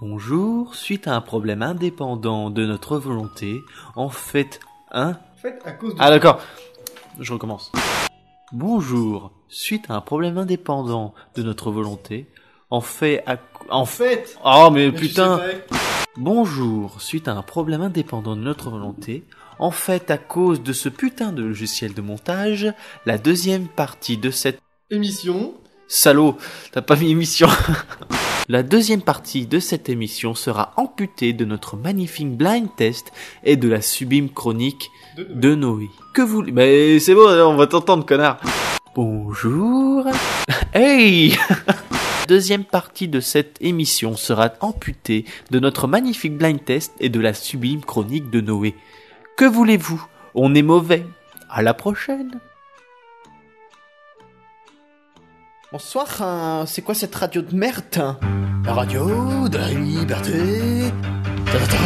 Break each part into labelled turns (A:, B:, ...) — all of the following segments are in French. A: Bonjour, suite à un problème indépendant de notre volonté, en fait, hein
B: En fait, à cause de...
A: Ah d'accord, je recommence. Bonjour, suite à un problème indépendant de notre volonté, en fait, à... en
B: En
A: fait...
B: fait
A: Oh mais,
B: mais tu
A: putain
B: sais pas.
A: Bonjour, suite à un problème indépendant de notre volonté, en fait à cause de ce putain de logiciel de montage, la deuxième partie de cette...
B: Émission,
A: Salaud, t'as pas mis émission La deuxième partie de cette émission sera amputée de notre magnifique blind test et de la sublime chronique
B: de... Noël.
A: de Noé. Que vous... Mais c'est bon, on va t'entendre, connard. Bonjour. Hey Deuxième partie de cette émission sera amputée de notre magnifique blind test et de la sublime chronique de Noé. Que voulez-vous On est mauvais. À la prochaine.
C: Bonsoir, hein, c'est quoi cette radio de merde hein La radio de la liberté. Ta-ta-ta.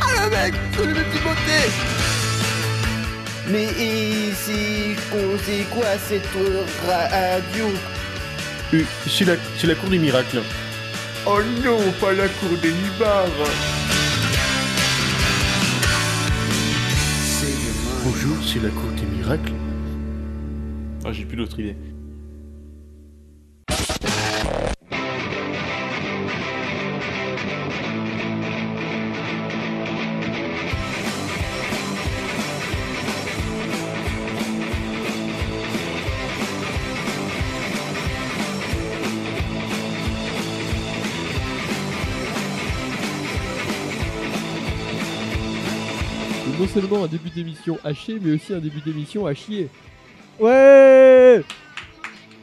C: Ah le mec, c'est le petit beauté Mais et c'est quoi, c'est quoi cette radio
D: C'est la, c'est la cour des miracles.
B: Oh non, pas la cour des libards
D: Bonjour, c'est la cour des miracles.
A: Ah, j'ai plus d'autre idée.
E: Donc non seulement un début d'émission haché, mais aussi un début d'émission à chier.
F: Ouais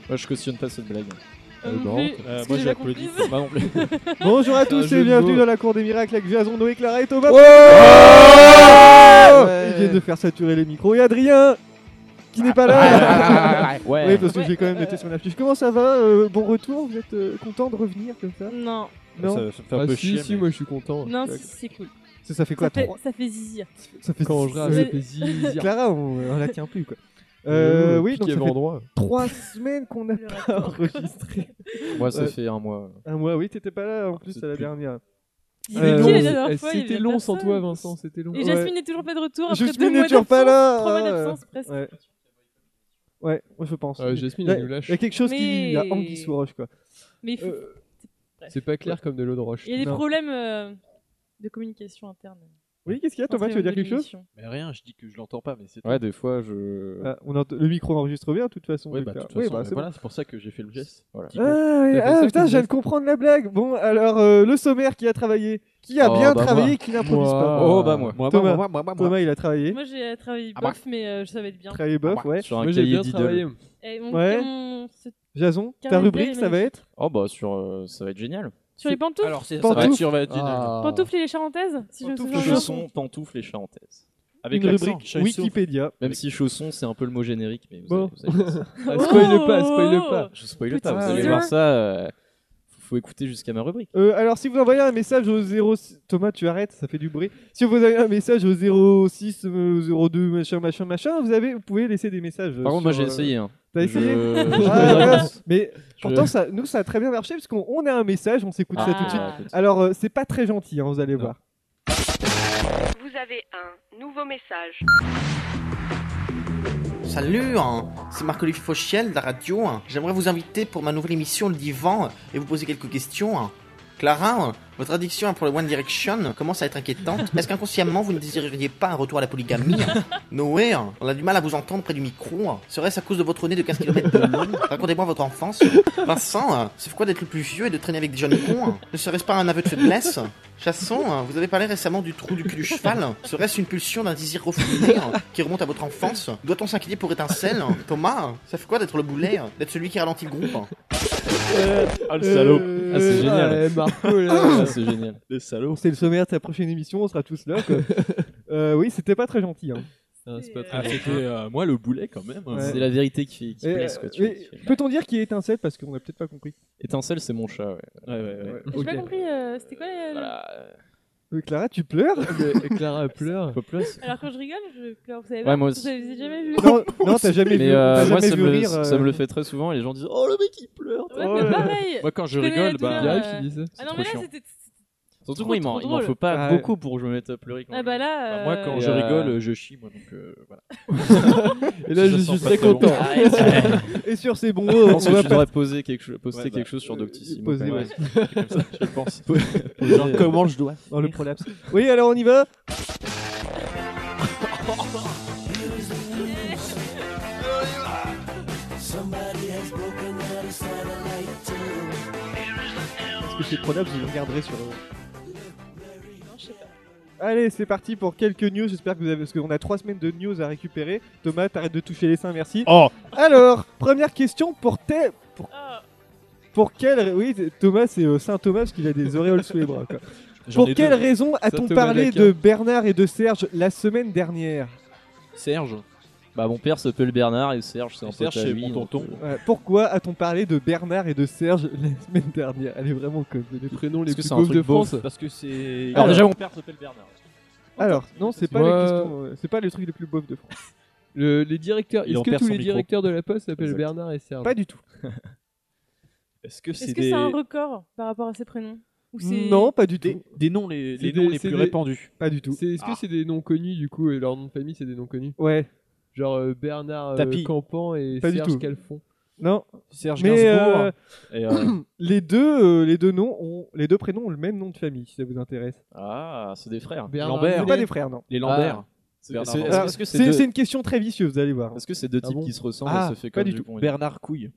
E: Moi je cautionne pas cette blague.
G: Euh,
E: Euh,
G: vous
E: Laurent,
G: voulez-
E: euh,
G: est-ce
E: moi
G: que j'ai
E: j'ai
G: la
E: applaudi.
G: comprise
E: Moi non plus.
F: Bonjour à tous
E: jeu de
F: et bienvenue
E: mots.
F: dans la cour des miracles avec Jason, Noé, Clara et Thomas.
E: Ouais.
F: Ils viennent de faire saturer les micros. Et Adrien qui n'est pas là
E: Ouais.
F: Oui, parce que
G: Ouais.
F: j'ai quand même noté son affiche. Comment ça va Euh, Bon retour, vous êtes euh, content de revenir comme ça
G: Non,
F: Non
D: Ça, ça me fait un
E: Ah,
D: peu
E: si,
D: chier.
E: si,
D: mais-
E: moi je suis content.
G: non,
F: tac.
G: c'est- c'est cool.
F: ça, ça fait Oh, quoi
G: Ça fait,
F: trois
G: ça fait zizir.
F: Ça fait euh,
E: Quand je rase,
G: Ouais.
E: ça fait zizir.
F: Clara, on, on la tient plus quoi. Euh, oui, donc
E: Piqué
F: ça fait
E: endroit.
F: trois semaines qu'on n'a pas enregistré.
E: Moi ça
F: Ouais.
E: fait un mois.
F: Un mois, oui, t'étais pas là en plus
E: C'est
F: à la
E: plus-
F: dernière.
G: Il
F: Euh,
G: est
F: long,
G: qui la dernière
E: Eh,
G: fois, il y
E: C'était
G: avait
E: long sans
G: personne.
E: toi Vincent, c'était long.
G: Et Jasmine n'est toujours pas de retour après deux
F: Jasmine
G: mois
F: n'est toujours pas
G: d'absence,
F: là,
G: Trois mois
F: hein,
G: d'absence presque.
F: Ouais. Ouais, moi je pense.
E: Euh, Jasmine elle nous
F: Il
E: lâche.
F: y a quelque chose qui. Il y a
G: Mais-
F: anguille sous roche, quoi.
G: Mais fou.
F: Euh,
E: C'est pas clair comme de l'eau de roche.
G: il y a des
F: non.
G: problèmes euh, de communication interne.
F: Oui, qu'est-ce qu'il y a Thomas Tu veux dire quelque chose
D: Mais rien, je dis que je l'entends pas, mais c'est.
E: Ouais, des fois je.
F: Ah, on ent- Le micro enregistre bien, de toute façon.
D: Ouais,
F: donc,
D: bah, de
F: là.
D: toute
F: Oui,
D: façon,
F: bah,
D: mais
F: c'est bon.
D: voilà, c'est pour ça que j'ai fait le geste.
E: Voilà.
F: Ah, oui,
E: T'as fait
F: ah,
E: ça
F: putain,
E: comme
F: je viens de comprendre la blague. Bon, alors euh, le sommaire qui a travaillé, qui a
E: Oh,
F: bien
E: bah,
F: travaillé,
E: moi.
F: qui n'improvise
E: Moi.
H: Ah,
F: pas.
E: Oh, bah, moi.
F: Thomas.
D: moi, moi,
F: Thomas, il a travaillé.
G: Moi j'ai euh, travaillé
E: Ah bah.
G: bof, mais euh, je savais être bien.
F: Travaillé bof,
H: Bah,
F: ouais.
D: Sur
E: Moi j'ai bien travaillé.
F: Ah.
G: Et mon-
F: Ouais.
G: et mon- ce-
F: Jason, ta
G: Carnet
F: rubrique,
G: est
F: ça va être
H: Oh bah sur euh, ça va être génial.
G: Sur les pantoufles
H: Alors c'est
F: ça va Pantoufles. être
H: sur va
E: Ah.
G: Pantoufles et les charentaises si je me
F: Pantoufles et
G: souviens bien.
H: chaussons, pantoufles et charentaises. Avec hein,
F: une
H: l'accent
F: rubrique
H: chausson.
F: Wikipédia.
H: Même si chaussons c'est un peu le mot générique mais vous
E: Bon.
H: allez, vous allez voir ça.
E: Ah, Spoil pas,
G: Oh,
E: spoil pas.
H: je spoil pas,
G: Petit
H: vous allez
G: teaser.
H: voir ça euh, faut- faut écouter jusqu'à ma rubrique.
F: Euh, alors, si vous envoyez un message au 06... Thomas, tu arrêtes, ça fait du bruit. Si vous envoyez un message au 06, euh, 02, machin, machin, machin, vous, avez... vous pouvez laisser des messages.
H: Par contre moi j'ai
F: essayé.
H: essayé hein.
F: T'as
H: Je-
F: essayé
H: je-
F: Ah,
H: je-
F: merde. Mais
H: je-
F: pourtant, ça, nous, ça a très bien marché, parce qu'on on a un message, on s'écoute ça tout de suite.
H: Ah, écoute.
F: Alors, euh, c'est pas très gentil, hein, vous allez
H: Non.
F: voir.
I: Vous avez un nouveau message.
C: Salut, hein, c'est Marc-Olivier Fauchiel de la radio. hein. J'aimerais vous inviter pour ma nouvelle émission Le Divan euh, et vous poser quelques questions. hein. Clara, hein, votre addiction pour le One Direction euh, commence à être inquiétante. Est-ce qu'inconsciemment vous ne désireriez pas un retour à la polygamie hein Noé, hein, on a du mal à vous entendre près du micro. hein. Serait-ce à cause de votre nez de 15 km de long Racontez-moi votre enfance. Vincent, hein, c'est quoi d'être le plus vieux et de traîner avec des jeunes cons hein Ne serait-ce pas un aveu de faiblesse Chasson, hein, vous avez parlé récemment du trou du cul du cheval. Serait-ce une pulsion d'un désir refusé hein, qui remonte à votre enfance Doit-on s'inquiéter pour étincelle hein Thomas, hein, ça fait quoi d'être le boulet hein, D'être celui qui ralentit le groupe hein
H: Ah, le salaud.
F: Euh,
H: Ah, c'est génial.
E: Ouais, Marco là.
H: Ah, c'est génial.
D: Le salaud.
F: C'est le sommaire de sa prochaine émission, on sera tous là. quoi. Euh, oui, c'était pas très gentil. hein.
H: Ah, c'est pas
D: Ah,
H: très
D: c'était euh, moi le boulet quand même. hein.
F: Ouais.
H: C'est la vérité qui, qui
F: Et,
H: blesse quoi, tu
F: euh,
H: vois, qui
F: mais
H: fait-
F: Peut-on dire qu'il est étincelle parce qu'on a peut-être pas compris
H: Étincelle c'est mon chat ouais.
D: Ouais, ouais, ouais.
G: J'ai pas compris, euh, c'était quoi euh,
H: Voilà.
F: Euh, Clara, tu pleures
E: Mais Clara pleure.
H: Poplos.
G: Alors quand je rigole, je pleure. Vous savez
H: Ouais, moi
G: Vous
H: aussi.
G: avez jamais vu
F: Non, non t'as jamais
H: Mais
F: vu,
H: euh,
F: t'as
H: moi,
F: jamais
H: ça
F: vu
H: me,
F: rire.
H: ça
F: euh,
H: me le fait très souvent et les gens disent Oh le mec il pleure
G: Ouais,
F: Oh
G: mais
F: là là.
G: pareil.
D: Moi, quand je
G: Je connais
D: rigole,
G: la
D: bah.
G: douleur.
E: Direct, il dit ça.
G: Ah non,
H: trop
G: mais là,
H: chiant.
G: c'était.
H: Surtout
G: trop,
H: que moi, il m'en
G: trop
H: il m'en
G: drôle.
H: faut pas
F: Ah ouais.
H: beaucoup pour que je me mette à pleurer. quand
G: Ah
H: je
G: bah là.
D: bah, Moi, quand
G: euh,
D: je
H: Et, euh,
D: rigole, je chie, moi, donc euh, voilà.
F: Et là,
H: Je
F: je
H: me
F: suis
H: sens
F: très
H: pas très
F: content.
H: rigole.
F: Et sur ces bons
H: Je
F: mots, on
H: pense que
F: va
H: tu
F: pas...
H: devrais poser quelque, chose- poster
D: Ouais, bah,
H: quelque chose sur
F: euh,
H: Doctissimo.
F: poser,
H: quand même.
F: ouais.
H: Un truc comme ça, je pense. Euh,
F: Genre,
H: comment je dois
F: dans le prolapse. Oui, alors on y va Parce que c'est prolapse, vous regarderez sur... euh,
G: non, je sais pas.
F: Allez, c'est parti pour quelques news. J'espère que vous avez... Parce qu'on a trois semaines de news à récupérer. Thomas, t'arrêtes de toucher les seins, merci.
A: Oh.
F: Alors, première question pour Thé...
G: Ah,
F: Pour quelle... Oui, Thomas, c'est euh, Saint Thomas parce qu'il a des auréoles sous les bras. quoi.
H: J'en
F: Pour
H: ai
F: quelle
H: deux. hein.
F: raison a-t-on
H: Thomas
F: parlé
H: d'Aquin.
F: de Bernard et de Serge la semaine dernière
D: Serge,
H: Bah, mon père s'appelle Bernard et Serge, c'est un
D: Serge,
H: pote à
D: c'est
H: lui,
D: mon
H: donc,
D: tonton.
H: euh,
F: Ouais, Pourquoi a-t-on parlé de Bernard et de Serge la semaine dernière Elle est vraiment conne.
E: Les prénoms les
H: Est-ce que
E: plus
H: c'est un
E: pauvres
H: truc
E: de France.
H: beauf Parce que c'est.
F: Alors,
H: Alors, déjà, mon père s'appelle Bernard.
F: Alors, non, c'est pas,
E: Moi-
F: les questions, euh, c'est pas le truc le plus beauf de France.
E: Le- les directeurs.
H: Il
E: Est-ce
H: en
E: que
H: perd
E: tous
H: son
E: les
H: micro.
E: directeurs de la poste s'appellent
H: Exact.
E: Bernard et Serge
F: Pas du tout.
H: Est-ce que
G: Est-ce que c'est un record par rapport à ses prénoms Ou c'est-
F: Non, pas du tout.
H: des, des noms les,
E: C'est
H: les,
E: des-
H: noms les
E: c'est
H: plus
E: des-
H: répandus Ah.
F: Pas du tout.
E: C'est- Est-ce que c'est des noms connus du coup et leur nom de famille c'est des noms connus
F: Ouais,
E: Genre euh, Bernard euh,
H: Tapie.
E: Campan et
F: Pas du
E: Serge
F: tout.
E: Calfon.
F: non.
H: Serge
F: Mais
H: Gainsbourg.
F: euh,
H: Et, euh,
F: les deux, euh, les deux noms ont, les deux prénoms ont le même nom de famille, si ça vous intéresse.
H: ah, c'est des frères.
E: Bernard
H: Lambert.
F: C'est pas des frères, non.
H: Les Lambert. C'est-
E: Bernard
H: c'est-
E: Lambert.
H: Est-ce
F: Alors,
H: est-ce que
F: c'est-
H: Ah. c'est
F: c'est
H: deux,
F: une question très vicieuse, vous allez voir.
H: est-ce que c'est deux
F: Ah
H: types
F: bon
H: qui se ressemblent
F: Ah,
H: et se fait
F: pas
H: comme
F: du
H: du
F: tout.
H: pont
D: Bernard Couille.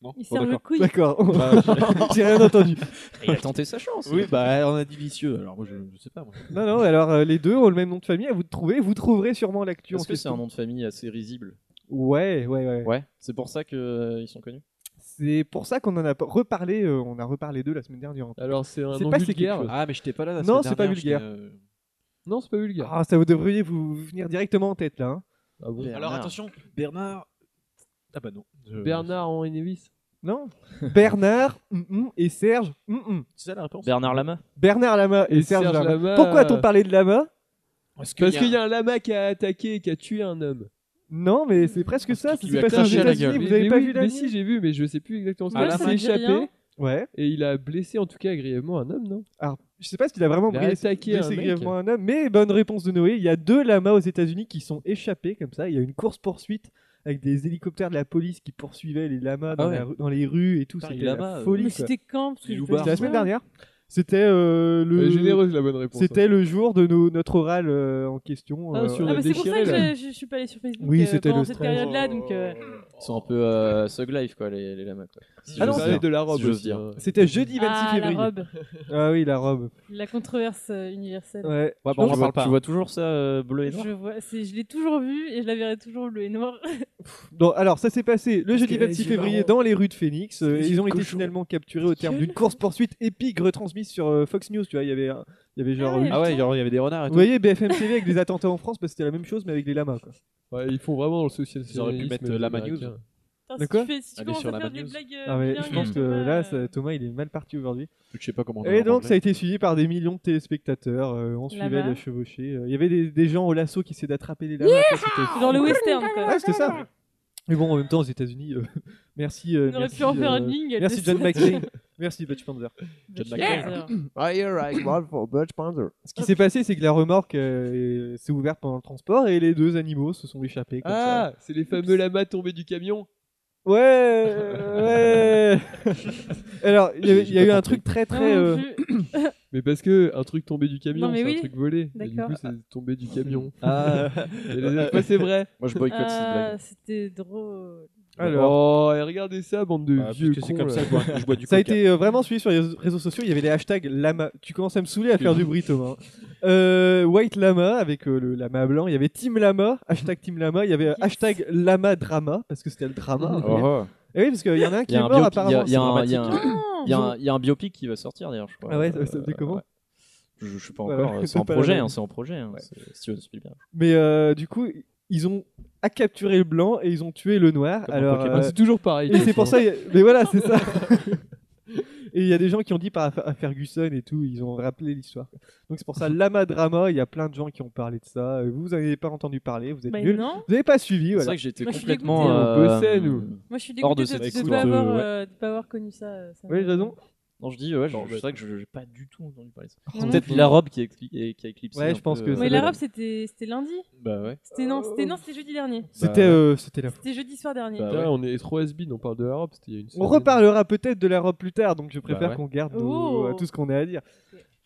G: Il
H: Oh,
G: sert le
H: d'accord.
G: couille.
F: D'accord. J'ai rien entendu.
H: Il a tenté sa chance.
D: Oui, bah, on a dit vicieux, alors moi, je, je sais pas. Moi.
F: Non, non, alors euh, les deux ont le même nom de famille, à vous de trouver, vous trouverez sûrement l'actu en
H: Est-ce que c'est
F: question.
H: un nom de famille assez risible
F: Ouais, ouais, ouais.
H: Ouais. C'est pour ça qu'ils sont connus
F: C'est pour ça qu'on en a pas- reparlé, euh, on a reparlé d'eux la semaine dernière.
E: Alors c'est un
F: C'est
E: nom
F: pas c'est
E: vulgaire.
F: quelque chose.
D: Ah, mais j'étais pas là la semaine
F: Non, c'est pas
D: dernière, euh,
F: vulgaire.
D: j'étais, euh,
E: Non c'est pas vulgaire.
F: Ah, ça vous devriez vous venir directement en tête là. hein.
E: Ah bon.
H: Bernard.
D: Bernard. Ah bah non. je-
E: Bernard Henri Nevis.
F: Non Bernard hum, hum, et Serge. hum, hum.
D: C'est ça la réponse
H: Bernard Lama
F: Bernard Lama et,
E: Et
F: Serge,
E: Serge
F: Lama.
E: Lama.
F: Pourquoi a-t-on parlé de Lama
D: Parce que
E: Parce qu'il y a un lama qui a attaqué et qui a tué un homme.
F: Non, mais Ah, c'est presque ça. Ça
D: Qui
F: s'est
D: lui a
F: passé aux
D: craché à la
F: États-Unis.
D: gueule.
F: Vous
E: Mais-
F: avez
E: mais
F: pas
E: oui,
F: vu la
E: Mais si
F: news
E: j'ai vu mais je sais plus exactement ce
G: Ah,
E: que
G: ça
E: c'est.
G: me
E: Il
G: dit
E: s'est échappé
G: rien.
F: Ouais.
E: et il a blessé en tout cas grièvement un homme non
F: Alors, je sais pas s'il a vraiment
E: Il a
F: brillé-
E: attaqué
F: blessé
E: un mec.
F: grièvement un homme, mais bonne réponse de Noé. Il y a deux lamas aux États-Unis qui sont échappés comme ça. Il y a une course-poursuite avec des hélicoptères de la police qui poursuivaient les lamas dans,
D: ouais.
F: la rue- dans les rues et tout.
D: Putain,
F: C'était
D: les
F: la
D: lamas, euh,
F: folie.
G: Mais
F: quoi.
G: c'était quand Parce que
D: Les
G: j'ai pas
D: loupards.
G: vu
F: C'était la
G: ça.
F: semaine dernière. C'était euh, le.
E: Euh, généreuse la bonne
H: hein.
E: réponse.
F: C'était le jour de nos- notre oral euh, en question.
E: Ah,
F: euh,
E: sur-
G: Ah bah c'est pour ça
E: Déchiré,
G: que
E: là.
G: je- je je suis pas allé sur Facebook
F: Oui,
G: euh,
F: c'était
G: pendant
F: le
G: cette
F: stress.
G: période-là. Donc, euh,
E: hein.
H: Ils sont un peu euh, Sug Life, quoi, les, les lamas. Quoi. Si
E: Ah
H: j'ose
E: non,
H: dire.
E: c'est de la robe.
H: Si j'ose
E: aussi,
H: dire.
E: hein.
F: C'était jeudi 26
G: ah,
F: février.
G: la robe,
F: Ah oui, la robe.
G: la controverse euh, universelle.
F: Ouais.
H: Ouais, bah,
F: Non,
H: on en
F: je
H: parle
F: vois pas.
H: Tu vois toujours ça euh, bleu et noir
G: Je, vois, c'est- je l'ai toujours vue et je la verrai toujours bleu et noir.
F: Donc, alors, ça s'est passé le jeudi
E: qu'elle a
F: 26
E: les yeux
F: février
E: marrons.
F: dans les rues de Phoenix. Euh,
E: les yeux
F: ils ont
E: de
F: été
E: cochon.
F: finalement capturés au terme d'une course-poursuite épique retransmise sur euh, Fox News. Tu vois, il y avait, un- il y avait genre.
G: Ah ouais.
F: huit-
D: Ah ouais, genre, il y avait des renards et
F: Vous
D: tout.
F: voyez, BFM TV avec des attentats en France, bah, c'était la même chose, mais avec les lamas. Quoi.
E: Ouais, ils font vraiment le social.
D: Ils auraient pu mettre, euh, Lama News.
G: Attends,
F: De
G: si
F: quoi
G: tu, fais, si tu
D: Allez,
G: commences
D: sur
G: à
D: la
G: faire
D: bad
G: des
D: news.
G: blagues.
F: Ah ouais,
G: euh,
F: je pense
G: bilingues,
F: que
G: euh,
F: là, ça- Thomas, il est mal parti aujourd'hui.
D: Je sais pas comment. on
F: Et
D: en
F: donc,
D: anglais.
F: ça a été suivi par des millions de téléspectateurs. euh, on suivait
G: Lamas.
F: les chevauchés. Euh, Il y avait des, des gens au lasso qui essaient d'attraper les lamas. ça, c'était-
G: Dans le western, quoi.
F: Ouais, c'était ça. Mais bon, en même temps, aux États-Unis, euh, merci. euh,
G: On aurait
F: merci,
G: pu en faire
F: euh,
G: une ligne. elle
F: Merci
G: était
F: John
G: seule.
F: McCain. merci Butch Panzer.
G: John
D: McCain.
G: McCain.
F: Ce qui s'est passé, c'est que la remorque euh, est- s'est ouverte pendant le transport et les deux animaux se sont échappés. Comme
E: Ah, c'est les fameux lamas tombés du camion.
F: ça. Ouais, euh, ouais. Alors, il y, avait- il y a eu un truc très très.
D: Ah,
G: Non,
F: euh,
G: non plus.
E: Mais parce que un truc tombé du camion,
G: Non, mais
E: c'est
G: oui.
E: un truc volé. Et du
G: D'accord.
E: coup, c'est tombé du camion.
D: Ah,
E: Et les- Ouais, c'est vrai.
H: Moi, je boycotte
E: Euh,
H: cette blague.
G: Ah, c'était drôle.
F: Alors,
E: Oh, et regardez ça, bande de
D: bah,
E: vieux
D: puisque c'est
E: cons,
D: comme
E: là.
H: euh,
D: ça que je bois- je bois du
F: ça a
D: coca.
F: été euh, vraiment suivi sur les réseaux sociaux. Il y avait les hashtags lama. Tu commences à me saouler à faire du bruit, Thomas. Euh, White lama avec euh, le lama blanc. Il y avait Team lama, hashtag Team lama. Il y avait euh,
G: Yes.
F: hashtag lama drama parce que c'était le drama. en fait.
H: Oh, oh.
F: Et oui, parce qu'il y en a un qui
H: Il y
F: est
H: a un
F: mort
H: biopic- il y
F: apparemment.
H: a- il y a un- il y a
F: c'est
H: un-
F: dramatique.
H: Il y, a un- il y a un biopic qui va sortir d'ailleurs, je crois. Euh,
F: Ah ouais, ça- ça s'appelait comment
H: ouais. Je, je sais pas
F: Voilà,
H: encore, euh,
F: c'est
H: c'est en
F: pas la
H: projet,
F: même.
H: hein, c'est en projet. hein,
F: Ouais.
H: c'est Steven Spielberg.
F: Mais euh, du coup, ils ont à capturé le blanc et ils ont tué le noir.
D: Comme un
F: Alors,
D: Pokémon.
E: Ah,
F: euh,
E: c'est toujours pareil.
F: et c'est pour ça. Mais voilà, c'est ça. Et il y a des gens qui ont dit par à Ferguson et tout, ils ont rappelé l'histoire. quoi. Donc c'est pour ça Lama Drama, il y a plein de gens qui ont parlé de ça. Euh, Vous n'avez pas entendu parler, vous êtes
G: Bah
F: nuls.
G: non,
F: Vous n'avez pas suivi,
H: C'est
F: voilà.
H: vrai que j'étais
G: Moi, je suis
H: complètement. euh,
F: dégoûtée, on bossait, nous.
G: moi je suis
H: Hors
G: dégoûtée
H: de
G: de
H: cette
G: ne
H: écoute,
G: pas, avoir,
H: euh, ouais.
G: euh, de pas avoir connu ça. euh, ça
F: Oui,
G: me-
F: Jason
H: Non, je dis, ouais, je-
D: Non,
H: c'est vrai que je n'ai pas du tout entendu parler de ça.
G: Non, non.
H: Peut-être la robe qui, expli- et- qui a éclipsé.
F: Ouais,
H: un
F: je pense
H: peu,
F: que
H: euh,
F: ça
G: Oui,
F: doit-
G: l'arabe c'était c'était lundi.
H: Bah ouais.
G: C'était non, c'était non, c'était jeudi dernier.
F: C'était euh, c'était la
G: C'était jeudi soir dernier.
D: Ah
H: Bah
E: Putain,
H: ouais.
E: on est trop has on parle de la robe, c'était il y a une
F: On
E: semaine.
F: reparlera peut-être de la robe plus tard, donc je préfère
H: ouais.
F: qu'on garde nos-
G: Oh.
F: euh, tout ce qu'on a à dire.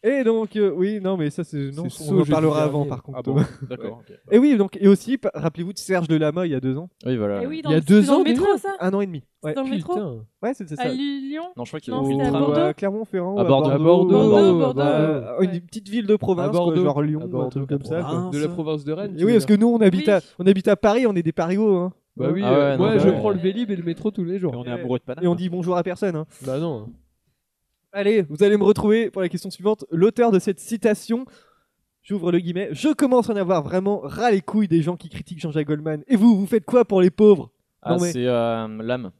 F: Et donc, euh, oui, non, mais ça, c'est. Non,
E: C'est
F: on en
E: saut
F: parlera
E: jeudi
F: avant,
E: dernier.
F: par contre.
E: Ah bon,
H: D'accord. ok.
F: Et oui, donc, et aussi, pa- rappelez-vous de Serge Delama il y a deux ans,
H: Oui, voilà.
G: Eh oui,
F: il
G: dans
F: y a
G: le-
F: deux
G: c'était dans
F: ans
G: le métro
F: déjà
G: ça
F: un an et demi. Ouais,
G: C'était dans le métro
E: Putain.
F: ouais c'était
G: à
F: ça.
G: Lyon.
H: Non, je crois qu'il y
G: Non,
H: avait
G: c'était
H: une
G: à
H: trame.
G: Bordeaux.
F: euh, Clermont-Ferrand,
H: À Bordeaux.
E: À
G: Bordeaux,
E: Bordeaux, bah, à
G: Bordeaux.
E: Bordeaux.
F: euh, une
G: Ouais.
F: petite ville de province,
E: À
F: quoi,
E: Bordeaux,
F: genre Lyon,
E: à
F: un
E: Bordeaux,
F: truc comme
E: la
F: ça. quoi.
E: province. De la province de Rennes.
F: Et
E: tu
F: oui,
E: veux
F: parce que
E: dire.
F: nous, on habite,
G: Oui.
F: à, on habite à Paris, on est des parigots, hein.
E: Bah oui,
H: Ah
E: euh,
H: ouais, non,
E: moi
H: bah
E: je
H: ouais.
E: prends le Vélib et le métro tous les jours.
H: Et on est amoureux de Paname.
F: et on dit bonjour à personne. hein.
E: Bah non.
F: Allez, vous allez me retrouver pour la question suivante. L'auteur de cette citation, j'ouvre le guillemet, je commence à en avoir vraiment ras les couilles des gens qui critiquent Jean-Jacques Goldman. Et vous, vous faites quoi pour les pauvres
H: Ah,
F: Non, mais-
H: c'est euh, l'âme.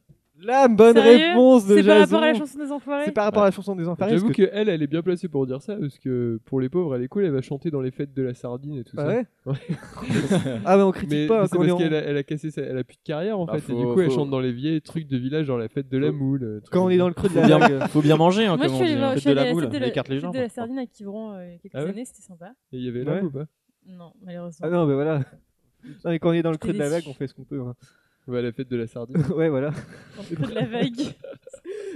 F: La bonne
G: Sérieux
F: réponse de
G: C'est par
F: Jason.
G: rapport à la chanson des enfoirés.
F: C'est par rapport à la chanson des enfoirés.
E: J'avoue
F: parce
E: que elle, elle est bien placée pour dire ça parce que pour les pauvres, elle est cool, elle va chanter dans les fêtes de la sardine et tout
F: Ah
E: ça.
F: ouais Ah mais on critique
E: Mais
F: pas
E: c'est
F: quand on est
E: parce
F: en-
E: qu'elle a, elle a cassé, sa- elle a plus de carrière en
H: Bah,
E: fait,
H: faut-
E: et du coup elle
H: faut-
E: chante dans les vieilles trucs de village, genre la fête de la
F: Faut-
E: moule. euh, trucs
F: quand on est
E: comme
F: dans
E: ça.
F: le creux de
H: Faut
F: la
H: bien,
F: vague.
H: faut bien manger, hein,
G: Moi,
H: comme
G: je
H: on
G: suis
H: dit.
G: allée voir-
H: hein.
G: je
H: Faites
G: suis
H: de la
G: allée
H: boule,
G: à la
H: écarte les
G: fête
H: jambes.
G: de la sardine à Quiberon euh, il y a quelques
E: Ah ouais
G: années, c'était sympa.
E: Et il y avait
F: Ouais.
E: l'âme ou pas
G: Non, malheureusement.
F: Ah non mais voilà. Non mais quand on est dans le creux de la
G: J'étais
F: vague,
G: déçue.
F: on fait ce qu'on peut. hein.
E: Ouais, la fête de la sardine.
F: ouais voilà.
G: Dans le creux de la vague.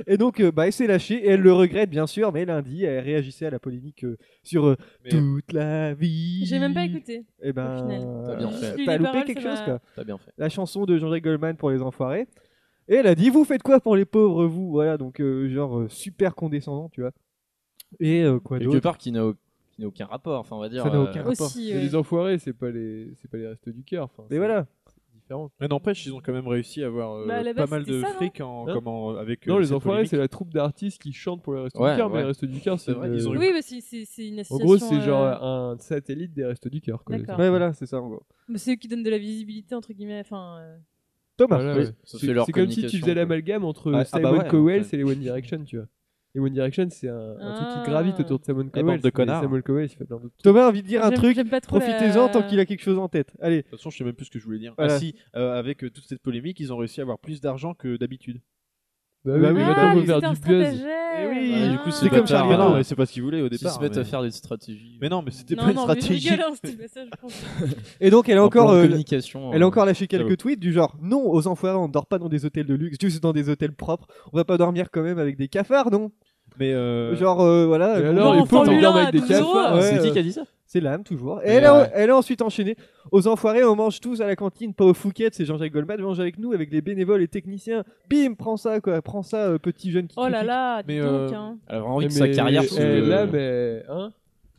F: Et donc euh, bah elle s'est lâchée et elle le regrette bien sûr, mais lundi elle réagissait à la polémique euh, sur euh,
E: Mais-
F: toute la vie.
G: J'ai même pas écouté.
F: Et
G: au
F: ben
G: final.
H: T'as bien fait.
G: Lu
F: t'as
G: les
F: loupé
G: paroles,
F: quelque
G: ça
F: chose
G: m'a-
F: quoi.
H: T'as bien fait.
F: La chanson de Jean-Jacques Goldman pour les enfoirés. Et elle a dit vous faites quoi pour les pauvres vous voilà donc euh, genre euh, super condescendant tu vois. Et euh, quoi
H: Quelque
F: d'autre
H: part qui n'a au- qui n'a aucun rapport, enfin on va dire.
F: Ça n'a
H: euh,
F: aucun rapport.
G: Aussi.
E: Mais
G: ouais.
E: les enfoirés, c'est pas les, c'est pas les restes du cœur. enfin,
F: Mais
E: c'est
F: voilà.
E: Différent.
J: Mais n'empêche, ils ont quand même réussi à avoir euh,
G: Bah, à la
J: pas
G: base,
J: mal
G: c'était
J: de
G: ça, non
J: fric en,
E: Hein
J: comment, avec.
E: Non,
J: euh,
E: les
J: cette
E: enfoirés,
J: polémique.
E: c'est la troupe d'artistes qui chantent pour les restes
H: Ouais,
E: du cœur,
H: ouais.
E: mais les restes du cœur, c'est.
J: C'est vrai,
E: une-
J: ils ont eu-
G: Oui, bah, c'est- c'est c'est une
E: En
G: association.
E: gros, c'est genre
G: euh,
E: un satellite des restes du cœur. quoi.
G: D'accord.
F: Ouais voilà c'est ça en gros.
G: mais Bah, C'est eux qui donnent de la visibilité, entre guillemets. Enfin, euh,
F: Thomas.
E: Voilà,
H: Oui,
E: ouais.
H: ça, c'est
E: C'est
H: leur
E: c'est comme si tu
H: communication,
E: faisais
H: quoi.
E: l'amalgame entre
H: Ah, ah
E: Simon
H: bah ouais,
E: Cowell et
H: ça-
E: les One Direction, tu vois. Les One Direction, c'est un, un truc
G: Ah.
E: qui gravite autour de Simon Cowell.
H: bande de
E: mais
H: connards.
E: Simon Cowell, il fait plein d'autres
F: Thomas a envie de dire un
G: j'aime-
F: truc.
G: j'aime pas trop la-
F: Profitez-en tant qu'il a quelque chose en tête. Allez,
J: De toute façon, je sais même plus ce que je voulais dire.
F: Voilà.
J: Ah si, euh, avec euh, toute cette polémique, ils ont réussi à avoir plus d'argent que d'habitude.
E: trucs.
F: Bah oui,
E: mais
F: bah
G: Ah,
E: on
F: oui,
E: veut
G: mais
E: faire
G: c'était un
E: du buzz.
G: stratagème.
F: Eh oui.
G: Ah.
J: Et du coup,
F: C'est comme
J: bâtards,
F: Charlie Hebdo.
J: non, mais c'est pas ce qu'ils voulaient au
H: S'ils
J: départ.
H: se mettent
J: mais-
H: à faire des stratégies. euh,
J: Mais non, mais c'était
G: Non,
J: pas une
G: non, mais je
J: stratégie.
G: rigole, hein, c'était pas ça, je pense.
F: Et donc, elle a
H: Un plan
F: encore,
H: de
F: euh,
H: communication.
F: elle
H: euh,
F: a encore lâché
J: j'avoue.
F: quelques tweets du genre Non, aux enfoirés, on ne dort pas dans des hôtels de luxe, juste dans des hôtels propres. On va pas dormir quand même avec des cafards, non
J: Mais euh,
F: Genre, euh, voilà.
E: Et
F: bon,
E: alors,
G: Non,
E: les pauvres,
G: Formule
E: ils dorment
G: un
E: avec
G: à
E: des
G: 12 euros.
E: cafards.
F: Ouais,
H: C'est qui
F: euh,
H: qui a dit ça
F: C'est l'âme, toujours. Et
H: Mais
F: elle, a,
H: ouais.
F: elle a ensuite enchaîné Aux enfoirés, on mange tous à la cantine, pas aux fouquettes, c'est Jean-Jacques Goldman, mange avec nous, avec les bénévoles et techniciens. Bim, prends ça, quoi, prends ça, euh, petit jeune qui.
G: Oh là
F: critique.
G: là, dis
E: Mais,
G: donc,
E: euh,
G: hein.
H: Elle a vraiment envie que
E: Mais-
H: sa carrière
E: eh,
H: se-
E: Là, mais. Hein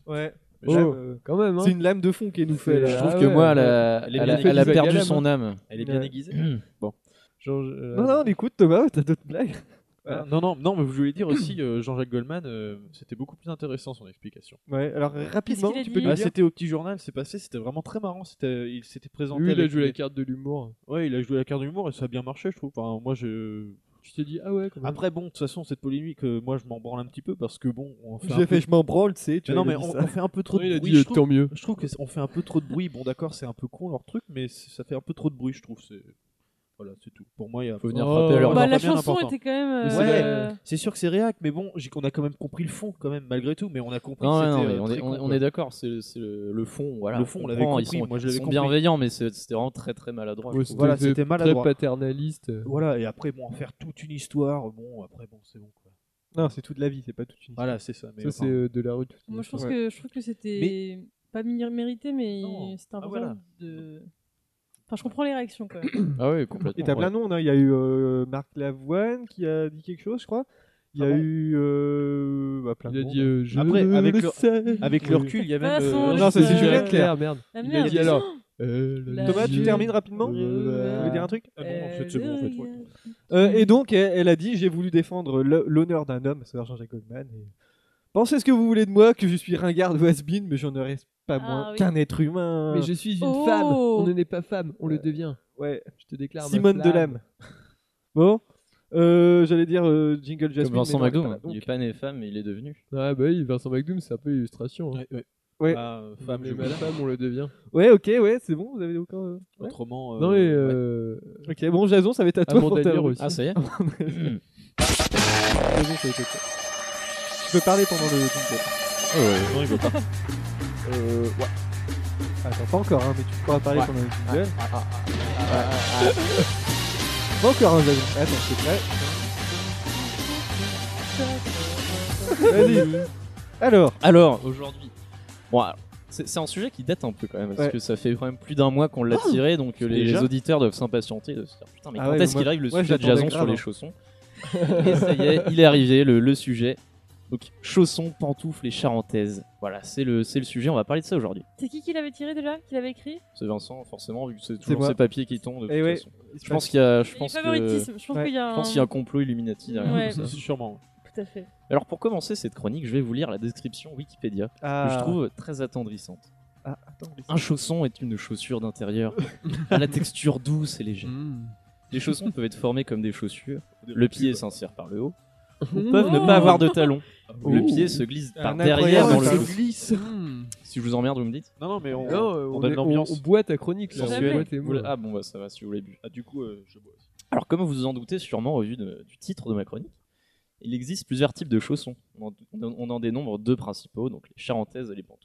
F: Ouais.
E: Oh,
F: Lame, euh,
E: Quand même, hein.
F: C'est une lame de fond qui nous fait.
E: Je
H: Je
F: Là.
H: trouve
E: Ah
H: que
E: ouais,
H: moi,
E: ouais.
H: elle a,
E: Les
H: elle a-
E: Minions
H: elle a
E: qui
H: perdu
E: valent
H: son âme.
J: elle est bien
F: Ouais.
J: aiguisée.
E: Genre, euh,
F: Non, non, on écoute, Thomas, t'as d'autres blagues
J: Ah, Non, non, non, mais je voulais dire aussi, euh, Jean-Jacques Goldman, euh, c'était beaucoup plus intéressant son explication.
F: Ouais, alors rapidement,
G: qu'il a
F: tu peux
G: dit
F: nous
J: Bah,
F: dire
J: c'était au petit journal, c'est passé, c'était vraiment très marrant. C'était, il s'était présenté.
E: Lui, il a
J: avec
E: joué la
J: les-
E: carte de l'humour.
J: Ouais, il a joué la carte de l'humour et ça a bien marché, je trouve. Enfin, moi, je.
E: Tu t'es dit, ah ouais, quand même.
J: Après, bon, de toute façon, cette polémique, euh, moi, je m'en branle un petit peu parce que bon, on fait. un
F: J'ai
J: peu-
F: fait, je m'en branle, tu sais. tu
J: Mais
F: vois,
J: non, mais
F: il a dit
J: on,
F: ça.
J: on fait un peu trop
E: il
J: de
E: a
J: bruit.
E: dit, euh,
J: je,
E: tant
J: trouve,
E: mieux.
J: je trouve que c'est- on fait un peu trop de bruit. Bon, d'accord, c'est un peu con leur truc, mais c'est- ça fait un peu trop de bruit, je trouve. C'est voilà, c'est tout. Pour moi, il y a.
H: Faut venir
E: Oh.
H: frapper à leur
E: Ouais,
G: Bah,
J: c'est
G: la
J: bien
G: chanson
J: important.
G: était quand même.
J: Mais
G: euh,
J: c'est
G: euh,
J: C'est sûr que c'est réac, mais bon, j'ai- on a quand même compris le fond, quand même, malgré tout. Mais on a compris.
H: Non,
J: que
H: ouais, non,
J: c'était,
H: mais
J: euh,
H: on
J: très
H: est,
J: con,
H: on est- on
J: quoi.
H: est d'accord, c'est le, c'est le- le fond. Voilà,
J: Le
H: on
J: fond, on l'avait
H: comprend,
J: compris,
H: Ils sont,
J: moi, je
H: ils
J: l'avais
H: sont
J: compris.
H: bienveillants, mais c'est- c'était vraiment très très maladroit.
E: Ouais,
H: je
J: voilà,
E: très-
J: c'était maladroit.
E: Très paternaliste.
J: Voilà, et après, bon, en faire toute une histoire, bon, après, bon, c'est bon, quoi.
F: Non, c'est toute la vie, c'est pas toute une histoire.
J: Voilà, c'est ça. Mais
E: Ça,
J: enfin,
E: c'est euh, de la rue. tout-
G: Moi, je pense
F: Ouais.
G: que je trouve que c'était pas mini- mérité, mais
J: Non.
G: c'était
F: Ah,
G: important
J: voilà.
G: de. Enfin, je comprends les réactions quand même.
H: trouve. Ah ouais,
F: Et
H: complètement.
F: t'as plein
H: ouais.
F: de monde, hein. il y a eu euh, Marc Lavoine qui a dit quelque chose, je crois. Il y a
J: Ah bon
F: eu. euh, bah, plein
E: Il
F: de
E: a
F: monde.
E: dit, euh, je
J: Après,
E: le
J: avec le-
E: sais.
J: avec
F: Oui.
J: le recul, il y a même.
G: façon,
J: euh,
G: le-
F: Non, ça c'est
G: Euh,
F: Julien Clerc.
E: merde.
G: La
E: Il a
G: merde.
E: dit alors. euh, la
G: Thomas,
F: Thomas, tu
E: vie-
F: termines rapidement Tu
G: Euh,
F: veux dire un truc
J: Ah non, non, c'est- c'est bon, en fait, ouais.
F: Euh, Et donc, elle, elle a dit J'ai voulu défendre le- l'honneur d'un homme, c'est-à-dire Jean-Jacques Goldman. et Pensez ce que vous voulez de moi, que je suis ringard ou has-been, mais j'en reste pas
G: Ah
F: moins
G: oui.
F: qu'un être humain.
E: Mais je suis une
G: Oh.
E: femme. On ne n'est pas femme, on le devient.
F: Ouais,
E: Je te déclare. ma
F: Simone
E: flamme.
F: Delame. Bon Euh, J'allais dire euh, Jingle Jasmine.
H: Comme Vincent
F: mais non, elle est
H: McDoom,
F: pas là,
H: hein.
F: donc.
H: il est pas né femme, mais il est devenu.
E: Ah bah oui, Vincent McDoom, c'est un peu l'illustration. hein.
F: Ouais.
J: Ah, euh,
E: Femme,
J: femme,
E: mais
J: je
E: mal
J: m'en
E: femme, on le devient.
F: Ouais, ok, ouais, c'est bon, vous avez encore. euh, ouais.
J: Autrement. euh,
E: non mais
J: ouais.
E: euh,
F: Ok, bon, Jason, ça va être à toi pour
E: Amanda
F: ta
E: Lear
F: rubrique.
E: aussi.
H: Ah, ça y est Ah,
F: Jason, ça va être à toi. Tu peux parler pendant le jingle.
J: Non, il veut pas.
F: Euh, ouais. Attends, pas encore, hein, mais tu pourras parler pendant le jingle.
H: Ah,
F: Pas encore, hein, Jason. Attends, c'est prêt. Vas-y. Alors,
H: Alors, aujourd'hui. Bon, alors, c'est c'est un sujet qui date un peu quand même, parce
F: Ouais. Oh,
H: que ça fait quand même plus d'un mois qu'on l'a tiré, donc euh, les,
J: Déjà
H: les auditeurs doivent s'impatienter de se dire putain, mais
F: Ah
H: quand
F: ouais,
H: est-ce
F: mais
H: qu'il arrive le
F: moi, je
H: sujet de
F: l'attendais
H: Jason sur
F: grave, hein.
H: les chaussons Et ça y est, il est arrivé, le, le sujet. Donc, chaussons, pantoufles et charentaises. Voilà, c'est le, c'est le sujet, on va parler de ça aujourd'hui.
G: C'est qui qui l'avait tiré déjà Qui l'avait écrit
H: C'est Vincent, forcément, vu que c'est toujours
F: moi.
H: ces papiers qui tombent. De
F: Eh
H: toute
F: ouais.
H: façon. Je pense qu'il y a. Je pense
G: Il y a
H: que.
G: du favoritisme. Je pense
F: Ouais.
G: qu'il y a.
H: Je pense
G: un-
H: qu'il y a un complot Illuminati derrière.
G: Ouais,
J: C'est Sûrement.
G: tout à fait.
H: Alors pour commencer cette chronique, je vais vous lire la description Wikipédia que je trouve très attendrissante.
F: Ah, attends,
H: Un chausson est une chaussure d'intérieur à la texture douce et
E: Mm.
H: légère.
E: Hmm.
H: Les chaussons peuvent être formés comme des chaussures. Le pied s'insère par le haut.
E: Mm.
H: Ou peuvent
G: Oh.
H: ne pas avoir de talons. Le
F: Oh.
H: pied se glisse par
F: Un
H: derrière
F: incroyable
H: dans le
F: talon.
H: chausson. Si je vous emmerde, vous me dites.
J: Non, non, mais on,
E: Non, euh,
J: on
E: on,
J: donne
E: est- on-
J: l'ambiance.
E: on boit ta chronique là.
G: Sensuel.
E: On boit tes
H: Vous
E: mots.
H: le- Ah bon bah ça va si vous voulez bu.
J: Ah, du coup, euh, je bois aussi.
H: Alors, comme vous vous en doutez sûrement au vu de- du titre de ma chronique, il existe plusieurs types de chaussons. On en, on en dénombre deux principaux, donc les charentaises et les pantoufles.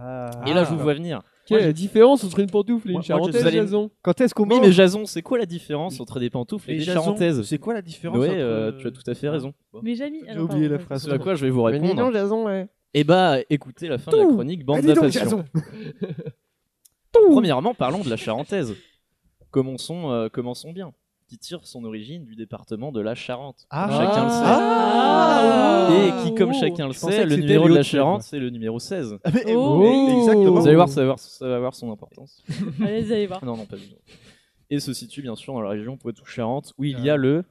F: ah,
H: et là, je vous vois venir.
E: Quelle est la différence entre une pantoufle et
H: Moi,
E: une
H: moi, je- vous
E: charentaise,
H: allez-
E: Jason
F: Quand est-ce qu'on
H: Oui,
F: mange
H: mais Jason, c'est quoi la différence entre des pantoufles et, des
J: Jason,
H: charentaises
J: C'est quoi la différence
H: Noé,
J: entre,
H: euh,
J: euh,
H: tu as tout à fait raison.
G: Mais Jamie.
F: J'ai oublié la phrase.
H: Ce à quoi je vais vous
E: Mais dis
H: répondre.
E: donc, Jason, ouais.
H: Eh bah, écoutez la fin de la chronique Bande
F: Ah, dis donc,
H: d'Affection. Premièrement, parlons de la charentaise. Commençons, euh, commençons bien. Qui tire son origine du département de la Charente.
F: Ah.
H: Chacun le sait.
G: Ah
H: Et
F: oh.
H: qui, comme chacun le sait, le numéro de la Charente, c'est le numéro 16.
G: Oh
F: Exactement.
H: Vous allez voir, ça va avoir, ça va avoir son importance. Ah,
G: Allez, vous allez voir.
H: non, non, pas du tout. Et se situe bien sûr dans la région Poitou-Charentes, où il y a le,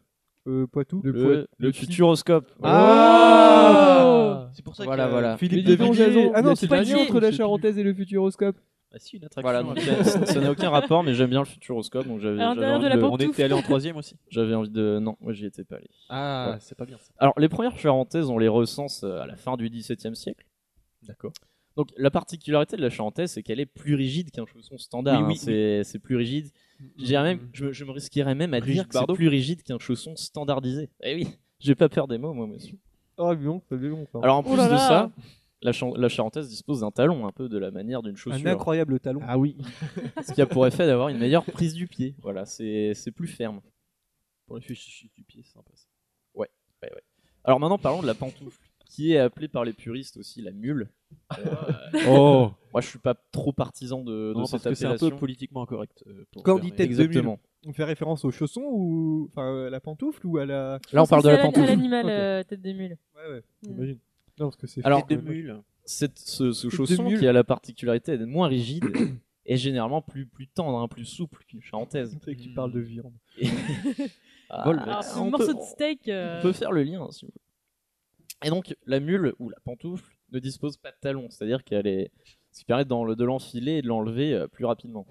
F: Euh, Poitou.
H: le, le futuroscope.
F: Ah
J: C'est pour ça
H: Voilà,
J: que euh,
H: voilà.
E: Mais
J: Philippe
E: dis
J: de
E: donc,
J: Villiers-
E: Jason. Ah non, c'est pas
G: Poitiers,
E: lien entre la
J: je sais
E: charentaise et le futuroscope.
J: Ah, si, une
H: Voilà,
J: attraction.
H: donc ça- ça n'a aucun rapport, mais j'aime bien le futuroscope, donc j'avais
G: À
H: j'avais
G: l'intérieur de
H: envie,
G: la
H: de-
G: porte.
J: on était allé en troisième aussi.
H: j'avais envie de. Non, moi j'y étais pas allé.
J: Ah,
H: Ouais.
J: c'est pas bien. ça.
H: Alors, les premières charentaises, on les recense euh, à la fin du XVIIe siècle.
J: D'accord.
H: Donc, la particularité de la charentaise, c'est qu'elle est plus rigide qu'un chausson standard.
J: Oui,
H: hein.
J: oui,
H: c'est c'est plus rigide. Je, dirais même, je, me- je me risquerais même à
J: Brigitte
H: dire que c'est
J: Bardot.
H: plus rigide qu'un chausson standardisé. Eh oui, j'ai pas peur des mots, moi, monsieur.
F: Ah, mais bon, c'est bon. ça.
H: Alors, en
G: Oh
H: plus
G: là
H: de
G: là.
H: ça, la, chan- la charentaise dispose d'un talon, un peu de la manière d'une chaussure.
F: Un incroyable talon.
H: Ah oui. Ce qui a pour effet d'avoir une meilleure prise du pied. Voilà, c'est c'est plus ferme.
J: Pour les fichiers du pied, c'est sympa. ça.
H: Alors maintenant parlons de la pantoufle, qui est appelée par les puristes aussi la mule. Euh,
E: Oh
H: Moi je suis pas trop partisan de, de
J: Non,
H: cette
J: parce que c'est un peu
H: appellation.
J: politiquement incorrect. euh, pour
F: Quand on
J: faire
F: dit
J: mes-
F: tête de
H: Exactement.
F: On fait référence aux chaussons ou
E: euh,
F: enfin à la pantoufle ou à la.
H: Là on parle de
G: C'est
H: la
G: à
H: pantoufle.
G: À l'animal,
F: Ok.
G: euh, tête de mule.
F: Ouais ouais.
G: Mm.
F: Non parce que c'est.
H: Alors,
J: Tête de mule.
H: Cette- ce, ce
F: de
H: chausson
F: mule.
H: qui a la particularité d'être moins rigide est généralement plus, plus tendre, hein, plus souple qu'une charentaise.
F: C'est que tu parles de viande.
H: Ah,
J: Vol, mec.
G: Alors,
H: on
G: un morceau
H: peut-
G: de steak. euh,
H: On peut faire le lien, hein, si vous voulez. Et donc, la mule ou la pantoufle ne dispose pas de talons, c'est-à-dire qu'elle est. Ce qui permet d'en- de l'enfiler et de l'enlever euh, plus rapidement.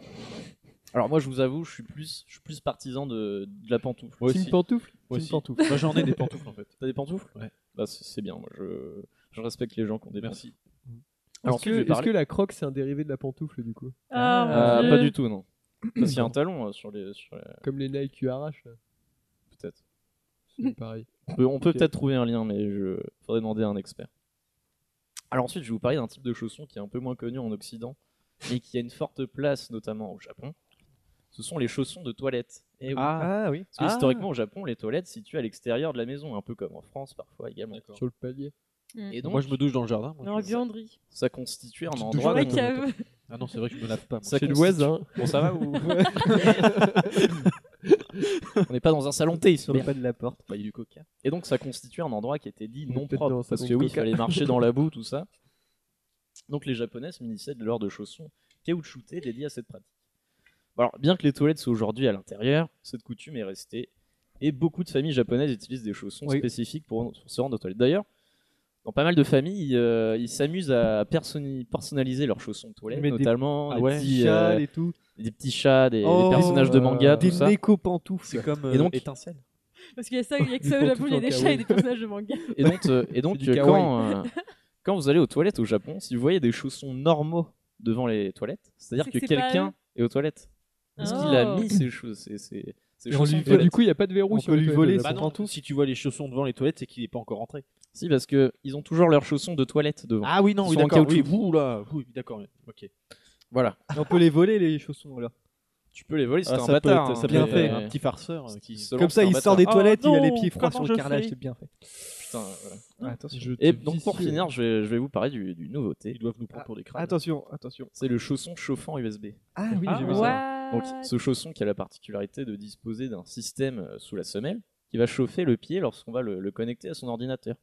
H: Alors, moi, je vous avoue, je suis plus, je suis plus partisan de, de la pantoufle.
J: Moi
E: Team
J: aussi.
E: pantoufle
J: Moi
E: Team
J: aussi.
E: pantoufle.
J: Moi, j'en ai des pantoufles en fait.
H: T'as des pantoufles
J: Ouais.
H: Bah, c'est c'est bien, moi, je, je respecte les gens qui ont des
J: Merci.
H: pantoufles. Alors,
E: Est-ce que,
H: ensuite, je vais
E: est-ce que
H: parler.
E: la croque c'est un dérivé de la pantoufle du coup
G: Ah,
H: Euh,
G: mon
H: Pas
G: Dieu.
H: du tout, non. Parce qu'il y a un talon euh, sur les. sur les-
E: Comme les Nike QRH là.
H: Peut-être.
E: C'est pareil.
H: On peut, on peut
E: Ok.
H: peut-être trouver un lien, mais je faudrait demander à un expert. Alors ensuite, je vais vous parler d'un type de chausson qui est un peu moins connu en Occident, mais qui a une forte place, notamment au Japon. Ce sont les chaussons de toilette. Eh oui.
F: Ah, oui.
H: Parce que historiquement, au Japon, les toilettes se situent à l'extérieur de la maison, un peu comme en France parfois également.
E: Sur le palier.
G: Mm.
H: Et donc,
J: Moi, je me douche dans le jardin. moi.
G: Dans la buanderie.
H: ça constitue un
J: te
H: endroit.
J: jures,
G: Dans la
J: ouais,
G: cave.
J: Ah non, c'est vrai que je me lave pas. moi.
H: Ça
E: C'est
H: constitue-
E: l'Oise hein.
H: Bon, ça va ou On n'est pas dans un salon thé, ici.
F: Sur le pas de la porte.
H: Pas du coca. Et donc ça constituait un endroit qui était dit
E: On est
H: non
E: peut-être dans un
H: propre parce
E: salon
H: que oui, il
E: coca.
H: fallait marcher dans la boue, tout ça. Donc les japonais se munissaient de leur de chaussons caoutchoutées dédiés à cette pratique. Bon, alors, bien que les toilettes soient aujourd'hui à l'intérieur, cette coutume est restée et beaucoup de familles japonaises utilisent des chaussons
F: Oui.
H: spécifiques pour, pour se rendre aux toilettes. D'ailleurs, dans pas mal de familles, euh, ils s'amusent à personni- personnaliser leurs chaussons de toilette,
F: Mais des-
H: notamment des, petits, euh,
F: Châle et tout.
H: des petits chats, des, des
F: Oh,
H: personnages de manga,
F: Des
H: tout ça.
F: néco pantoufles.
J: C'est comme
H: Et
J: euh,
H: donc-
J: étincelle.
G: Parce qu'il y a ça, il y a que ça
H: Ils
G: au
H: font
G: Japon,
H: tout
G: il y a
H: en
G: des chats
H: kawaii.
G: et des personnages de manga.
H: Et donc, euh, et donc
J: C'est du
H: euh,
J: kawaii.
H: quand, euh, quand vous allez aux toilettes au Japon, si vous voyez des chaussons normaux devant les toilettes, c'est-à-dire
G: C'est
H: que
G: que c'est pas
H: quelqu'un est aux toilettes. Est-ce qu'il a
G: Oh.
H: mis ses, chaussons ses, ses- ses
E: Et on
H: chaussons
E: lui-
H: aux toilettes
E: du coup, il n'y a pas de verrou
H: On
E: sur
H: peut
E: les
H: lui
E: toilettes
H: voler,
E: au
H: bah
E: Japon.
J: non, si tu vois les chaussons devant les toilettes, c'est qu'il est pas encore rentré.
H: Si, parce que ils ont toujours leurs chaussons de toilette devant.
J: Ah oui,
H: Ils
J: non, oui,
H: sont en
J: d'accord. Oui,
H: caoutchouc.
J: ouh là, oui, d'accord. Ok.
H: Voilà.
F: On peut les voler, les chaussons, alors.
H: Tu peux les voler, c'est
J: Ah,
H: un
J: ça peut
H: bâtard.
J: être-
H: hein.
J: ça peut
F: Bien
J: être
F: fait.
J: un petit farceur. euh,
H: Qui
J: Qui...
H: se lance,
F: Comme ça,
H: c'est un
F: il sort des
H: bâtard.
F: toilettes, il a les
J: Ah non,
F: pieds froids sur
J: comment
F: le
J: je
F: carrelage,
J: fais
F: c'est bien fait.
H: Putain, voilà.
E: Je te
H: Et donc, pour
E: vicieux.
H: finir,
J: euh,
H: je vais, je vais vous parler du- d'une nouveauté.
J: Ils doivent nous prendre pour des crânes.
F: Attention, attention.
H: C'est le chausson chauffant USB.
F: Ah oui, j'ai vu ça.
G: What
H: Donc, ce chausson qui a la particularité de disposer d'un système euh, sous la semelle qui va chauffer le pied lorsqu'on va le, le connecter à son ordinateur.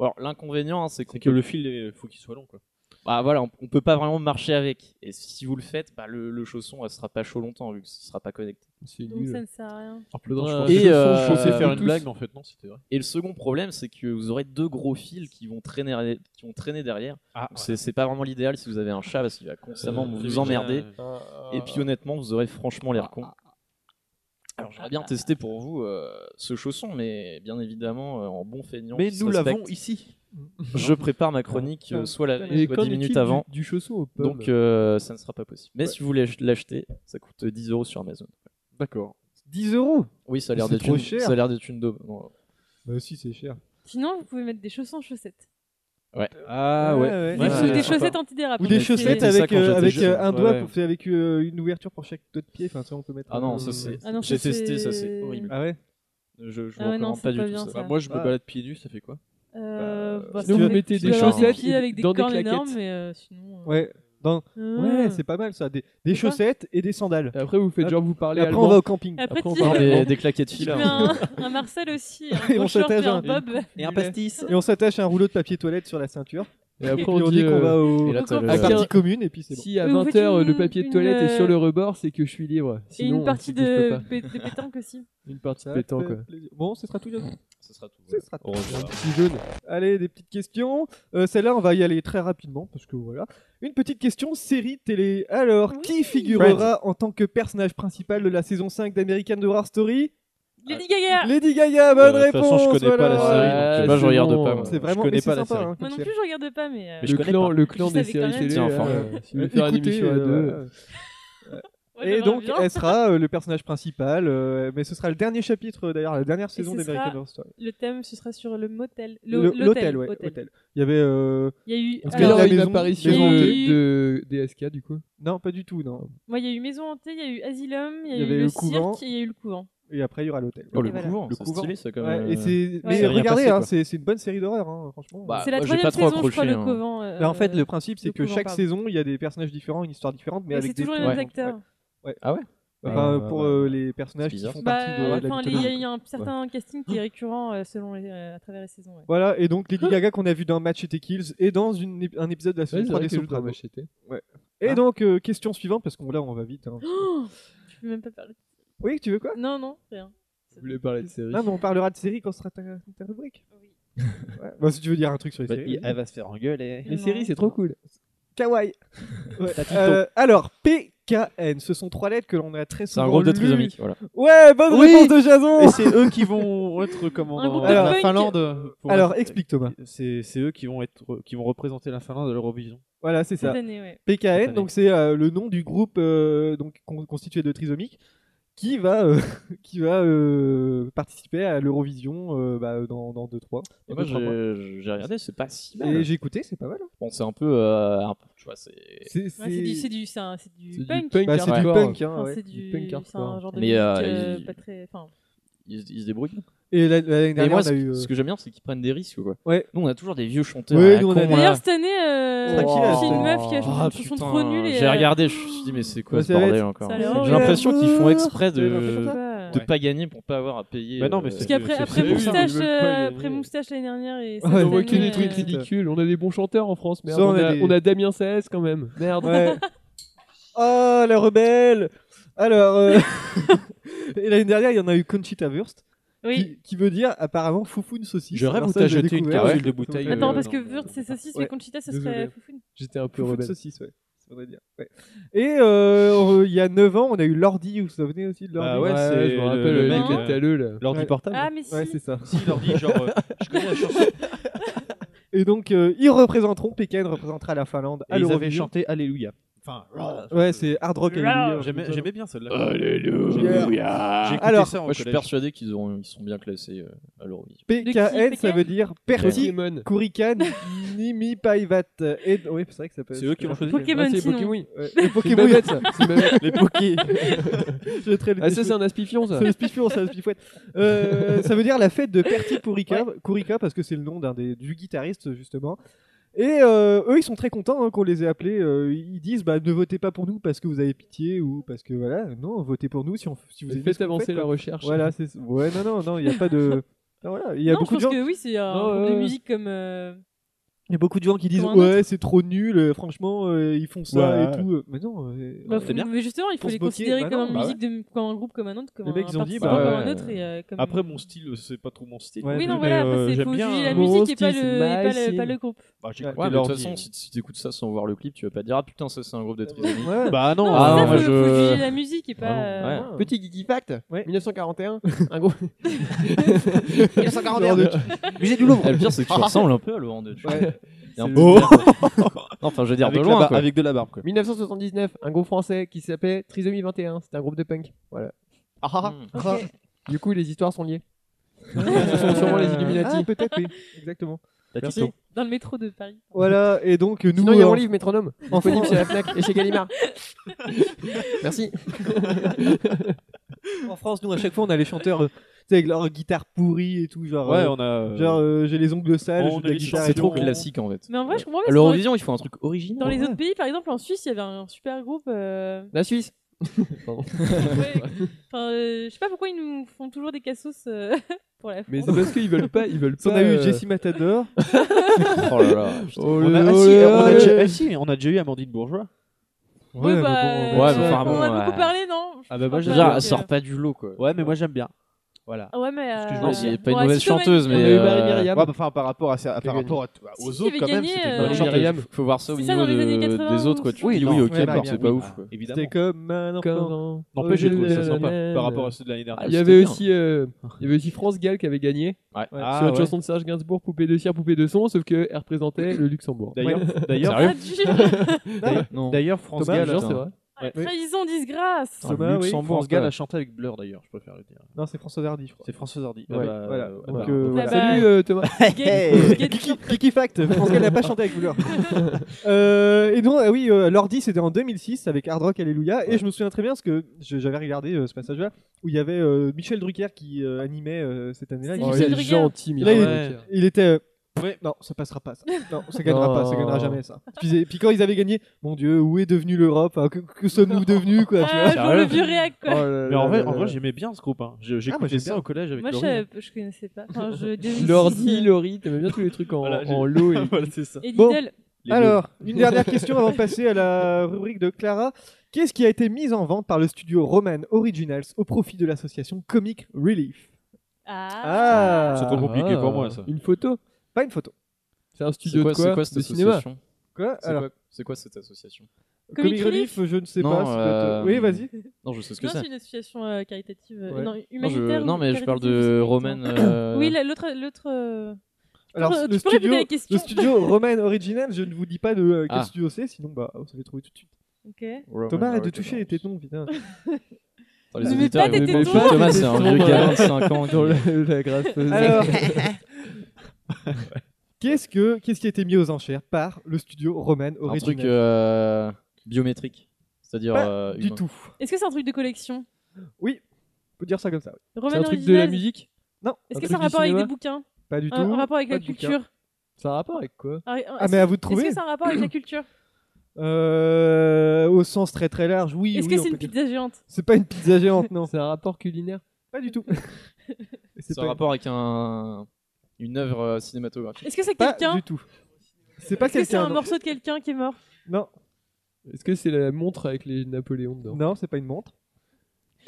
H: Bon, Alors, l'inconvénient, hein, c'est qu'on
J: C'est que
H: peut-
J: le fil, il faut qu'il soit long, quoi.
H: bah, voilà, on, on peut pas vraiment marcher avec. Et si vous le faites, bah, le, le chausson ne sera pas chaud longtemps vu que ce sera pas connecté.
E: C'est
G: Donc
E: nul.
G: ça ne sert à rien.
J: En plus,
H: je
J: je
H: pensais-
J: pensais
H: euh,
J: faire une
E: tous.
J: blague, mais Ah, en fait, non, c'était vrai.
H: Et le second problème, c'est que vous aurez deux gros fils qui vont traîner, qui vont traîner derrière.
J: Ah, Euh,
H: C'est c'est pas vraiment l'idéal si vous avez un chat parce qu'il va constamment vous emmerder.
E: Ah,
H: Et puis honnêtement, vous aurez franchement l'air con. Alors j'aurais bien testé pour vous euh, ce chausson, mais bien évidemment euh, en bon feignant.
J: Mais
H: qui se
J: nous l'avons
H: respecte,
J: ici.
H: Je prépare ma chronique euh, soit la veille,
E: Et
H: soit
E: qu'en
H: 10 minutes
E: est-il
H: avant.
E: Du, du chausson aux pommes.
H: Donc euh, ça ne sera pas possible. Mais si vous voulez ach- l'acheter, ça coûte 10 euros sur Amazon.
J: D'accord.
F: 10 euros
H: Oui, ça a
F: Mais
H: l'air
F: c'est
H: d'être
F: trop
H: une,
F: cher.
H: ça a l'air d'être une daube. Non.
E: Bah aussi, c'est cher.
G: Sinon, vous pouvez mettre des chaussons chaussettes.
J: Ah ouais.
G: Ou
J: Ouais,
G: des
J: c'est sympa.
G: chaussettes antidérables.
F: Ou des
H: mais
F: chaussettes
H: c'était ça
F: avec,
H: quand
F: euh,
H: j'étais
F: avec
H: jeune.
F: euh, un doigt,
J: Ouais.
F: pour- avec euh, une ouverture pour chaque doigt de pied. Enfin, ça, on peut mettre.
H: Ah non,
F: euh,
H: ça c'est.
G: Ah non, ça,
H: J'ai testé, ça
G: c'est-
H: c'est horrible.
F: Ah ouais
H: Je, je
G: Ah
H: vous
G: ouais, non,
H: recommande
G: c'est
H: pas du
G: pas
H: tout
G: bien,
H: ça.
G: ça.
J: Bah, moi, je me
F: Ah.
J: balade pieds nus, ça fait quoi
G: Euh,
H: Bah,
G: bah,
E: sinon,
G: ça
E: vous
G: fait-
E: mettez
G: tu
E: des
G: dois avoir
E: chaussettes
G: pieds avec des
E: dans des
G: cornes énormes,
E: claquettes.
G: mais euh, sinon. euh,
F: Ouais. Dans-
G: euh,
F: Ouais, c'est pas mal ça. Des, des
G: C'est quoi
F: chaussettes et des sandales.
E: Et après, vous faites
F: Ap-
E: genre, vous parlez
F: Et après, on
E: allemand.
F: va au camping.
G: Après,
E: Après, on
G: tu,
E: parle
H: Des, Ah, des claquettes
G: tu
H: fil.
G: mets un, un Marcel aussi, un
F: Et
G: gros
F: on
G: short et
F: s'attache
G: un
F: un-
G: bob.
F: Et
J: un pastis.
F: Et on s'attache à un rouleau de papier toilette sur la ceinture.
E: Et après,
F: Et on dit qu'on
E: euh,
F: va au
H: Et là, t'as
G: Donc,
H: le-
E: à
F: à
E: quinze-
F: partie commune et puis c'est bon.
E: Si à
G: Et vous
E: 20h
G: faites
E: le
G: une-
E: papier de
G: une,
E: toilette est sur
G: euh,
E: le rebord, c'est que je suis libre.
G: Et
E: Sinon,
G: une partie
E: c'est que je peux
G: de,
E: pas.
G: pé- de pétanque aussi.
E: Une partie
F: Ça
E: de pétanque,
F: fait
E: quoi.
F: plaisir. Bon, ce sera tout. Yann.
H: Ce sera tout.
F: Ce sera
H: Au revoir.
E: Petit jaune.
F: Allez, des petites questions. Euh, Celle-là, on va y aller très rapidement parce que voilà. Une petite question série télé. Alors,
G: Oui.
F: qui figurera en tant que personnage principal de la saison 5 d'American de Horror Story
G: Lady Gaga
F: Lady Gaga, bonne
J: Euh, de toute
F: réponse.
J: façon, je connais pas la
F: voilà.
J: série,
H: Ouais,
J: donc, euh,
H: bah, je
E: c'est
H: regarde
E: bon.
H: pas. moi.
F: C'est vraiment
J: connais
F: mais c'est
J: pas la
F: sympa,
J: série.
F: hein, comme
G: Moi non
F: série.
G: plus, je regarde pas, mais. euh,
J: Mais je
E: Le
J: connais
E: clan,
J: pas.
E: le clan
G: Je
E: des
G: savais
E: séries
G: quand même.
E: télé.
H: Tiens, enfin.
E: euh, Si vous voulez
F: Écoutez,
E: faire une émission à
F: euh,
E: deux.
G: ouais,
F: Et
G: j'aimerais
F: donc,
G: bien.
F: elle sera euh, le personnage principal, euh, mais ce sera le dernier chapitre, euh, d'ailleurs, la dernière saison
G: ce
F: d'American
G: sera
F: Horror Story.
G: le thème, ce sera sur le motel.
F: Le-
G: Le- L'hôtel,
F: ouais,
G: hôtel.
F: hôtel. Il y avait. euh,
G: Il y a eu.
E: Est-ce
F: que
E: qu'il y
G: alors,
F: la
E: aura une
F: maison-
E: apparition
G: maison
E: de,
G: hantée.
E: de DSK du coup
F: Non, pas du tout, non.
G: moi, il y a eu Maison Hantée, il y a eu Asylum, il y a
F: Il y
G: eu
F: avait
G: le,
F: le couvent.
G: cirque et il y a eu le couvent.
F: Et après, il y aura l'hôtel.
H: Oh, le
G: Et voilà.
H: couvent,
F: Le
H: c'est
F: couvent.
H: stylé ça comme.
F: Ouais,
H: euh,
F: et c'est-
G: C'est
F: Mais
G: rien
F: regardez,
H: passé,
F: hein,
H: quoi.
F: c'est c'est une bonne série d'horreur, hein, franchement.
H: Bah,
G: c'est la
H: moi, j'ai
G: troisième
H: pas trop
G: saison, je crois,
H: accroché,
G: le
H: hein.
G: couvent. euh,
F: Bah, en fait, le principe, c'est
G: le
F: que
G: couvent,
F: chaque
G: pardon.
F: saison, il y a des personnages différents, une histoire différente, mais
G: Mais c'est
F: avec des
G: toujours les
F: points.
G: mêmes acteurs.
H: Ah ouais
F: Ouais. Enfin,
H: Ouais,
F: pour
H: ouais,
F: euh,
H: ouais.
F: les personnages qui
H: C'est bizarre,
F: font
G: Bah,
F: partie de de la
G: enfin, les-
F: mythologie.
G: il y a eu un certain casting qui est récurrent euh, selon les, euh, à travers les saisons. ouais.
F: Voilà, et donc Lady Gaga qu'on a vu dans Match et Kills et dans une ép- un épisode de la
E: Ouais,
F: saison
E: c'est
F: 3 des
E: vrai qu'elle joue dans
F: Sopranos.
E: Machete.
F: Et donc, euh, question suivante, parce qu'on là, on va vite. hein.
G: Je peux même pas parler.
F: Oui, tu veux quoi
G: Non, non, rien.
E: Vous voulez parler de série
F: Non, mais on parlera de série quand ce sera ta, ta rubrique. Ouais. Bah, si tu veux dire un truc sur les séries. vas-y.
J: Elle va se faire engueuler.
E: Les séries, c'est trop cool.
F: Kawaii. Ouais. Euh, alors, PKN, ce sont trois lettres que l'on a très
H: C'est
F: souvent.
H: un groupe de
F: lues.
H: trisomiques. Voilà.
F: Ouais, bonne
J: Oui.
F: réponse de Jason
J: Et c'est eux qui vont être hein. comment
G: Un groupe
J: dans
G: de
J: la
G: punk.
J: Finlande pour-
F: Alors, explique Thomas.
J: C'est c'est eux qui vont être qui vont représenter la Finlande à l'Eurovision.
F: Voilà, c'est ça.
G: Cette année, ouais.
F: PKN,
J: année.
F: donc c'est euh, le nom du groupe euh, donc con- constitué de trisomiques qui va euh, qui va euh, participer à l'Eurovision euh, bah, dans dans deux trois.
H: Et
F: dans
H: moi,
F: deux, trois mois.
H: j'ai j'ai regardé, c'est pas si
F: Et
H: mal.
F: j'ai écouté, c'est pas mal. hein.
H: Bon, c'est un peu. euh, un peu, tu vois, c'est.
F: C'est
G: Ouais, c'est du, c'est du, c'est un- c'est du
E: C'est du
G: punk.
E: punk
F: bah, c'est du
E: hardcore.
F: punk. hein,
G: Enfin,
F: ouais.
G: c'est
E: du
G: du,
E: punk
G: c'est un
E: hardcore.
G: genre de
H: Mais,
G: musique
H: euh,
G: euh,
H: il-
G: pas très. Enfin,
H: Ils, se- ils se débrouillent.
F: Et la- l'année
H: Et
F: dernière,
H: moi,
F: on
H: ce,
F: a eu. euh,
H: ce que j'aime bien, c'est qu'ils prennent des risques. Quoi.
F: Ouais.
H: Nous, on a toujours des vieux chanteurs.
F: Ouais,
H: à la
F: nous, on a
H: con,
F: des-
H: là.
G: D'ailleurs, cette année, euh,
F: Tranquille,
G: c'est
F: c'est-
G: une meuf qui a
H: Ah,
G: chanté une chanson
H: putain,
G: trop nulle. et,
H: J'ai
G: euh,
H: regardé, je me suis dit, mais Bah, c'est quoi
F: Ouais,
H: ce
F: ça va être-
H: bordel encore
G: ça a
H: J'ai
G: l'air horrible.
H: l'impression qu'ils font exprès
F: C'est l'impression
H: de.
F: ça
G: Ouais.
H: De pas gagner pour pas avoir à payer.
J: Bah non, mais
H: euh,
G: Parce
J: c'est-
G: qu'après après
J: c'est-
G: moustache,
J: c'est-
G: euh,
J: c'est-
G: après moustache l'année dernière et
F: Ah,
G: cette
E: on voit
G: année,
E: que des
G: euh,
E: trucs ridicules. On a des bons chanteurs en France, merde.
F: Ça,
E: on, a, on a Damien Saez quand même. Merde.
F: Ouais. oh, la rebelle Alors, euh, et l'année dernière, il y en a eu Conchita Wurst,
G: Oui.
F: qui, qui veut dire apparemment foufou une saucisse.
J: Je rêve
F: Alors
J: où
F: ça,
J: t'as
F: j'ai
J: jeté une Ah
F: découvert.
J: capsule de bouteille. euh,
G: Attends, parce
J: non,
G: que
J: mais-
G: Wurtz c'est saucisse,
F: Ouais.
G: mais Conchita ça
E: Désolé.
G: serait foufoune.
E: J'étais un peu
F: Foufou de
E: rebelle.
F: saucisse, ouais. faudrait dire. Ouais. Et euh, on- il y a 9 ans, on a eu l'ordi, vous vous souvenez aussi de l'ordi
J: Bah ouais, c'est
E: je me
J: le-
E: rappelle
J: le
E: le
J: mec,
E: mec
J: euh,
E: taleux là.
J: l'ordi
F: Ouais.
J: portable.
G: Ah, mais si.
F: Ouais, c'est ça.
J: Si, l'ordi, genre, euh, je connais la chanson.
F: Et donc, euh, ils représenteront, Pékin représentera la Finlande à
J: Et ils avaient
F: l'Eurovision.
J: chanté Alléluia. Enfin, voilà.
F: Ouais, c'est hard rock. Hallelujah.
J: J'aimais j'aimais bien celle-là.
F: Alléluia.
J: J'ai écouté
F: Alors,
J: ça en
H: Moi, je suis
J: collège.
H: persuadé qu'ils auront- ils sont bien classés euh, à l'Eurovision.
F: PKN,
G: De qui,
F: ça
G: PKN?
F: veut dire Perti
E: Pokémon.
F: Kurikan Nimi Paivat. Et... Oui, c'est vrai que ça peut
J: C'est eux qui l'ont choisi.
G: Pokémon,
E: Ah, c'est
G: sinon.
E: Pokémon.
F: Ouais, Les
E: C'est une
F: Pokémon,
E: babette, ça. C'est une babette.
J: Les pokés.
F: je traîne
E: Ah,
F: des
E: ça, c'est
F: cheveux.
E: un aspifion, ça.
F: C'est le spifion, ça, le spifouette. Euh, ça veut dire la fête de Perti Kurika, Kurika, parce que c'est le nom d'un des du guitariste justement. Et euh, eux, ils sont très contents hein, qu'on les ait appelés. Euh, ils disent bah, ne votez pas pour nous parce que vous avez pitié ou parce que voilà. Non, votez pour nous si, on, si vous aimez ce
E: Faites
F: qu'on
E: avancer
F: fait,
E: la
F: quoi.
E: recherche.
F: Voilà, c'est ouais, non, non, non, il n'y a pas de. Non, voilà, Il y a
G: Non, je
F: beaucoup de
G: pense
F: gens.
G: que oui, c'est un
E: Non,
G: groupe de
E: ouais.
G: musique comme. euh,
F: Il y a beaucoup de gens qui disent
G: Pour un autre.
F: ouais c'est trop nul, euh, franchement euh, ils font ça
J: Ouais,
F: et tout. Euh, Mais non. euh,
G: bah,
J: c'est bien.
G: Mais justement, il faut
F: Pour se
G: les
F: moquer,
G: considérer
F: bah
G: comme,
F: non,
G: un
F: bah
G: musique de- comme un groupe, comme un autre, comme
F: Les
G: un
F: mecs, ils ont dit,
G: participant
E: bah,
G: comme
E: ouais.
G: un autre. Et, euh, comme...
J: Après, mon style, c'est pas trop mon style.
F: Ouais.
G: Oui, non,
J: mais,
G: voilà,
J: euh,
G: après, c'est
J: j'aime
G: faut
J: bien,
G: juger
J: euh,
G: la
E: mon
G: musique et pas
E: style,
G: le,
E: c'est
G: et pas le,
E: my
G: pas le groupe.
J: Bah, j'ai
F: Ouais.
J: écouté
H: Ouais, mais de toute
J: l'ordi.
H: façon, si, si t'écoutes ça sans voir le clip, tu vas pas dire Ah putain, ça c'est un groupe de trisomiques.
F: ouais.
J: Bah non,
G: Non,
J: ah,
G: ça,
J: moi,
G: faut,
J: je-
G: faut juger la musique et pas.
H: Ouais.
G: euh,
E: Petit Geeky Fact,
F: Ouais.
E: 1941, un groupe.
C: 1941. Musée du Louvre.
H: Et Ah, le pire, c'est que tu ressembles un peu à Laurent Deutsch.
E: Ouais.
H: Il y a un
E: C'est
H: peu
E: le-
H: de barbe. Non, enfin, je veux dire
J: avec,
H: de
J: la
H: loin.
J: bar-
H: quoi.
J: avec de la barbe quoi.
E: 1979, un groupe français qui s'appelait Trisomie 21, c'était un groupe de punk. Voilà. Ah, ah,
H: Hmm.
E: ah. Du coup, les histoires sont liées. Ce sont sûrement les Illuminati.
F: Ah, peut-être oui, exactement.
H: T'as
E: Merci.
H: Tito.
G: Dans le métro de Paris.
F: Voilà et donc nous
E: Sinon, il y a
F: euh,
E: mon livre, Métronome,
F: en
E: disponible
F: France-
E: chez la Fnac et chez Gallimard. Merci.
F: En France, nous, à chaque fois, on a les chanteurs euh, tu sais, avec leur guitare pourrie et tout. Genre,
J: Ouais,
F: euh,
J: on a. euh,
F: genre euh, j'ai les ongles sales,
J: on
F: je joue de
J: a
F: la
J: les
F: guitare et
J: chansons
H: C'est
J: C'est
H: trop Ah,
F: tout.
J: bon.
H: classique en fait.
G: Mais en vrai, je
H: À
G: comprends bien. parce que
H: l'Eurovision, il faut un truc original.
G: Dans les
F: Ouais.
G: autres pays, par exemple, en Suisse, il y avait un super groupe. euh,
E: La Suisse.
G: ouais, enfin, euh, je sais pas pourquoi ils nous font toujours des cassos euh, pour la
E: Mais
G: France.
E: c'est parce qu'ils veulent pas, ils veulent
F: On
E: pas.
F: a eu
E: euh,
F: Jessie Matador.
H: Oh là là. putain.
J: On a, ah,
E: oh
J: si, on a déjà- ah, si, on a déjà eu Amandine Bourgeois.
G: Ouais, bah,
F: bon,
H: ouais,
G: ça,
H: mais enfin,
G: on
H: bon,
G: va
H: ouais.
G: beaucoup parler, non
J: Ah bah,
G: moi,
J: moi,
H: Je
G: je
J: j'aime
H: veux dire,
G: j'adore.
J: bien.
H: elle sort pas du lot quoi.
J: Ouais, mais moi, j'aime bien. Voilà.
G: Ah Ouais, mais.
J: Parce que je
G: euh,
J: pense
H: c'est
G: bon,
H: pas une
G: à
H: mauvaise
G: Sito, mais-
H: chanteuse,
E: On a
H: mais.
E: eu
H: euh,
E: Valérie Myriam.
J: Ouais, bah, enfin, par rapport, à, ça- par
E: Gagné.
J: rapport à- aux
G: Si, il
J: autres,
G: avait
J: quand même,
G: gagné,
J: c'était
G: euh,
J: pas
H: Valérie
J: mal.
E: Myriam.
H: Faut- Faut voir ça au
G: C'est ça,
H: niveau
G: dans les années
H: de-
G: 80
H: des autres quoi. Tu
G: ou-
H: dis
J: Oui,
H: oui,
J: non,
H: ok,
J: ouais,
H: bon,
J: bah,
H: c'est
J: bien,
H: pas
J: oui,
H: ouf quoi.
F: C'était
J: Évidemment.
F: comme un enfant.
E: Quand-
J: N'empêche, j'ai trouvé ça
E: Euh,
J: sympa
E: nanana.
J: par rapport à ceux de l'année dernière.
E: Il y
H: Ah,
E: avait
H: c'était
E: aussi, euh, il y avait aussi France Gall qui avait gagné
H: Ouais.
J: Ah,
E: sur une
J: ouais.
E: chanson de Serge Gainsbourg, Poupée de cire, Poupée de son, sauf que elle représentait le Luxembourg.
J: D'ailleurs, d'ailleurs,
G: Ah,
H: Sérieux
G: du-
H: Non.
J: d'ailleurs, France
E: Thomas,
J: Gall,
E: genre, c'est vrai. Ah,
G: Trahison, disgrâce.
J: Putain,
F: Thomas, oui,
J: Luxembourg,
F: France
J: France Gall
F: Gall.
J: a chanté avec Blur d'ailleurs, je préfère le dire.
F: Non, c'est François Hardy, je crois.
J: C'est Françoise Hardy.
E: Ouais,
F: voilà.
J: ouais,
F: Donc,
J: bah,
F: euh,
G: Bah,
F: voilà.
G: bah,
E: Salut euh, Thomas.
G: Get- get-
F: Kiki Fact, France Gall n'a pas chanté avec Blur. euh, et donc, ah oui, euh, l'ordi c'était en 2006 avec Hard Rock Alléluia. Et je me souviens très bien parce que je- j'avais regardé euh, ce passage-là où il y avait euh, Michel Drucker qui euh, animait euh, cette année-là.
G: C'est
F: Il
E: Oh,
G: Michel
E: il est
G: Drucker.
E: gentil,
F: Là, il-
E: Michel. Drucker.
F: Il était. euh, ouais, non, ça passera pas. Ça. Non, ça gagnera
E: Non.
F: pas. Ça gagnera jamais ça. Puis, et puis quand ils avaient gagné, mon Dieu, où est devenue l'Europe hein, Que, que sommes-nous devenus quoi tu
G: Ah,
F: vois
G: genre le vieux réac,
E: Oh
G: quoi.
E: là là
J: Mais en vrai,
E: là
J: en
E: là
J: vrai,
E: là.
J: j'aimais bien ce groupe. Hein. J'ai j'ai
F: Ah, moi,
J: écouté
F: j'aime
J: ça
F: bien.
J: au collège avec
G: Moi,
J: Laurie.
G: je, je connaissais pas. Enfin, je, 2006,
E: l'ordi,
G: euh,
E: l'ori, t'aimais bien tous les trucs en,
J: Voilà, j'ai-
E: en lot et
J: Voilà, c'est ça.
G: Et
F: Bon.
G: Lidl.
J: Les
F: Alors, une dernière question avant de passer à la rubrique de Clara. Qu'est-ce qui a été mis en vente par le studio Roman Originals au profit de l'association Comic Relief
G: Ah.
F: Ah,
J: C'est trop compliqué pour moi, ça.
E: Une photo.
F: Pas une photo.
E: C'est un
H: C'est
E: studio
H: quoi,
E: de quoi,
H: c'est quoi cette
E: De cinéma.
H: association
F: Quoi
H: C'est
F: Alors,
H: quoi- C'est quoi cette association
G: Comic
F: Comic, Relief, je ne sais
H: Non,
F: pas. ça peut être-
H: euh,
F: Oui, vas-y.
H: Non, je sais ce que
G: Non,
H: c'est.
G: c'est une association euh, caritative. euh,
F: Ouais.
G: Non,
H: Non, je-
G: humanitaire.
H: non,
G: ou
H: mais je parle
G: caritative,
H: de
G: sais plus
H: Roman.
G: comment.
H: euh,
G: Oui, la- l'autre. l'autre euh,
F: Alors,
G: peux- tu
F: le
G: peux répéter
F: studio,
G: la question
F: le studio Roman Originals, je ne vous dis pas de euh, quel
H: Ah.
F: studio c'est, sinon bah, vous allez trouver tout de suite.
G: Ok.
H: Roman
F: Thomas, arrête de
H: Reigns.
F: toucher les tétons, putain.
H: Attends, Oh, les
G: Ne mets
H: auditeurs,
G: pas
H: ils
G: tes
H: vont-
G: tétons.
H: Thomas, c'est un vieux
E: Tétons,
H: gamin de 5 ans.
E: Dans le- la grâce.
F: Alors, qu'est-ce, que, qu'est-ce qui a été mis aux enchères par le studio Roman
H: Un
F: Originals
H: truc euh, biométrique. C'est-à-dire.
F: Pas
H: euh,
F: Du
H: humain.
F: tout.
G: Est-ce que c'est un truc de collection
F: Oui, on peut dire ça comme ça. oui.
E: C'est
G: Roman
E: un truc de la
G: original
E: musique
G: Est-ce
E: un
G: que
E: truc
G: c'est un
E: du
G: rapport avec
E: cinéma
G: des bouquins
F: Pas du
G: Un
F: tout.
G: un rapport avec
F: Pas
G: la
F: de bouquin.
G: culture
E: Ça a un rapport avec quoi
G: Ah,
F: Ah,
G: Est-ce
F: mais à vous de
G: est-ce
F: trouver.
G: que c'est un rapport avec la culture
F: Euh, au sens très très large, oui.
G: Est-ce
F: oui,
G: que
F: on
G: c'est une
F: peut dire.
G: pizza géante
F: C'est pas une pizza géante, non.
E: C'est un rapport culinaire
F: pas du tout.
H: C'est un rapport avec un. Une œuvre euh, cinématographique.
G: Est-ce que c'est
F: Pas
G: quelqu'un
F: du tout. C'est pas
G: Est-ce que c'est
F: quelqu'un.
G: un
F: non.
G: morceau de quelqu'un qui est mort
F: Non,
E: Est-ce que c'est la montre avec les Napoléons dedans
F: non, c'est pas une montre.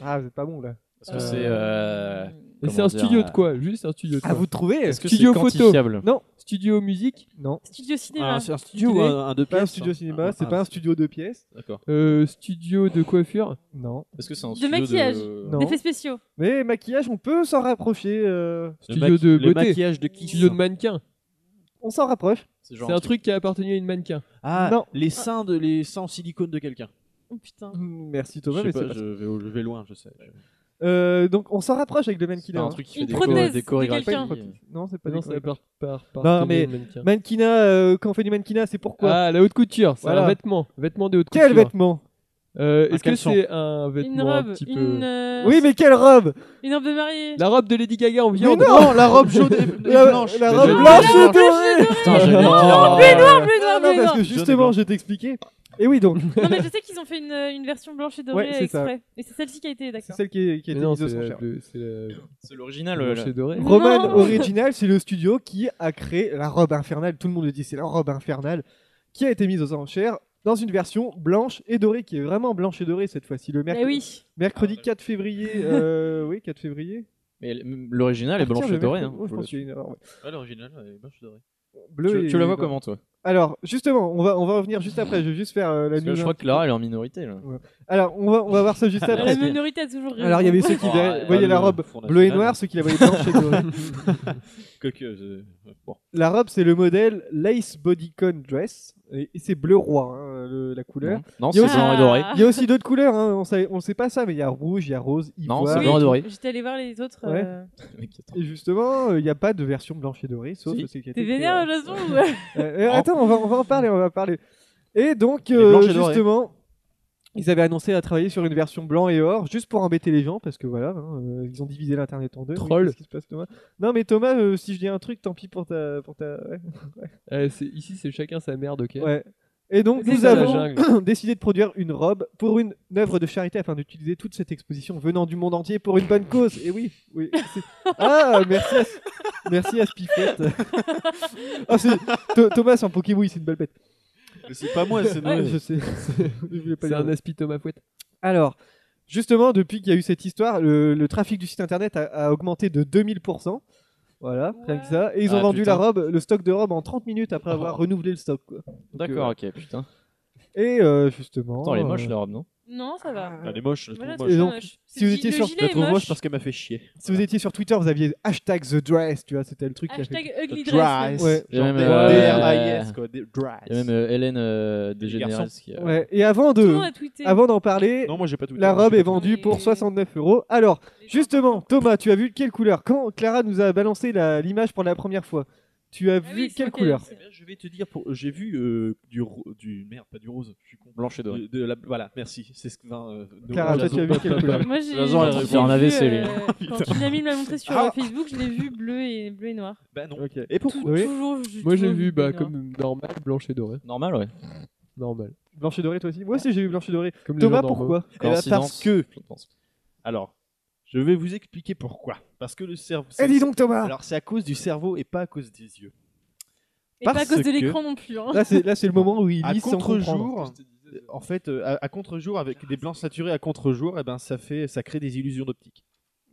F: Ah, vous êtes pas bon là.
H: Est-ce que c'est. euh,
E: Et
H: comment
E: c'est un
H: dire,
E: studio
H: euh,
E: de quoi Juste un studio de quoi
F: vous trouvez
H: Est-ce que
E: Studio
H: c'est
E: photo
H: quantifiable
E: Non. Studio musique Non.
G: Studio cinéma.
J: c'est un studio ou un, un deux
F: Pas un
J: pièces,
F: studio
J: hein
F: cinéma,
J: Ah,
F: c'est pas un studio deux pièces.
J: D'accord.
E: Euh, studio de coiffure Non.
H: Est-ce que c'est un
G: De
H: studio
G: maquillage.
H: de...
E: Non.
G: D'effets spéciaux.
F: Mais maquillage, on peut s'en rapprocher. euh,
H: Le
E: Studio
H: maqui-
E: de
H: Le
E: beauté.
J: maquillage de Kiss.
E: Studio de mannequin.
F: On s'en rapproche.
H: C'est genre
E: C'est un truc qui a appartenu à une mannequin.
J: Ah,
F: Non.
J: les seins de les seins en silicone de quelqu'un.
G: Oh putain.
F: Mm, Merci
J: Je
F: Thomas,
J: sais
F: mais
J: pas,
F: c'est pas.
J: je vais, au- je vais loin, je sais.
F: Euh, donc on s'en rapproche avec le man
H: C'est pas
F: killer.
H: un
F: hein.
H: truc qui fait
G: Une
H: des,
G: prothèse
H: des
G: de
H: chorégraphies.
G: quelqu'un.
F: Non, c'est pas
E: Non,
F: des
E: ça part par
F: Non,
E: par- par-
F: mais-
E: mannequin.
F: Mannequinat, euh, quand on fait du mannequinat, c'est pourquoi
E: hein. Ah, la haute couture, c'est
F: Voilà.
E: un vêtement, vêtement de haute couture.
F: Quel vêtement
E: Euh,
J: Un
E: Est-ce que
J: caleçon.
E: c'est un
G: Une
E: vêtement un
G: robe.
E: petit peu
G: Une. euh,
F: Oui, mais quelle robe
G: Une robe de mariée.
E: La robe de Lady Gaga en
F: Mais
E: viande.
F: non
J: la robe jaune et,
F: La, la robe
E: jaune
F: blanche
E: et
G: blanche.
F: et dorée
H: Putain, j'allais dire,
F: Ah,
H: euh,
G: bleu et noir,
F: non,
G: bleu et
F: parce que
G: noir.
F: justement, je vais t'expliquer. Et oui, donc,
G: Non, mais je sais qu'ils ont fait une, euh, une version blanche et dorée
F: Ouais, c'est ça.
G: exprès. Et c'est celle-ci qui a été,
F: c'est
G: d'accord.
F: celle qui, est- qui a
E: Mais
F: été
E: non,
F: mise
E: c'est
F: au son
E: la
F: cher.
E: bleu- c'est la
H: C'est l'original. Ah, le-
E: blanche et dorée.
G: Non.
F: Roman Original, c'est le studio qui a créé la robe infernale. Tout le monde le dit, c'est la robe infernale qui a été mise aux enchères dans une version blanche et dorée, qui est vraiment blanche et dorée cette fois-ci. Le merc-
G: Mais Eh oui.
F: mercredi 4 février. euh, oui, 4 février.
H: Mais l- l'original est
F: Partir
H: blanche
F: le
H: et dorée.
F: mercredi-
H: hein.
F: ouais, je
H: Je
F: pense
H: le-
F: qu'il y a une erreur, ouais.
J: Ouais, l'original, elle est blanche et dorée.
F: Bleu
H: Tu-
F: et-
H: Tu la vois
F: et doré.
H: comment toi
F: Alors, justement, on va, on va revenir juste après. Je vais juste faire euh, la
H: Parce que
F: news.
H: je crois que Clara elle est en minorité là. Ah,
F: Alors, on va, on va voir ça juste après.
G: La minorité a toujours Ah. raison.
F: Alors, il y avait ceux qui
H: Oh,
F: verraient-
H: ouais,
F: voyaient
J: ouais,
F: la
J: le
F: robe
J: Front
F: bleue et
J: National.
F: noire, ceux qui la voyaient blanche et dorée.
J: Quoique, euh, bon.
F: La robe, c'est le modèle Lace Bodycon Dress. Et et c'est bleu roi, hein, le- la couleur.
H: Non, Non,
F: Il y a
H: c'est
F: aussi-
H: blanc et doré.
G: Ah.
F: Il y a aussi d'autres couleurs, hein, on sait, on sait pas ça, mais il y a rouge, il y a rose, ivoire.
H: Non, c'est
G: Oui.
H: blanc et doré.
G: J'étais allé voir les autres.
F: Ouais.
G: euh,
F: Et justement, euh, il n'y a pas de version blanche et dorée, sauf
H: Si.
F: c'est
G: T'es vénère, Jason ou-
F: Euh, Attends, on va, on va en parler, on va en parler. Et donc, euh,
J: blanche et dorée.
F: justement, ils avaient annoncé à travailler sur une version blanc et or, juste pour embêter les gens, parce que voilà, hein, euh, ils ont divisé l'internet en deux. mais
E: Troll.
F: qu'est-ce qui se passe, Thomas Non, mais Thomas, euh, si je dis un truc, tant pis pour ta, pour ta. ouais.
E: Euh, c'est- ici, c'est chacun sa merde, ok
F: Ouais. Et donc,
E: C'est
F: nous
E: ça, la
F: avons
E: jungle.
F: décidé de produire une robe pour une œuvre de charité afin d'utiliser toute cette exposition venant du monde entier pour une bonne cause. Et oui, oui. c'est- Ah, merci à, merci à Spiffette. Ah, c'est- Tho- Thomas, c'est un Pokébouille, c'est une belle bête.
J: Mais c'est pas moi, Ah, c'est
F: Ouais,
J: Noël.
F: je sais. Je voulais pas
E: C'est
F: dire.
E: un aspi Thomas Fouette.
F: Alors, justement, depuis qu'il y a eu cette histoire, le, le trafic du site internet a, a augmenté de 2000%. Voilà, rien que ça. Et ils ont
H: Ah,
F: vendu
H: putain.
F: la robe, le stock de robe en 30 minutes après avoir renouvelé le stock. quoi.
H: D'accord, ok, putain.
F: Et euh, justement.
H: Attends, elle est moche
F: euh,
H: la robe, non
G: Non, ça va.
H: Ah,
J: Elle est moche, je la
G: Voilà,
J: trouve
F: Et
J: moche.
G: c'est
F: donc,
G: moche.
F: si vous
G: Le
F: étiez
G: gi-
F: sur-
G: le
J: Je la
G: gilet est
J: trouve moche
G: moche.
J: parce qu'elle m'a fait chier.
F: euh, Si vous étiez sur Twitter, vous aviez hashtag The Dress, tu vois, c'était le truc. qui a fait-
G: Hashtag ugly
J: The
G: dress.
J: dress.
F: Ouais.
H: Il y a même,
E: euh,
J: D-R-I-S, quoi. des-
H: Il y a
J: Dress.
H: même euh, Hélène euh,
J: Ah, Les
H: Dégénérales
J: garçons.
H: qui. euh,
F: Ouais. Et avant
G: Tout le
F: de,
G: monde a tweeté.
F: avant d'en parler,
J: Non, moi j'ai pas tout
F: euh, la robe est vendue
G: Mais-
F: pour 69 euros. Alors,
G: Les gens-
F: justement, Thomas, tu as vu quelle couleur Quand Clara nous a balancé la- l'image pour la première fois, tu as
G: Ah
F: vu
G: oui, c'est
F: quelle
G: ok.
F: couleur
J: Eh bien, je vais te dire, pour... j'ai vu euh, du, ro- du. Merde, pas du rose, je suis con.
H: Blanche et dorée.
J: De, de la... Voilà, merci. C'est ce que. enfin, euh, nos-
F: Clara, toi, tu as vu quelle couleur
G: Moi, j'ai.
H: Jason, elle
G: j'ai
H: répond en
G: vu,
H: AVC, lui.
G: euh, Quand une amie me l'a montré sur
J: Ah.
G: euh, Facebook, je l'ai vu bleu et bleu et noir.
J: Bah non.
F: Ok.
J: Et pourquoi
F: Oui.
G: Toujours. j'ai
E: Moi, j'ai
G: toujours
E: vu,
G: bleu
E: bah,
G: et noir.
E: comme normal, blanche et dorée.
H: Normal, ouais.
E: Normal.
F: Blanche et dorée, toi aussi Moi aussi, j'ai vu blanche et dorée.
E: Comme les
F: Thomas,
E: gens normaux.
F: pourquoi
J: Eh ben,
H: Coïncidence,
J: parce que-
H: je pense.
J: Alors, je vais vous expliquer pourquoi. Parce que le cerveau.
F: Eh, dis donc, Thomas
J: Alors, c'est à cause du cerveau et pas à cause des yeux.
G: Et pas à
J: parce
G: cause de
J: que-
G: l'écran non plus. hein.
F: Là, c'est là, c'est le moment où il
J: à
F: lit sans comprendre.
J: contre-jour, euh, en fait, euh, à, à contre-jour, avec des blancs saturés à contre-jour, eh ben, ça, fait, ça crée des illusions d'optique.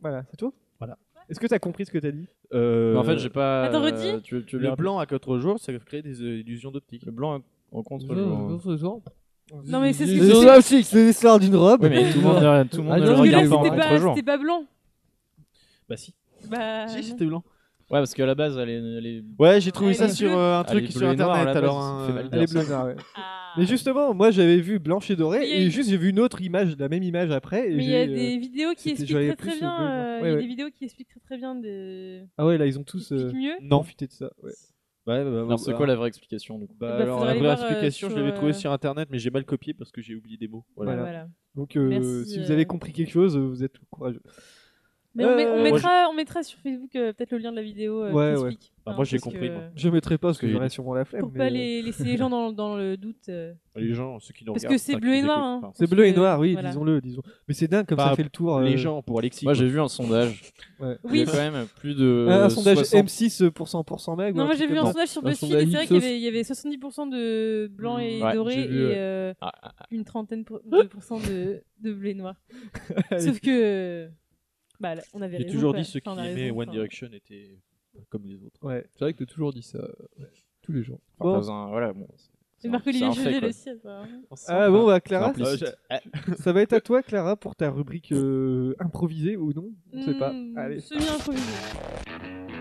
F: Voilà, c'est tout
J: Voilà.
F: Est-ce que t'as compris ce que t'as dit
J: Euh,
H: Mais en fait, j'ai pas.
G: Attends, redis.
H: euh, tu- tu
J: le
H: l'as-
J: blanc à contre-jour, ça crée des euh, illusions d'optique.
H: Le blanc en hein. contre.
G: Non, mais c'est ce
J: Euh,
E: Les
G: que
E: gens-
G: c'est-
F: C'est l'histoire d'une robe.
H: Oui, mais tout le monde, tout le monde
E: Ah
H: ne
E: non,
H: le
G: Parce que là,
H: regarde pas en
G: c'était pas,
H: contre-jour.
G: c'était pas blanc.
J: Bah si.
G: Bah.
J: si,
G: non.
J: c'était blanc.
H: Ouais, parce qu'à la base, elle est. elle est-
J: Ouais, j'ai trouvé
G: Elle
J: ça
G: est
J: sur
G: bleue.
J: euh, un
H: Elle est
J: truc
H: bleue
J: sur
H: et noire, à
J: internet.
H: la base,
J: alors,
H: ça
J: un-
H: fait mal
J: euh,
F: Elle est bleue, ouais.
G: Ah.
F: Mais justement, moi j'avais vu blanche et dorée
G: Mais il y a
F: et
G: une-
F: juste j'ai vu une autre image, la même image après. Et
G: Mais il y
F: j'ai,
G: a
F: euh,
G: des vidéos qui
F: c'était-
G: expliquent
F: j'aurais
G: très
F: plus
G: très
F: le
G: bien.
F: bleu,
G: euh,
F: ouais,
G: Il y a
F: ouais.
G: des vidéos qui expliquent très très bien de.
F: Ah ouais, là ils ont
G: qui
F: tous euh,
G: expliquent mieux.
J: Non.
F: profité de ça. ouais.
J: Ouais, bah, bah,
H: Non, c'est
J: bah,
H: quoi la vraie explication du coup
J: bah,
G: Bah,
J: alors,
G: faudrait
J: la
G: aller
J: vraie
G: voir, euh,
J: explication, je
G: sur,
J: l'avais trouvée
G: euh,
J: sur internet, mais j'ai mal copié parce que j'ai oublié des mots. Voilà.
F: Voilà.
G: Voilà.
F: Donc euh,
G: Merci,
F: si vous
G: euh.
F: avez compris quelque chose, euh, vous êtes courageux.
G: Mais on, met- on
F: Euh,
G: mettra, on mettra sur Facebook euh, peut-être le lien de la vidéo euh,
F: Ouais,
G: qui
F: ouais.
G: explique.
J: Bah, moi, j'ai
G: parce que,
J: compris,
G: euh,
J: moi.
F: Je mettrai pas parce que
J: Oui.
F: j'aurais sûrement la flemme.
G: Pour
F: mais,
G: pas
F: euh,
G: les laisser les gens dans, dans le doute. euh.
J: Les gens, ceux qui nous
G: Parce
J: regardent,
G: que c'est
J: enfin, qui
G: bleu et
J: nous
G: noir,
J: écoutent,
G: hein.
F: C'est bleu et noir, oui,
G: Voilà.
F: disons-le, disons. Mais c'est dingue comme
J: Pas
F: ça fait le tour.
J: enfin,
F: euh,
J: Bah, Les gens pour Alexis.
H: Moi,
J: quoi.
H: j'ai vu un sondage.
F: ouais.
H: Il y
G: Oui.
H: a quand même plus de.
F: Ah, Un, un sondage
H: 60
F: M6 pour 100 pour 100 mag. ou
G: Non,
F: un
G: moi j'ai
F: truc
G: vu
F: comme
G: un
F: ça.
G: sondage sur
E: Un
G: BuzzFeed
E: sondage
G: et c'est vrai qu'il y
E: Ipsos.
G: avait, il y avait 70% de blanc et
H: Ouais,
G: doré
E: j'ai vu,
G: et euh,
H: Ah, ah,
G: une trentaine pour- de pourcents de, de blé noir. Sauf que. Bah, là, on avait
J: J'ai
G: raison,
J: toujours
G: quoi.
J: dit ceux qui
G: Enfin, on a
J: aimaient
G: raison,
J: One
G: enfin.
J: Direction étaient comme les autres.
F: Ouais.
E: C'est vrai que t'as toujours dit ça euh, tous les jours.
J: Bon.
H: Enfin, un, voilà, bon. c'est- c'est
G: Et
H: un-
G: Marc-Olivier
H: c'est un fait,
G: Jeunet
H: quoi.
G: le ciel, apparemment.
F: Ah bon, bah Clara,
H: C'est implicite. Ah,
F: ça va être à toi, Clara, pour ta rubrique euh, improvisée ou non On sait pas.
G: Hmm,
F: Allez.
G: Semi-improvisé.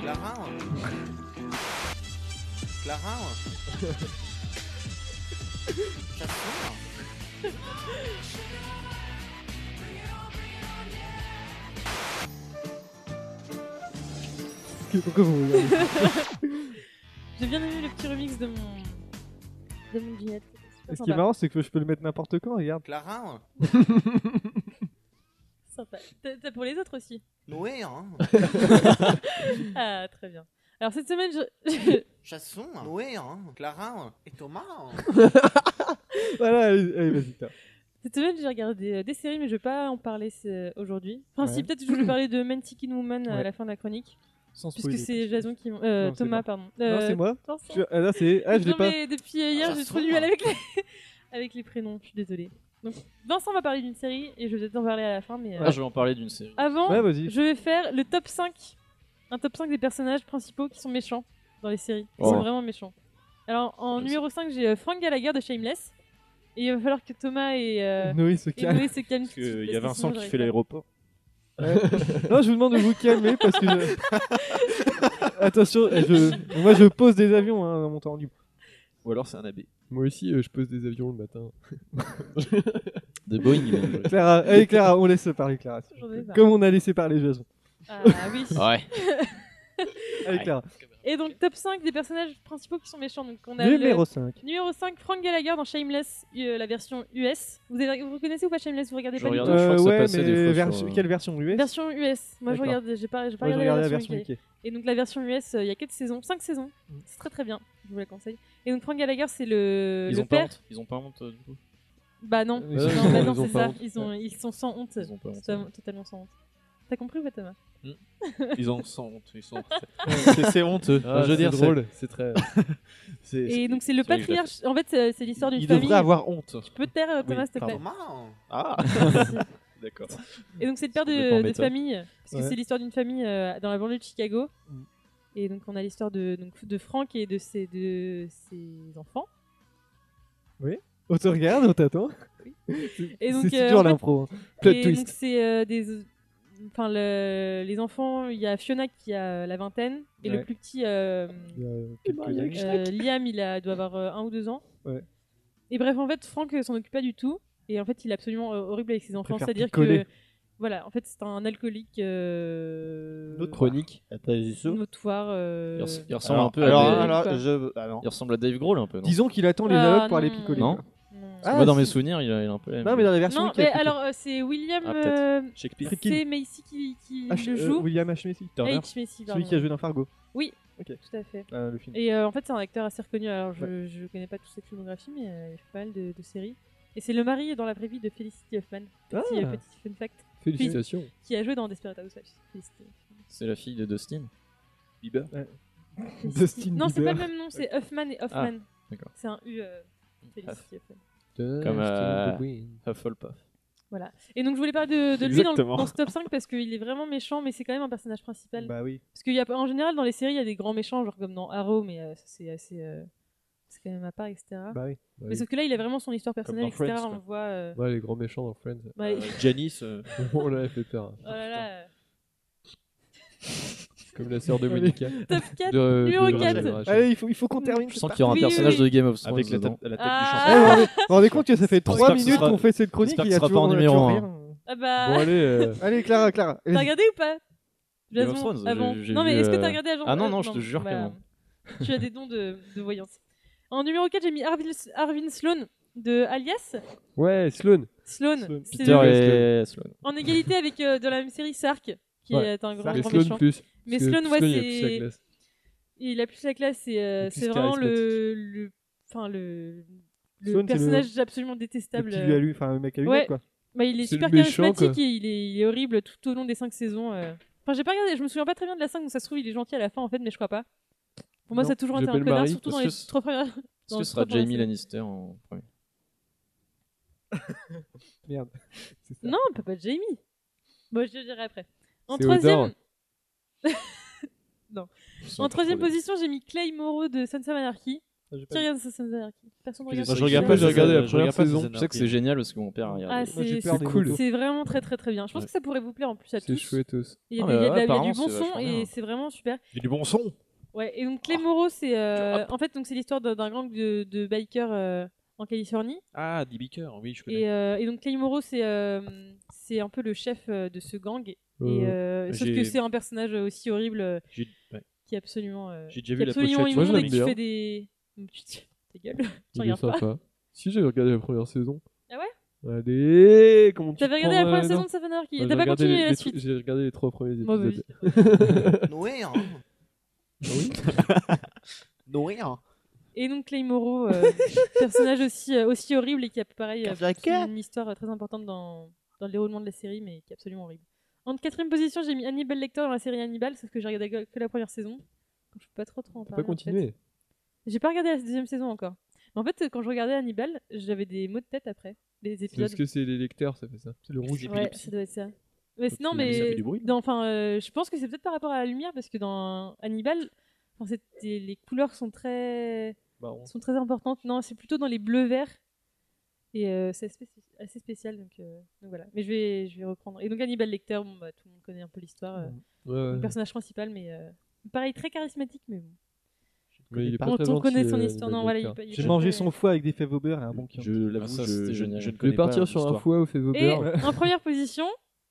C: Clara hein Clara hein Chanson
F: Que- Pourquoi vous me regardez
G: J'ai bien aimé le petit remix de mon. de mon Ginette.
F: Et Ce qui est marrant, c'est que je peux le mettre n'importe quand, regarde.
C: Clara hein
G: Sympa. T'as t'as pour les autres aussi
C: Noé hein
G: Ah, très bien. Alors cette semaine, je.
C: Chasson Noé hein Clara Et Thomas hein
F: Voilà, allez, allez, vas-y, Clara.
G: Cette semaine, j'ai regardé euh, des séries, mais je vais pas en parler c'est- aujourd'hui. Enfin,
F: Ouais.
G: si, peut-être que je voulais parler de Mantikin Woman euh, à
F: Ouais.
G: la fin de la chronique.
F: Sans
G: Puisque
F: spoiler.
G: c'est Jason qui. m- euh,
F: Non, c'est
G: Thomas,
F: moi.
G: pardon.
F: Non, c'est moi.
G: Vincent.
F: Je- Ah, là, c'est. Ah, je l'ai
G: non,
F: pas.
G: mais depuis hier,
C: Ah,
G: j'ai
C: ça
G: trop
C: se
G: du mal
C: voit.
G: avec les... avec les prénoms, je suis désolée. Donc, Vincent va parler d'une série et je vais peut-être en parler à la fin, mais euh,
H: Ah, je vais en parler d'une série.
G: avant,
F: Ouais, Ah, vas-y.
G: je vais faire le top 5. Un top 5 des personnages principaux qui sont méchants dans les séries. Ils
H: Oh.
G: sont vraiment méchants. Alors, en numéro 5, j'ai euh, Frank Gallagher de Shameless. Et il va falloir que Thomas et, euh,
F: Noé se
G: et
F: calme.
G: Noé se calment.
J: Parce
G: tout de suite,
J: qu'il y
G: parce
J: a
G: que
J: Vincent
G: sinon,
J: qui
G: j'arrive
J: fait
G: pas.
J: l'aéroport.
F: Non, je vous demande de vous calmer parce que. je- Attention, euh, je... moi je pose des avions hein, dans mon temps libre.
J: Ou alors c'est un abbé.
E: Moi aussi, euh, je pose des avions le matin.
H: De Boeing. même.
F: Clara, allez, Clara, on laisse parler Clara. s'il vous
G: J'en ai
F: plaît.
G: marre.
F: Comme on a laissé parler Jason.
G: bah. Ah oui.
H: ouais.
F: Allez,
H: Ouais.
F: Clara.
G: Et donc, top 5 des personnages principaux qui sont méchants. Donc, on a le-
F: Numéro 5.
G: Numéro 5, Frank Gallagher dans Shameless, euh, la version US. Vous, avez- vous reconnaissez ou pas Shameless Vous regardez
H: Je
G: pas du
H: regarde.
G: tout
H: je crois que ça
F: Euh, ouais,
H: passait des
F: mais
H: fois
F: vers-
H: sur, euh,
F: quelle version US
G: Version US. Moi, je
F: D'accord.
G: regarde, j'ai pas, j'ai pas
F: Moi, je regardais
G: regardé
F: la version
G: UK.
F: Mickey.
G: Et donc, la version US, euh, il y a 4 saisons, 5 saisons. C'est très très bien, je vous la conseille. Et donc, Frank Gallagher, c'est Euh, le,
H: Ils
G: le
H: ont pas
G: père.
H: honte. Ils ont pas honte euh, du coup.
G: Bah non,
E: Ils
G: non,
E: ont-
G: bah
E: ils
G: non,
E: ont
G: c'est
E: pas
G: ça.
E: honte.
G: Ils, ont, ils sont sans honte.
H: Ils ont pas honte.
G: Totalement, totalement sans honte. T'as compris ou pas, Thomas
J: Ils en sont honte. Ils sont... c'est c'est honteux.
E: Ah,
J: je veux dire,
E: c'est
J: c'est-
E: drôle, c'est très.
J: c'est-
G: Et donc, c'est le
J: c'est vrai que je l'ai
G: patriarche. En fait, c'est c'est l'histoire d'une
J: Il
G: famille.
J: devrait avoir honte.
G: Tu peux te taire, euh, Thomas, s'il te plaît.
C: Thomas hein
J: Ah D'accord.
G: Et donc c'est le père
H: C'est complètement
G: de, de
H: méta.
G: famille, parce que
F: Ouais.
G: c'est l'histoire d'une famille euh, dans la banlieue de Chicago.
F: Mm.
G: Et donc on a l'histoire de, donc, de Franck et de ses, de ses enfants.
F: On te regarde, on t'attend.
G: Et donc,
F: C'est si
G: euh,
F: dur
G: en fait-
F: l'impro. hein. Plot
G: et donc
F: twist.
G: c'est euh, des... Enfin, le- les enfants, il y a Fiona qui a la vingtaine, et
F: Ouais.
G: le plus petit, euh,
F: Il y a quelques
G: euh,
F: années.
G: Liam, il a, doit avoir euh, un ou deux ans.
F: Ouais.
G: Et bref, en fait, Franck euh, s'en occupe pas du tout, et en fait, il est absolument euh, horrible avec ses enfants.
F: préfère
G: C'est-à-dire
F: picoler.
G: que, voilà, en fait, c'est un alcoolique euh,
H: Chronique. T'as vu ça
G: notoire. euh,
H: Il res- il ressemble un
J: Alors,
H: peu
J: alors,
H: à. Dave-
J: alors,
G: Pas.
J: je... ah, non.
H: Il ressemble à Dave Grohl un peu. Non
F: Disons qu'il attend les
G: Ah,
F: dialogues pour aller
G: non.
F: picoler.
H: Non
F: quoi.
G: non.
F: Ah,
H: Moi, dans
F: si.
H: mes souvenirs, il a, il a un peu. la même
F: Non, mais dans la version
G: Non,
F: Mickey,
G: mais
F: plutôt.
G: alors euh, c'est William.
H: Ah, peut-être.
G: euh,
J: Shakespeare.
G: c'est Macy qui, qui
F: H-
G: le
F: euh,
G: joue.
F: William H. Macy.
J: Turner.
G: H. Macy,
F: Celui
G: pardon.
F: qui a joué dans Fargo.
G: Tout à fait.
F: euh, le film.
G: Et euh, en fait, c'est un acteur assez reconnu. Alors, je, je connais pas toute sa filmographie, mais euh, il fait pas mal de, de séries. Et c'est le mari dans la vraie vie de Felicity Huffman. Petit,
F: Ah.
G: euh, petit fun fact.
E: Félicitations.
G: Qui a joué dans Desperate Housewives. Felicity.
H: C'est la fille de Dustin.
J: Bieber.
F: Dustin
G: Non, c'est pas
F: Bieber.
G: le même nom, c'est Huffman et Hoffman.
H: d'accord.
G: c'est un U. euh, Felicity Huffman.
H: Comme, euh, Hufflepuff.
G: Voilà. Et donc, je voulais parler de, de lui dans, le-
J: Exactement.
G: dans ce top 5 parce qu'il est vraiment méchant, mais c'est quand même un personnage principal.
F: Bah oui.
G: Parce qu'il y a en général dans les séries, il y a des grands méchants, genre comme dans Arrow, mais euh, ça, c'est assez. euh, c'est quand même à part, etc.
F: Bah oui.
G: mais sauf que là, il a vraiment son histoire personnelle,
J: dans
G: etc.
J: Friends,
G: on
J: quoi.
G: le voit. euh,
E: Ouais, les grands méchants dans Friends.
G: bah, il-
J: Janice. euh,
E: On l'avait fait peur.
G: oh là là, euh,
E: Comme la sœur de Monica.
G: Top 4
E: De-
G: numéro
E: de- de-
G: quatre.
E: de- de-
F: Allez, il faut, il faut qu'on termine.
H: Je sens qu'il y aura un
G: Oui,
H: personnage
G: oui.
H: de Game of Thrones.
J: Avec la, tête- la tête
G: Ah.
J: du chanteur.
F: Eh, vous vous rendez compte que ça fait
H: J'espère
F: 3
H: que ce
F: minutes
H: sera-
F: qu'on fait cette chronique
H: j'espère
F: et il
H: que
F: y a
H: ce sera pas
F: toujours, on
H: en
F: a toujours
H: numéro
F: rien.
G: Ah bah.
E: Bon, allez. euh,
F: Allez, Clara, Clara.
G: T'as
F: vas-y.
G: regardé ou pas
H: Game of
G: Jason
H: Thrones,
G: Ah
H: j'ai-
G: bon
H: j'ai
G: Non, mais
H: vu,
G: est-ce que
H: euh,
G: t'as regardé Agent
H: Ah non,
G: euh,
H: non, je te jure que non.
G: Tu as des dons de, de voyance. En numéro 4, j'ai mis Arvin, Arvin Sloan de Alias.
E: Ouais, Sloan.
G: Sloan.
E: Sloan.
G: c'est
H: Peter
G: le-
H: et Sloan.
G: En égalité avec euh, de la même série Sark, qui
E: Ouais,
G: est un grand,
E: Mais
G: grand
E: Sloan
G: méchant.
E: plus.
G: Mais
E: Parce que
G: Sloan, ouais,
E: il a plus sa
G: c'est-
E: classe.
G: il a plus la classe et euh,
E: Il est plus
G: c'est vraiment le,
E: charismatique.
G: le, enfin, le, le
F: Sloane, c'est le-
G: personnage absolument
F: Le
G: détestable.
F: petit lui a lu, enfin le mec à lunettes
G: Ouais.
F: quoi.
G: Bah, il est,
E: C'est le
G: super
E: méchant,
G: charismatique
E: quoi.
G: et il est, il est horrible tout au long des 5 saisons. euh. Enfin, j'ai pas regardé, je me souviens pas très bien de la 5, donc ça se trouve, il est gentil à la fin en fait, mais je crois pas. Pour moi,
E: Non,
G: ça a toujours
E: j'ai
G: été un
E: pas le
G: connard,
E: mari,
G: surtout
H: parce
G: dans
H: que
G: les
H: c'est-
G: trois premières.
H: Est-ce
G: dans
H: que ce sera
G: trois premières
H: Jamie
G: saisons.
H: Lannister en premier
F: Merde. C'est ça.
G: Non, Papa Jamie. Bon, je le dirai après. En
F: C'est
G: troisième.
F: Odor.
G: non.
F: Sans
G: En troisième
F: problème.
G: position, j'ai mis Clay Moreau de Sons of Anarchy.
F: Ah, j'ai
G: Qui
F: pas
G: regarde Sons of Anarchy Personne ne
H: Je
G: regarde.
H: sais
G: Sons of
H: que-
G: Anarchy.
H: je regarde-
J: la
H: je regarde
J: première
H: pas
J: saison.
H: Je sais que c'est génial parce que mon père a regardé.
G: Ah,
F: Moi, j'ai
G: c'est
F: peur
G: c'est
F: des
G: cool.
F: motos.
G: C'est vraiment très très très bien. Je pense que ça pourrait vous plaire en plus à
E: C'est
G: tous.
E: chouette aussi.
G: Il y a,
H: Ah,
G: des- il y a
H: mais
G: de
H: ouais,
G: la- il y a du
H: apparemment,
G: bon
H: c'est
G: son
H: vachement
G: et
H: bien.
G: c'est vraiment super.
J: Il y a du bon son.
G: Ouais, et
E: Oh.
G: donc Clay Moreau, c'est. euh, en fait, donc c'est l'histoire d'un- d'un gang de, de bikers euh, en Californie.
J: Ah, D. Baker, oui, je connais.
G: Et, euh, et donc Clay Moreau, c'est euh, c'est un peu le chef euh, de ce gang. Et,
J: Euh,
E: Bah,
G: euh, sauf
J: j'ai-
G: que c'est un personnage aussi horrible euh,
J: J'ai- ouais.
G: qui est absolument, euh, qui
J: J'ai déjà
G: est
J: vu la
G: absolument
J: pochette.
E: Moi,
G: immonde et
E: j'aime
G: qui
E: bien.
G: fait des. Oh, putain, ta gueule, tu
E: Il est
G: regardes pas.
E: sympa. Si j'avais regardé la première saison.
G: Ah ouais
E: Allez, comment tu
G: T'avais
E: te
G: regardé la
E: prends,
G: première
E: euh,
G: saison
E: non
G: de Safe Anarchy
E: Moi,
G: et
E: j'ai
G: t'as pas
E: regardé
G: continué
E: les-
G: la
E: les
G: suite.
E: tru- J'ai regardé les trois premiers
G: Mauvais
E: épisodes.
C: Noé, hein. Noé, hein.
G: Et donc Clay Moreau, euh, personnage aussi, euh, aussi horrible et qui a pareil euh,
C: Kafka.
G: une histoire euh, très importante dans, dans le déroulement de la série, mais qui est absolument horrible. En quatrième position, j'ai mis Hannibal Lecter dans la série Hannibal, sauf que j'ai regardé que que la première saison. Donc, je peux pas trop trop en
E: T'as
G: parler.
E: pas
G: en fait.
E: continué.
G: J'ai pas regardé la deuxième saison encore. Mais en fait, euh, quand je regardais Hannibal, j'avais des maux de tête après, des
E: C'est
G: épisodes.
E: parce que c'est les lecteurs, ça fait ça. C'est le rouge.
G: Ouais, ça doit être ça. Mais
J: Parce
G: non,
J: que ça
G: mais
J: fait du bruit.
G: dans- enfin, euh, je pense que c'est peut-être par rapport à la lumière, parce que dans Hannibal, enfin, c'était- les couleurs sont très sont très importantes. Non, c'est plutôt dans les bleus verts. Et euh, c'est assez, assez spécial, donc, euh, donc voilà. Mais je vais, je vais reprendre. Et donc Hannibal Lecter, bon, bah, tout le monde connaît un peu l'histoire. euh,
E: Ouais, ouais.
G: Le personnage principal, mais euh, pareil, très charismatique, mais bon.
E: Mais il est pas
G: on
E: très
G: on
E: gentil,
G: connaît son
E: euh,
G: histoire. Non,
E: Hannibal
G: voilà, il
E: Lecter.
G: est pas- il est
F: J'ai
G: pas
F: mangé
G: très-
F: son foie avec des fèves au beurre et un bon
J: Je
F: kion.
J: l'avoue,
H: ça,
J: je,
H: c'était
J: je,
H: génial.
J: je ne
E: Je
J: connais
E: vais partir sur un
J: fou.
E: foie au fait vos
G: Et
E: beurres.
G: en première position,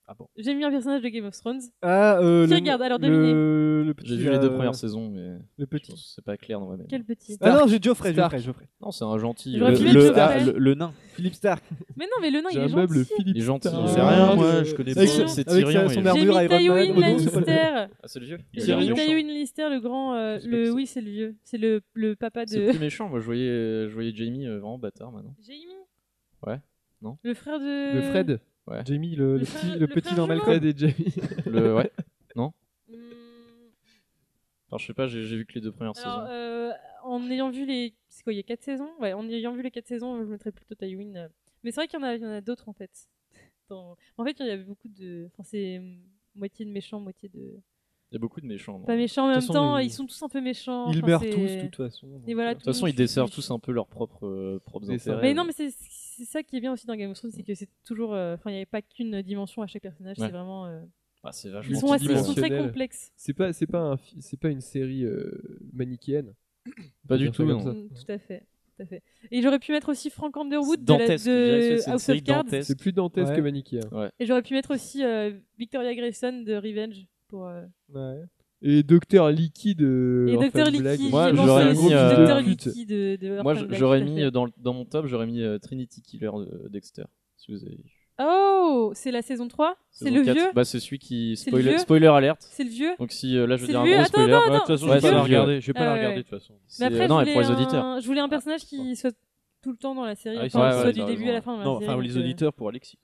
J: Ah bon.
G: j'ai mis un personnage de Game of Thrones.
F: Ah, euh,
G: Qui
F: le,
G: regarde Alors,
F: le, le petit,
H: J'ai vu les deux
F: euh,
H: premières saisons, mais
F: Le
H: je
F: petit.
H: pense que c'est pas clair dans ma mémoire.
G: Quel petit.
F: Ah non, j'ai Geoffrey,
H: Stark.
F: Geoffrey, Geoffrey.
H: Non, c'est un gentil.
G: Il
H: euh,
G: aurait
H: le-
G: pu être
H: le-
G: Geoffrey.
J: ah, le, le nain.
F: Philippe Stark.
G: Mais non, mais le nain,
E: J'ai
G: il
E: un
G: est
E: meuble
G: gentil.
E: Philippe.
H: Il est gentil.
E: Stark.
J: Je sais rien,
F: Ah,
J: moi,
F: le-
J: je connais
F: Avec
H: pas.
F: sa-
H: C'est
F: avec
H: Tyrion,
F: sa-
H: il
F: son
H: est-
G: J'ai
F: armure Iron
G: mis
F: Man.
G: Tywin
F: Oh non, c'est pas le-
G: Lannister.
H: Ah, c'est le vieux
J: Il est
G: J'ai mis
J: méchant.
G: Tywin Lannister, le grand. euh,
H: Je sais pas qui
G: le...
H: c'est.
G: Oui, c'est le vieux. C'est le, le papa
H: C'est
G: de.
H: plus méchant. Moi, je voyais, euh, je voyais Jamie euh, vraiment bâtard maintenant.
G: Jamie
H: Ouais. Non.
G: Le frère de.
E: Le Fred.
F: Jamie, le, le
G: Le
F: petit,
G: frère-
F: le
G: le
F: petit
G: frère
F: normal
G: jumeau.
F: code.
E: Fred et Jamie.
H: Le, ouais.
G: Hmm,
H: Enfin, je sais pas, j'ai j'ai vu que les deux premières
G: Alors,
H: saisons.
G: euh, en ayant vu les. C'est quoi, il y a 4 saisons Ouais, en ayant vu les 4 saisons, je mettrais plutôt Tywin. euh. Mais c'est vrai qu'il y en a, il y en a d'autres en fait. Dans- En fait, il y avait beaucoup de. Enfin, c'est euh, moitié de méchants, moitié de.
H: Il y a beaucoup de méchants. non
G: Pas méchants
F: toute
G: en même
F: façon,
G: temps,
F: ils-
G: ils sont tous un peu méchants.
F: Ils
G: Enfin,
F: meurent
G: c'est-
F: tous, de toute façon. donc,
G: Et voilà,
F: euh,
H: De toute façon, ils desservent tous un peu leurs propres, euh, propres
E: Mais ça-
H: intérêts.
G: Mais non, mais c'est c'est ça qui est bien aussi dans Game of Thrones, c'est que c'est toujours. euh, Enfin, il n'y avait pas qu'une dimension à chaque personnage,
H: Ouais.
G: c'est vraiment. euh,
H: Bah, c'est
G: Ils
H: vachement
G: sont assez, ils sont très
E: Multidimensionnel.
G: complexes.
E: C'est pas, c'est pas, un fi- c'est pas une série euh, manichéenne.
H: Pas du tout,
E: Comme
H: non.
E: ça.
G: Mm, Tout à fait. Tout à fait. Et j'aurais pu mettre aussi Frank Underwood de, la-
H: Dantesque, je dirais que
G: de
H: c'est une
G: House
H: série
G: of Cards.
H: dantesque.
E: C'est plus dantesque
F: Ouais.
E: que manichéen.
G: Et j'aurais pu mettre aussi euh, Victoria Grayson de Revenge. Pour, euh,
F: Ouais.
E: Et Docteur Liquide. euh,
G: Et
E: Orphan
G: Dr.
E: Black.
G: Licky,
H: Moi,
G: j'y pensais
H: j'aurais
G: aussi,
H: mis, euh,
G: Dr.
E: pute.
G: Licky de, de
H: Moi,
G: Orphan Black,
H: j'aurais
G: tout à
H: mis
G: fait.
H: euh, dans, dans mon top, j'aurais mis euh, Trinity Killer de Dexter. Si vous avez vu.
G: Oh, c'est la saison 3 C'est
H: Saison
G: le
H: 4.
G: vieux
H: Bah, c'est celui qui.
G: C'est le
H: Spoiler,
G: vieux
H: spoiler alerte.
G: C'est le vieux
H: Donc, si euh, là, je vais
G: C'est
H: dire
G: le
H: un
G: vieux.
H: gros
G: Attends,
H: spoiler.
G: attends,
J: Ouais, de toute
G: attends.
J: façon, je
H: Ouais,
J: vais
H: c'est
J: pas la
H: le vieux.
J: regarder. Je vais pas
G: Ah
J: la
G: ouais,
J: regarder,
G: ouais.
J: de toute façon.
G: Mais
H: C'est-
E: euh,
G: après,
H: non,
G: je,
H: mais pour
G: voulais
H: les auditeurs.
G: un... je voulais
E: Ah.
G: un personnage qui soit tout le temps dans la série,
J: Ah, ils
G: enfin,
J: sont- ouais,
G: soit
J: ouais,
G: du
H: ils ont
G: début à
H: raison,
G: la fin. dans la
J: Non,
G: série,
J: enfin,
G: donc,
J: les
G: euh,
J: auditeurs pour Alexis.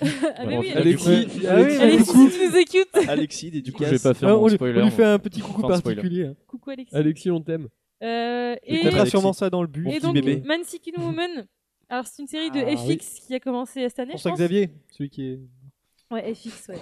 E: Bah,
G: Ah, mais
J: Bon,
G: oui,
J: on fait
G: Alexis,
J: Alexis.
E: Alexis.
F: Ah oui,
G: Alexis,
F: coucou.
G: tu nous écoutes
J: Alexis, dédicace.
H: Du coup, je vais pas faire
F: Ah,
H: mon
F: on, lui,
H: spoiler.
F: on lui
H: mais-
F: fait un petit coucou
H: Enfin, spoiler.
F: particulier. hein.
G: Coucou Alexis.
E: Alexis, on t'aime.
F: On
G: Euh,
J: Je
G: et,
J: t'aime,
F: fera
J: Alexis.
F: sûrement ça dans le but.
J: Mon
G: et
J: petit
G: donc,
J: bébé.
G: Mansikin Woman, alors c'est une série de
F: Ah, oui.
G: FX qui a commencé cette année, je
F: François
G: pense.
F: Xavier, celui qui est.
G: Ouais, FX, ouais.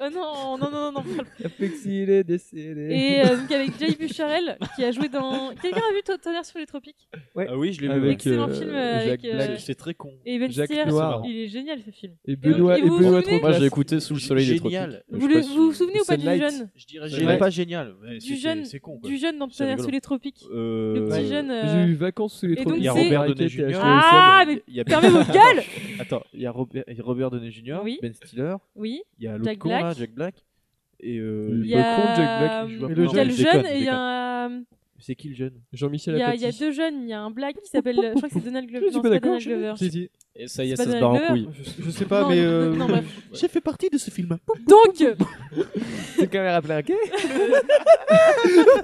G: oh non, non, non, non, non.
E: il est décédé.
G: Et euh, donc avec Jay Bucharel qui a joué dans. Quelqu'un a vu Ton- Tonnerre sur les Tropiques
J: Ah oui, je l'ai vu.
E: Avec,
G: Excellent
E: euh,
G: film euh, avec.
E: Jacques Black.
G: euh,
J: C'est très con.
G: Et Ben
E: Jacques
G: Stiller,
E: Noir.
G: il est génial ce film.
E: Et Benoît, et
G: et vous vous
E: Benoît
G: souvenez-
E: trop
H: Moi, j'ai écouté Sous le soleil des tropiques.
J: Génial.
G: Vous le- vous vous souvenez ou pas du
E: Sunlight.
G: jeune
J: Je dirais, je
E: Ouais.
J: dirais pas génial. mais
G: Du
J: c'était-
G: jeune-
J: C'est con. quoi.
G: Du jeune dans
J: C'est
G: Tonnerre
J: rigolo.
G: sur les Tropiques
J: Euh,
G: Le petit jeune.
E: J'ai
G: euh,
E: eu vacances sous les
G: et donc,
E: tropiques.
J: Il y a
G: c'est-
J: Robert
E: Barricade
J: Downey
E: et E
J: Jr.
E: HSL.
G: Ah, mais
J: Il y a-
G: Fermez vos gueules
J: Attends, il y a Robert, il y a Robert Downey Jr.,
G: Oui.
J: Ben Stiller,
G: Oui,
J: il y a
G: Jack
J: l'autre con là,
G: Black.
J: Jack Black, et
E: Le
J: euh,
G: il y a.
E: con de Jack Black qui joue
G: il
E: un
G: y a le
J: peu dans le- je déconne,
G: jeune et
J: je
G: il y a un. euh,
J: c'est qui le jeune
G: Il
E: Jean-Michel
G: y, a, il y a
E: Apathy.
G: deux jeunes, il y a un black qui s'appelle, je crois que c'est Donald Glover.
E: Je suis
G: Non,
E: pas
G: c'est pas
E: d'accord,
G: Donald Glover.
F: Si, si.
H: Et ça y est,
G: C'est
H: ça
G: pas
H: se
E: Bah,
G: Donald
H: barre en
G: Glover.
H: couille.
F: Je, je sais pas,
G: Non,
F: mais.
G: non,
F: euh,
G: non, bref.
J: J'ai fait partie de ce film.
G: Donc,
E: C'est caméra plaquée.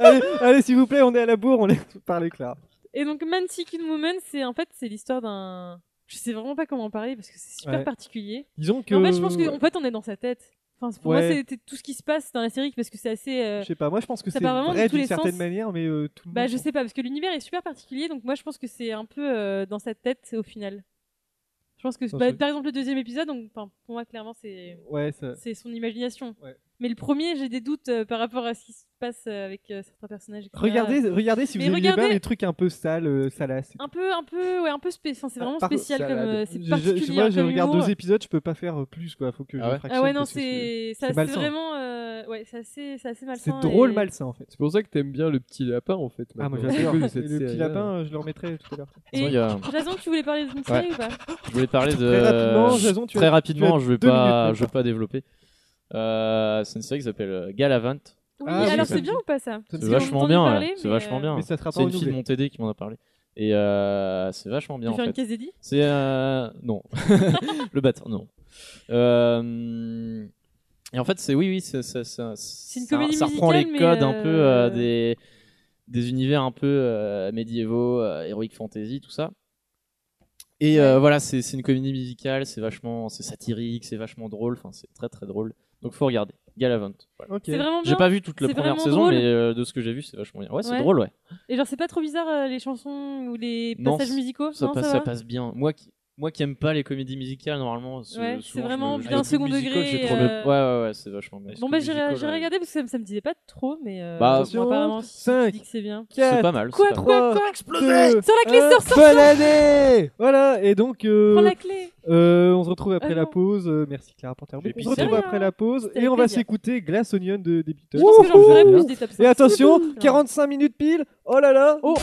F: allez, allez, s'il vous plaît, on est à la bourre, on laisse parler Clara.
G: et donc Man Seeking Woman, c'est en fait c'est l'histoire d'un. Je sais vraiment pas comment en parler parce que c'est super
F: Ouais.
G: particulier.
F: Disons que.
G: Mais En fait, je pense qu'en fait on est dans sa tête. Enfin, pour moi,
F: Ouais.
G: c'était tout ce qui se passe dans la série parce que c'est assez. euh,
F: Je sais pas, moi je pense que
G: Ça
F: c'est
G: part vraiment de
F: vrai
G: tous
F: d'une
G: les
F: certaine
G: sens.
F: manière, mais euh, tout le monde.
G: Bah, je sais pas parce que l'univers est super particulier, donc moi je pense que c'est un peu euh, dans sa tête au final. Je pense que,
F: Non,
G: bah,
F: c'est-
G: par exemple, le deuxième épisode, donc, enfin, pour moi, clairement, c'est
F: Ouais, ça-
G: c'est son imagination.
F: Ouais.
G: Mais le premier, j'ai des doutes euh, par rapport à ce qui se passe euh, avec euh, certains personnages. etc.
F: Regardez, regardez si vous
G: Mais
F: aimez
G: regardez-
F: pas les trucs un peu sales, euh, salaces.
G: Un peu, un peu, ouais, un peu spécial. C'est vraiment
F: Par-
G: spécial comme.
F: salade.
G: euh, C'est
F: Je-
G: particulier.
F: je- Moi, je
G: comme
F: regarde
G: humour.
F: deux épisodes, je peux pas faire euh, plus, quoi. Faut que je fractionne
G: Ah ouais, non,
F: parce que
G: c'est ça-
F: c'est
G: c'est
F: malsain.
G: vraiment. euh, Ouais, c'est assez, c'est assez malsain. et-
F: en fait.
E: C'est pour ça que t'aimes bien le petit lapin en fait.
F: Ah, moi,
E: maintenant.
F: j'adore.
E: À cause de cette
F: Et le petit
E: série-là.
F: lapin, euh, je le remettrai tout à l'heure.
G: Et
H: Il y a-
G: Jason, tu voulais parler d'une série
H: Ouais.
G: ou
F: Ah,
G: pas
H: Je voulais parler de.
F: Très rapidement, Jason, tu
H: Très
F: as-
H: rapidement,
F: tu as
H: je vais
F: deux minutes,
H: pas,
F: même
H: je vais pas développer. Euh, c'est une série qui s'appelle euh, Galavant.
G: Oui,
F: Ah, oui,
G: alors
F: ça me
G: c'est bien ou pas ça
H: C'est
G: Parce qu'on
H: vachement
G: entend
H: bien,
G: parler,
H: ouais. c'est
G: mais,
H: vachement
G: euh,
H: bien.
F: Mais ça sera pas
H: C'est une fille de
F: renouvelé.
H: mon TD qui m'en a parlé. Et euh, c'est vachement bien
G: Tu
H: en
G: fais une
H: fait.
G: caisse dédiée
H: C'est euh, non le bâtard non. Euh, Et en fait c'est oui oui c'est ça ça
G: une
H: ça-
G: comédie
H: ça reprend les
G: musicale, mais,
H: codes un peu euh,
G: euh,
H: des des univers un peu euh, médiévaux, euh, heroic fantasy tout ça. Et euh, voilà c'est c'est une comédie musicale c'est vachement c'est satirique c'est vachement drôle enfin c'est très très drôle donc faut regarder Galavant. voilà.
F: Ok.
G: C'est vraiment bien.
H: J'ai pas vu toute la
G: Hein C'est
H: première
G: vraiment
H: saison
G: drôle.
H: mais euh, de ce que j'ai vu c'est vachement bien ouais c'est
G: Ouais.
H: drôle ouais.
G: Et genre, c'est pas trop bizarre euh, les chansons ou les
H: Non,
G: passages
H: c-
G: musicaux
H: ça,
G: Non,
H: passe,
G: ça
H: ça
G: va
H: passe bien. Moi qui, moi qui aime pas les comédies musicales, normalement, ce-
G: Ouais,
H: souvent,
G: c'est
H: je
G: vraiment
H: me- je
G: bien
H: me-
G: second
H: les trucs musicaux,
G: degré,
H: j'ai trop de-
G: euh,
H: Ouais, ouais, ouais, c'est vachement bien.
G: Bon, bah, j'irai
H: Musical,
G: j'irai
H: ouais.
G: regarder parce que ça, me- ça me disait pas trop, mais. euh,
H: Bah,
G: bon, apparemment, si tu
F: cinq,
G: dis que c'est bien.
H: C'est
F: Quatre,
H: pas mal.
G: Quoi,
H: c'est pas mal.
G: quoi,
F: trois,
G: quoi
F: deux,
G: Sors la clé,
F: un,
G: sors, sors,
F: Bonne année Voilà, et donc, euh,
G: Prends la clé
F: euh, on se retrouve après
G: Ah
F: la
G: non.
F: pause. Euh, merci Clara pour terminer.
H: J'ai
F: On se
H: pissé.
F: retrouve
G: Ah,
F: après la pause
G: c'était
F: et on
G: avec
F: va
G: plaisir.
F: s'écoutter Glass Onion de, des Beatles.
G: Je pense que j'en ferai plus des top 5.
F: Et attention,
G: Non.
F: 45 minutes pile. Oh là là
G: Oh.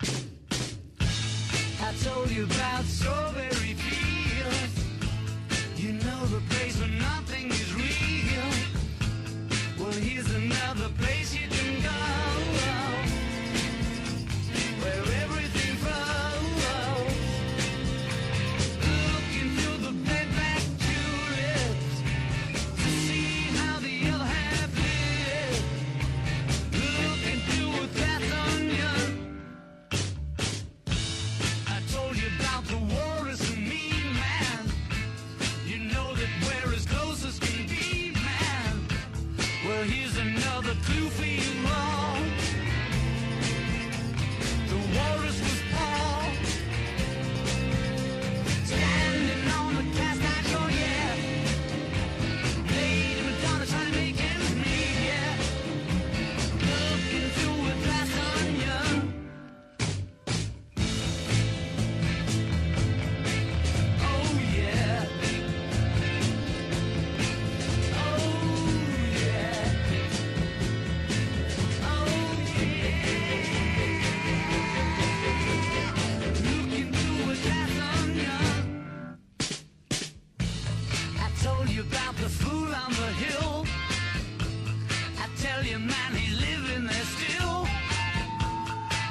B: I told you about strawberry fields. You know the place where nothing is real. Well, here's another place you can go. Where everything flows. Looking through the playback tulips to see how the other half lives. Looking through a glass onion. I told you about the war is a mean man. You know that we're as close as can be, man. Well, here's another clue for you all. The war is was born. Standing on the cast iron, yeah. Made him a dollar trying to make ends meet, yeah. Looking through a glass onion. Oh yeah. Oh yeah. Oh yeah. Looking through a glass onion. I told you about the fool on the hill. I tell you, man, he's living there still.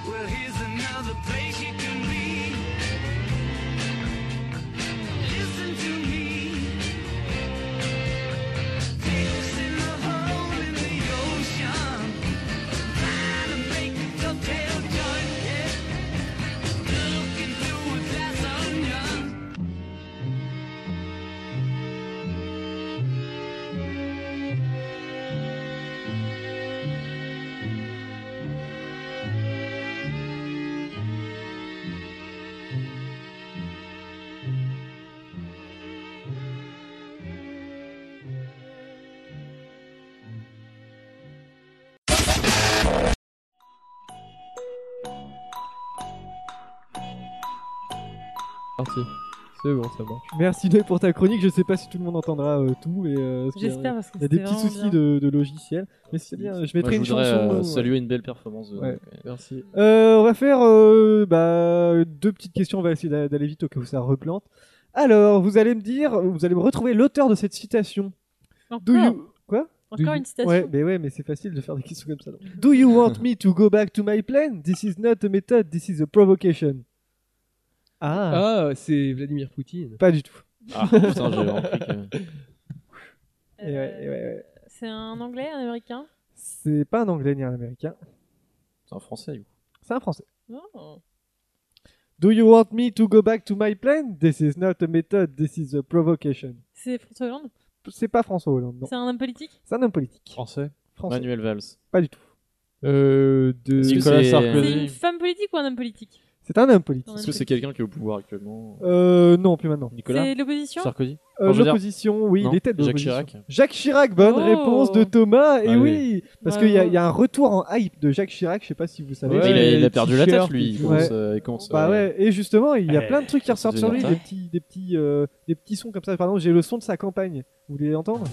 B: Well, here's another place you can be. Listen to me. Fixing a hole in the ocean. Trying to make a cocktail joint. Yeah. Looking through a glass onion.
E: Parti. C'est bon, ça marche.
F: Merci Noé pour ta chronique. Je sais pas si tout le monde entendra euh, tout. et, euh, parce qu'il y a-
G: J'espère parce que
F: Il y a des
G: c'était
F: petits
G: vraiment
F: soucis
G: bien.
F: de, de logiciel. Mais c'est bien. Je mettrai
H: Moi,
F: une
H: je voudrais,
F: chanson.
H: euh,
F: euh, ouais.
H: saluer une belle performance. de-
F: Ouais.
E: Merci.
F: Euh, on va faire euh, bah, deux petites questions. On va essayer d'a- d'aller vite au cas où ça replante. Alors, vous allez me dire, vous allez me retrouver l'auteur de cette citation. Do
G: Encore,
F: you... Quoi Do
G: encore
F: you-
G: une Ah, citation.
F: Ouais, mais ouais, mais c'est facile de faire des questions comme ça. non Do you want me to go back to my plan This is not a method, this is a provocation. Ah,
E: Ah, c'est Vladimir Poutine.
F: pas du tout.
H: Ah putain, j'avais compris que.
G: Euh,
F: Et ouais, et ouais, ouais.
G: C'est un anglais, un américain
F: C'est pas un anglais ni un américain,
H: C'est un français, du coup.
F: c'est un français.
G: Non.
F: Do you want me to go back to my plan This is not a method, this is a provocation.
G: C'est François Hollande
F: C'est pas François Hollande, non.
G: C'est un homme politique
F: C'est un homme politique.
H: Oh,
J: Français.
F: Français.
H: Manuel Valls.
F: Pas du tout.
E: Euh, de...
H: Nicolas
G: C'est
H: Sarkozy.
G: une femme politique ou un homme politique
F: C'est C'est un homme politique.
H: Est-ce que c'est quelqu'un qui est au pouvoir actuellement
F: Euh, non, plus maintenant.
H: Nicolas
G: C'est l'opposition
H: Sarkozy
F: Euh,
H: Enfin, je veux dire-
F: L'opposition, oui,
H: Non,
F: il était de
H: Jacques
F: l'opposition.
H: Chirac.
F: Jacques Chirac, bonne
G: Oh.
F: réponse de Thomas. Et oui,
H: Ah oui.
F: parce
G: Ouais,
F: qu'il y, a-
G: ouais.
F: il y a un retour en hype de Jacques Chirac. Je sais pas si vous savez.
H: Ouais, il, a, il a
F: les
H: perdu la tête
F: t-shirts
H: lui. Il
F: et tout.
H: commence,
F: Ouais.
H: euh, il commence,
F: Bah
H: euh,
F: ouais, et justement, il y a
H: Eh,
F: plein de trucs qui ressortent
H: c'est
F: sur lui,
H: déjà
F: des
H: ça.
F: petits, des petits, euh, des petits sons comme ça. Pardon, j'ai le son de sa campagne. Vous voulez l'entendre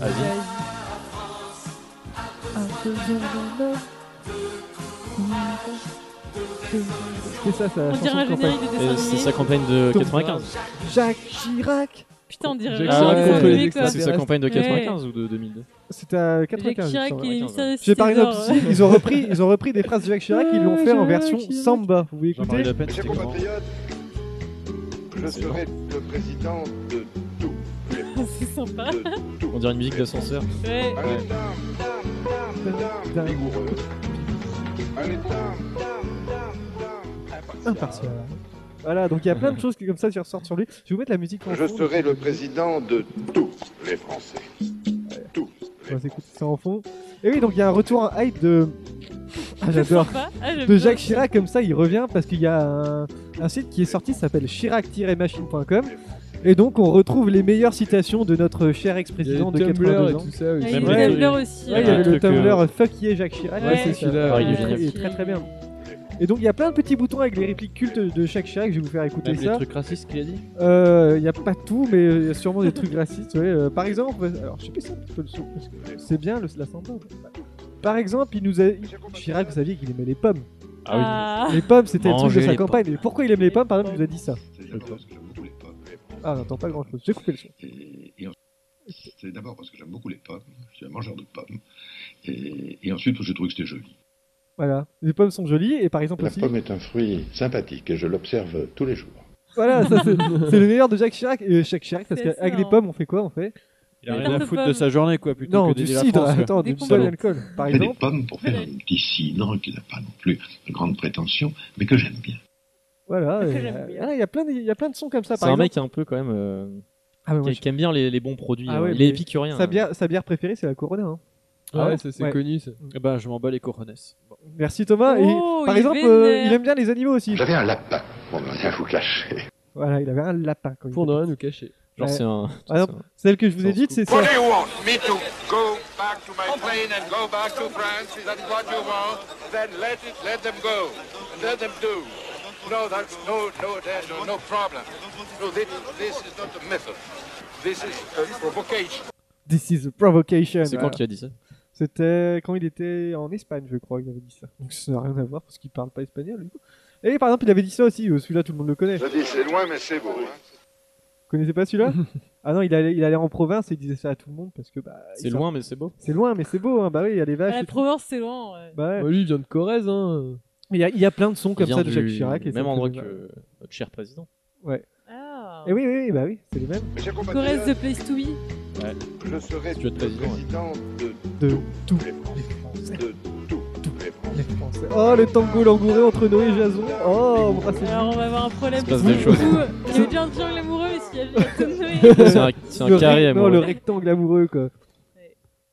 F: C'est ça, ça.
G: On dirait un générique de dessin
H: et C'est sa
G: animé.
H: campagne
J: Euh,
H: de
F: Tom-
H: 95.
F: Jacques Chirac.
G: Putain, on dirait
F: Jacques
G: vraiment
F: Chirac
G: un
F: contre
G: dessin
F: les
G: animé, quoi.
H: C'est sa campagne de
G: Ouais.
H: 95 ou de 2002
F: C'est à
G: Jacques
F: 95. il me
G: Chirac
F: semble.
G: et les mystères de
F: J'ai pas rien
G: César.
F: appris. Ils ont repris, ils ont repris des phrases de Jacques Chirac. Ils l'ont fait en version samba. Vous pouvez
H: Jean-Marie
F: écouter
H: Le Pen,
K: Mes chers
H: c'était comment
K: compatriotes, je serai le président de tout.
G: C'est sympa.
K: De tout.
H: On dirait une musique d'ascenseur.
G: Ouais.
F: Ah,
K: Un État, d'armes,
F: Dame.
K: vigoureux. Un État, d'armes,
F: Impartial. Voilà, donc il y a plein de choses qui, comme ça qui ressortent sur lui. Je vais vous mettre la musique en
K: Je
F: fond.
K: serai le président de tous les Français. Tous.
F: On écoute ça en fond. Et oui, donc il y a un retour en hype de. Ah, j'adore.
G: Sympa. Ah, j'aime
F: De
G: bien.
F: Jacques Chirac, comme ça, il revient parce qu'il y a un, un site qui est sorti, ça s'appelle chirac-machine.com. Et donc, on retrouve les meilleures citations de notre cher
E: Il y a
F: ex-président de
E: les Tumblr
F: 82
E: et
F: ans.
E: tout ça
G: Ah,
E: aussi.
G: il y
H: Même
G: a
F: les-
G: le Tumblr aussi. hein. Ah,
F: Ouais, il y
G: ouais.
F: avait
H: un
F: le
H: truc,
F: Tumblr
H: euh,
F: euh, Fuck yeah Jacques Chirac.
G: Ouais,
F: c'est
E: celui-là,
F: ça.
E: ouais,
H: Ah, il est génial.
F: est très très bien. Et donc il y a plein de petits boutons avec les répliques cultes de Jacques Chirac. Je vais vous faire écouter
H: Même les
F: ça.
H: trucs racistes qu'il a dit
F: Euh, Il n'y a pas tout, mais euh, il y a sûrement des trucs racistes. ouais. Euh, par exemple, euh, alors je sais pas si on peut le son, parce que c'est bien le, la samba. Par exemple, il nous a. Chirac, vous saviez qu'il aimait les pommes.
G: Ah,
F: Les pommes, c'était le truc de
H: Mangez
F: sa
H: les
F: campagne. Mais pourquoi il aime les pommes Par exemple, il nous a dit ça.
K: C'est d'abord parce que j'aime beaucoup les pommes. les pommes.
F: Ah, on n'entend pas grand chose. J'ai coupé le son.
K: Et- et en- C'est d'abord parce que j'aime beaucoup les pommes. Je suis un mangeur de pommes. Et, et ensuite, je trouvais que c'était joli.
F: Voilà. Les pommes sont jolies, et par exemple aussi.
K: est un fruit sympathique et je l'observe euh, tous les jours.
F: Voilà, ça c'est c'est le meilleur de Jacques Chirac. Et Jacques Chirac, parce
G: C'est
F: qu'avec
G: excellent.
F: les pommes, on fait quoi On fait
J: Il a
G: Mais
J: rien
G: tarte
J: à
G: aux
J: foutre
G: pommes.
J: de sa journée, quoi, plutôt
F: Non,
J: que
F: du
J: d'aider la
F: cidre.
J: France, quoi.
F: Attends,
G: Des
F: du
G: pommes.
F: cidre d'alcool, par
K: Je fais des
F: exemple.
K: pommes pour faire un petit cidre qui n'a pas non plus de grandes prétentions, mais que j'aime bien.
F: Voilà.
G: Ah, Que
F: euh,
G: j'aime bien.
F: voilà, Il y a plein de- il y a plein de sons comme ça,
H: C'est
F: Ah, par exemple.
H: un mec qui est un peu quand même. euh,
F: Ah, mais moi,
H: qui, qui aime bien les, les bons produits.
F: Ah
H: hein.
F: ouais,
H: il est
F: mais
H: épicurien.
F: Sa
H: hein.
F: bière, sa bière préférée, c'est la Corona. hein.
E: Ah ouais, ça c'est
F: Ouais.
E: connu ça.
J: Eh ben, je m'en bats les coronesses.
F: Merci Thomas.
G: Oh,
F: et, par
G: il est
F: exemple, euh,
G: vénère.
F: il aime bien les animaux aussi.
K: J'avais un lapin. Bon, ben, rien vous cacher.
F: Voilà, il avait un lapin. Quand il
E: Pour
F: était
E: ne rien nous cacher.
H: Genre,
F: Ouais.
H: c'est un.
F: Ah non. petit. Celle que je vous ai
H: Sans
F: dite,
H: scoop.
F: c'est ça.
K: want? Me to go back to my plane and go back to France. Is that what you want? Then let it, let them go. Let them do. No, that's no, no, there's no, no problem. No, this, this is not a method. This is a provocation.
F: This is a provocation.
H: C'est quand
F: Voilà.
H: qu'il a dit ça
F: C'était quand il était en Espagne, je crois, qu'il avait dit ça. Donc ça n'a rien à voir parce qu'il parle pas espagnol. Du coup. Et par exemple, il avait dit ça aussi. euh, Celui-là, tout le monde le connaît.
K: Je dis, c'est loin, mais c'est beau. Hein.
F: Vous connaissez pas celui-là Ah non, il allait, il allait en province et il disait ça à tout le monde parce que bah.
H: C'est
F: il sort-
H: loin, mais c'est beau.
F: C'est loin, mais c'est beau. Hein. Bah oui, il y a les vaches.
G: la
F: et tout.
G: Provence, c'est loin. ouais.
F: Bah ouais.
E: Bah, lui il vient de Corrèze hein.
F: Il y, a, il y a plein de sons
H: Il
F: comme
H: vient
F: ça de
H: du
F: Jacques Chirac. et ça
H: Même
F: me
H: endroit
F: fait-
H: que notre cher président.
G: Ah.
F: Et oui, oui, oui, bah oui, c'est les mêmes.
K: Mes chers
G: Corrèze,
K: compatriotes,
G: the place to be.
K: je serai
H: tu veux être
K: le
H: président,
K: président de
F: De tout.
K: tous les Français. De tous les Français.
F: Les Français. Oh, le tango langouré entre Noé et Jason. Oh, embrassez
G: Alors, on va avoir un problème.
H: Il se passe
G: parce
H: des
G: que,
H: choses.
G: du coup, Il y avait déjà un triangle amoureux, mais s'il y avait un Noé.
H: C'est un, c'est un
F: le
H: carré,
F: rec-
H: moi.
F: Non, le rectangle amoureux, quoi.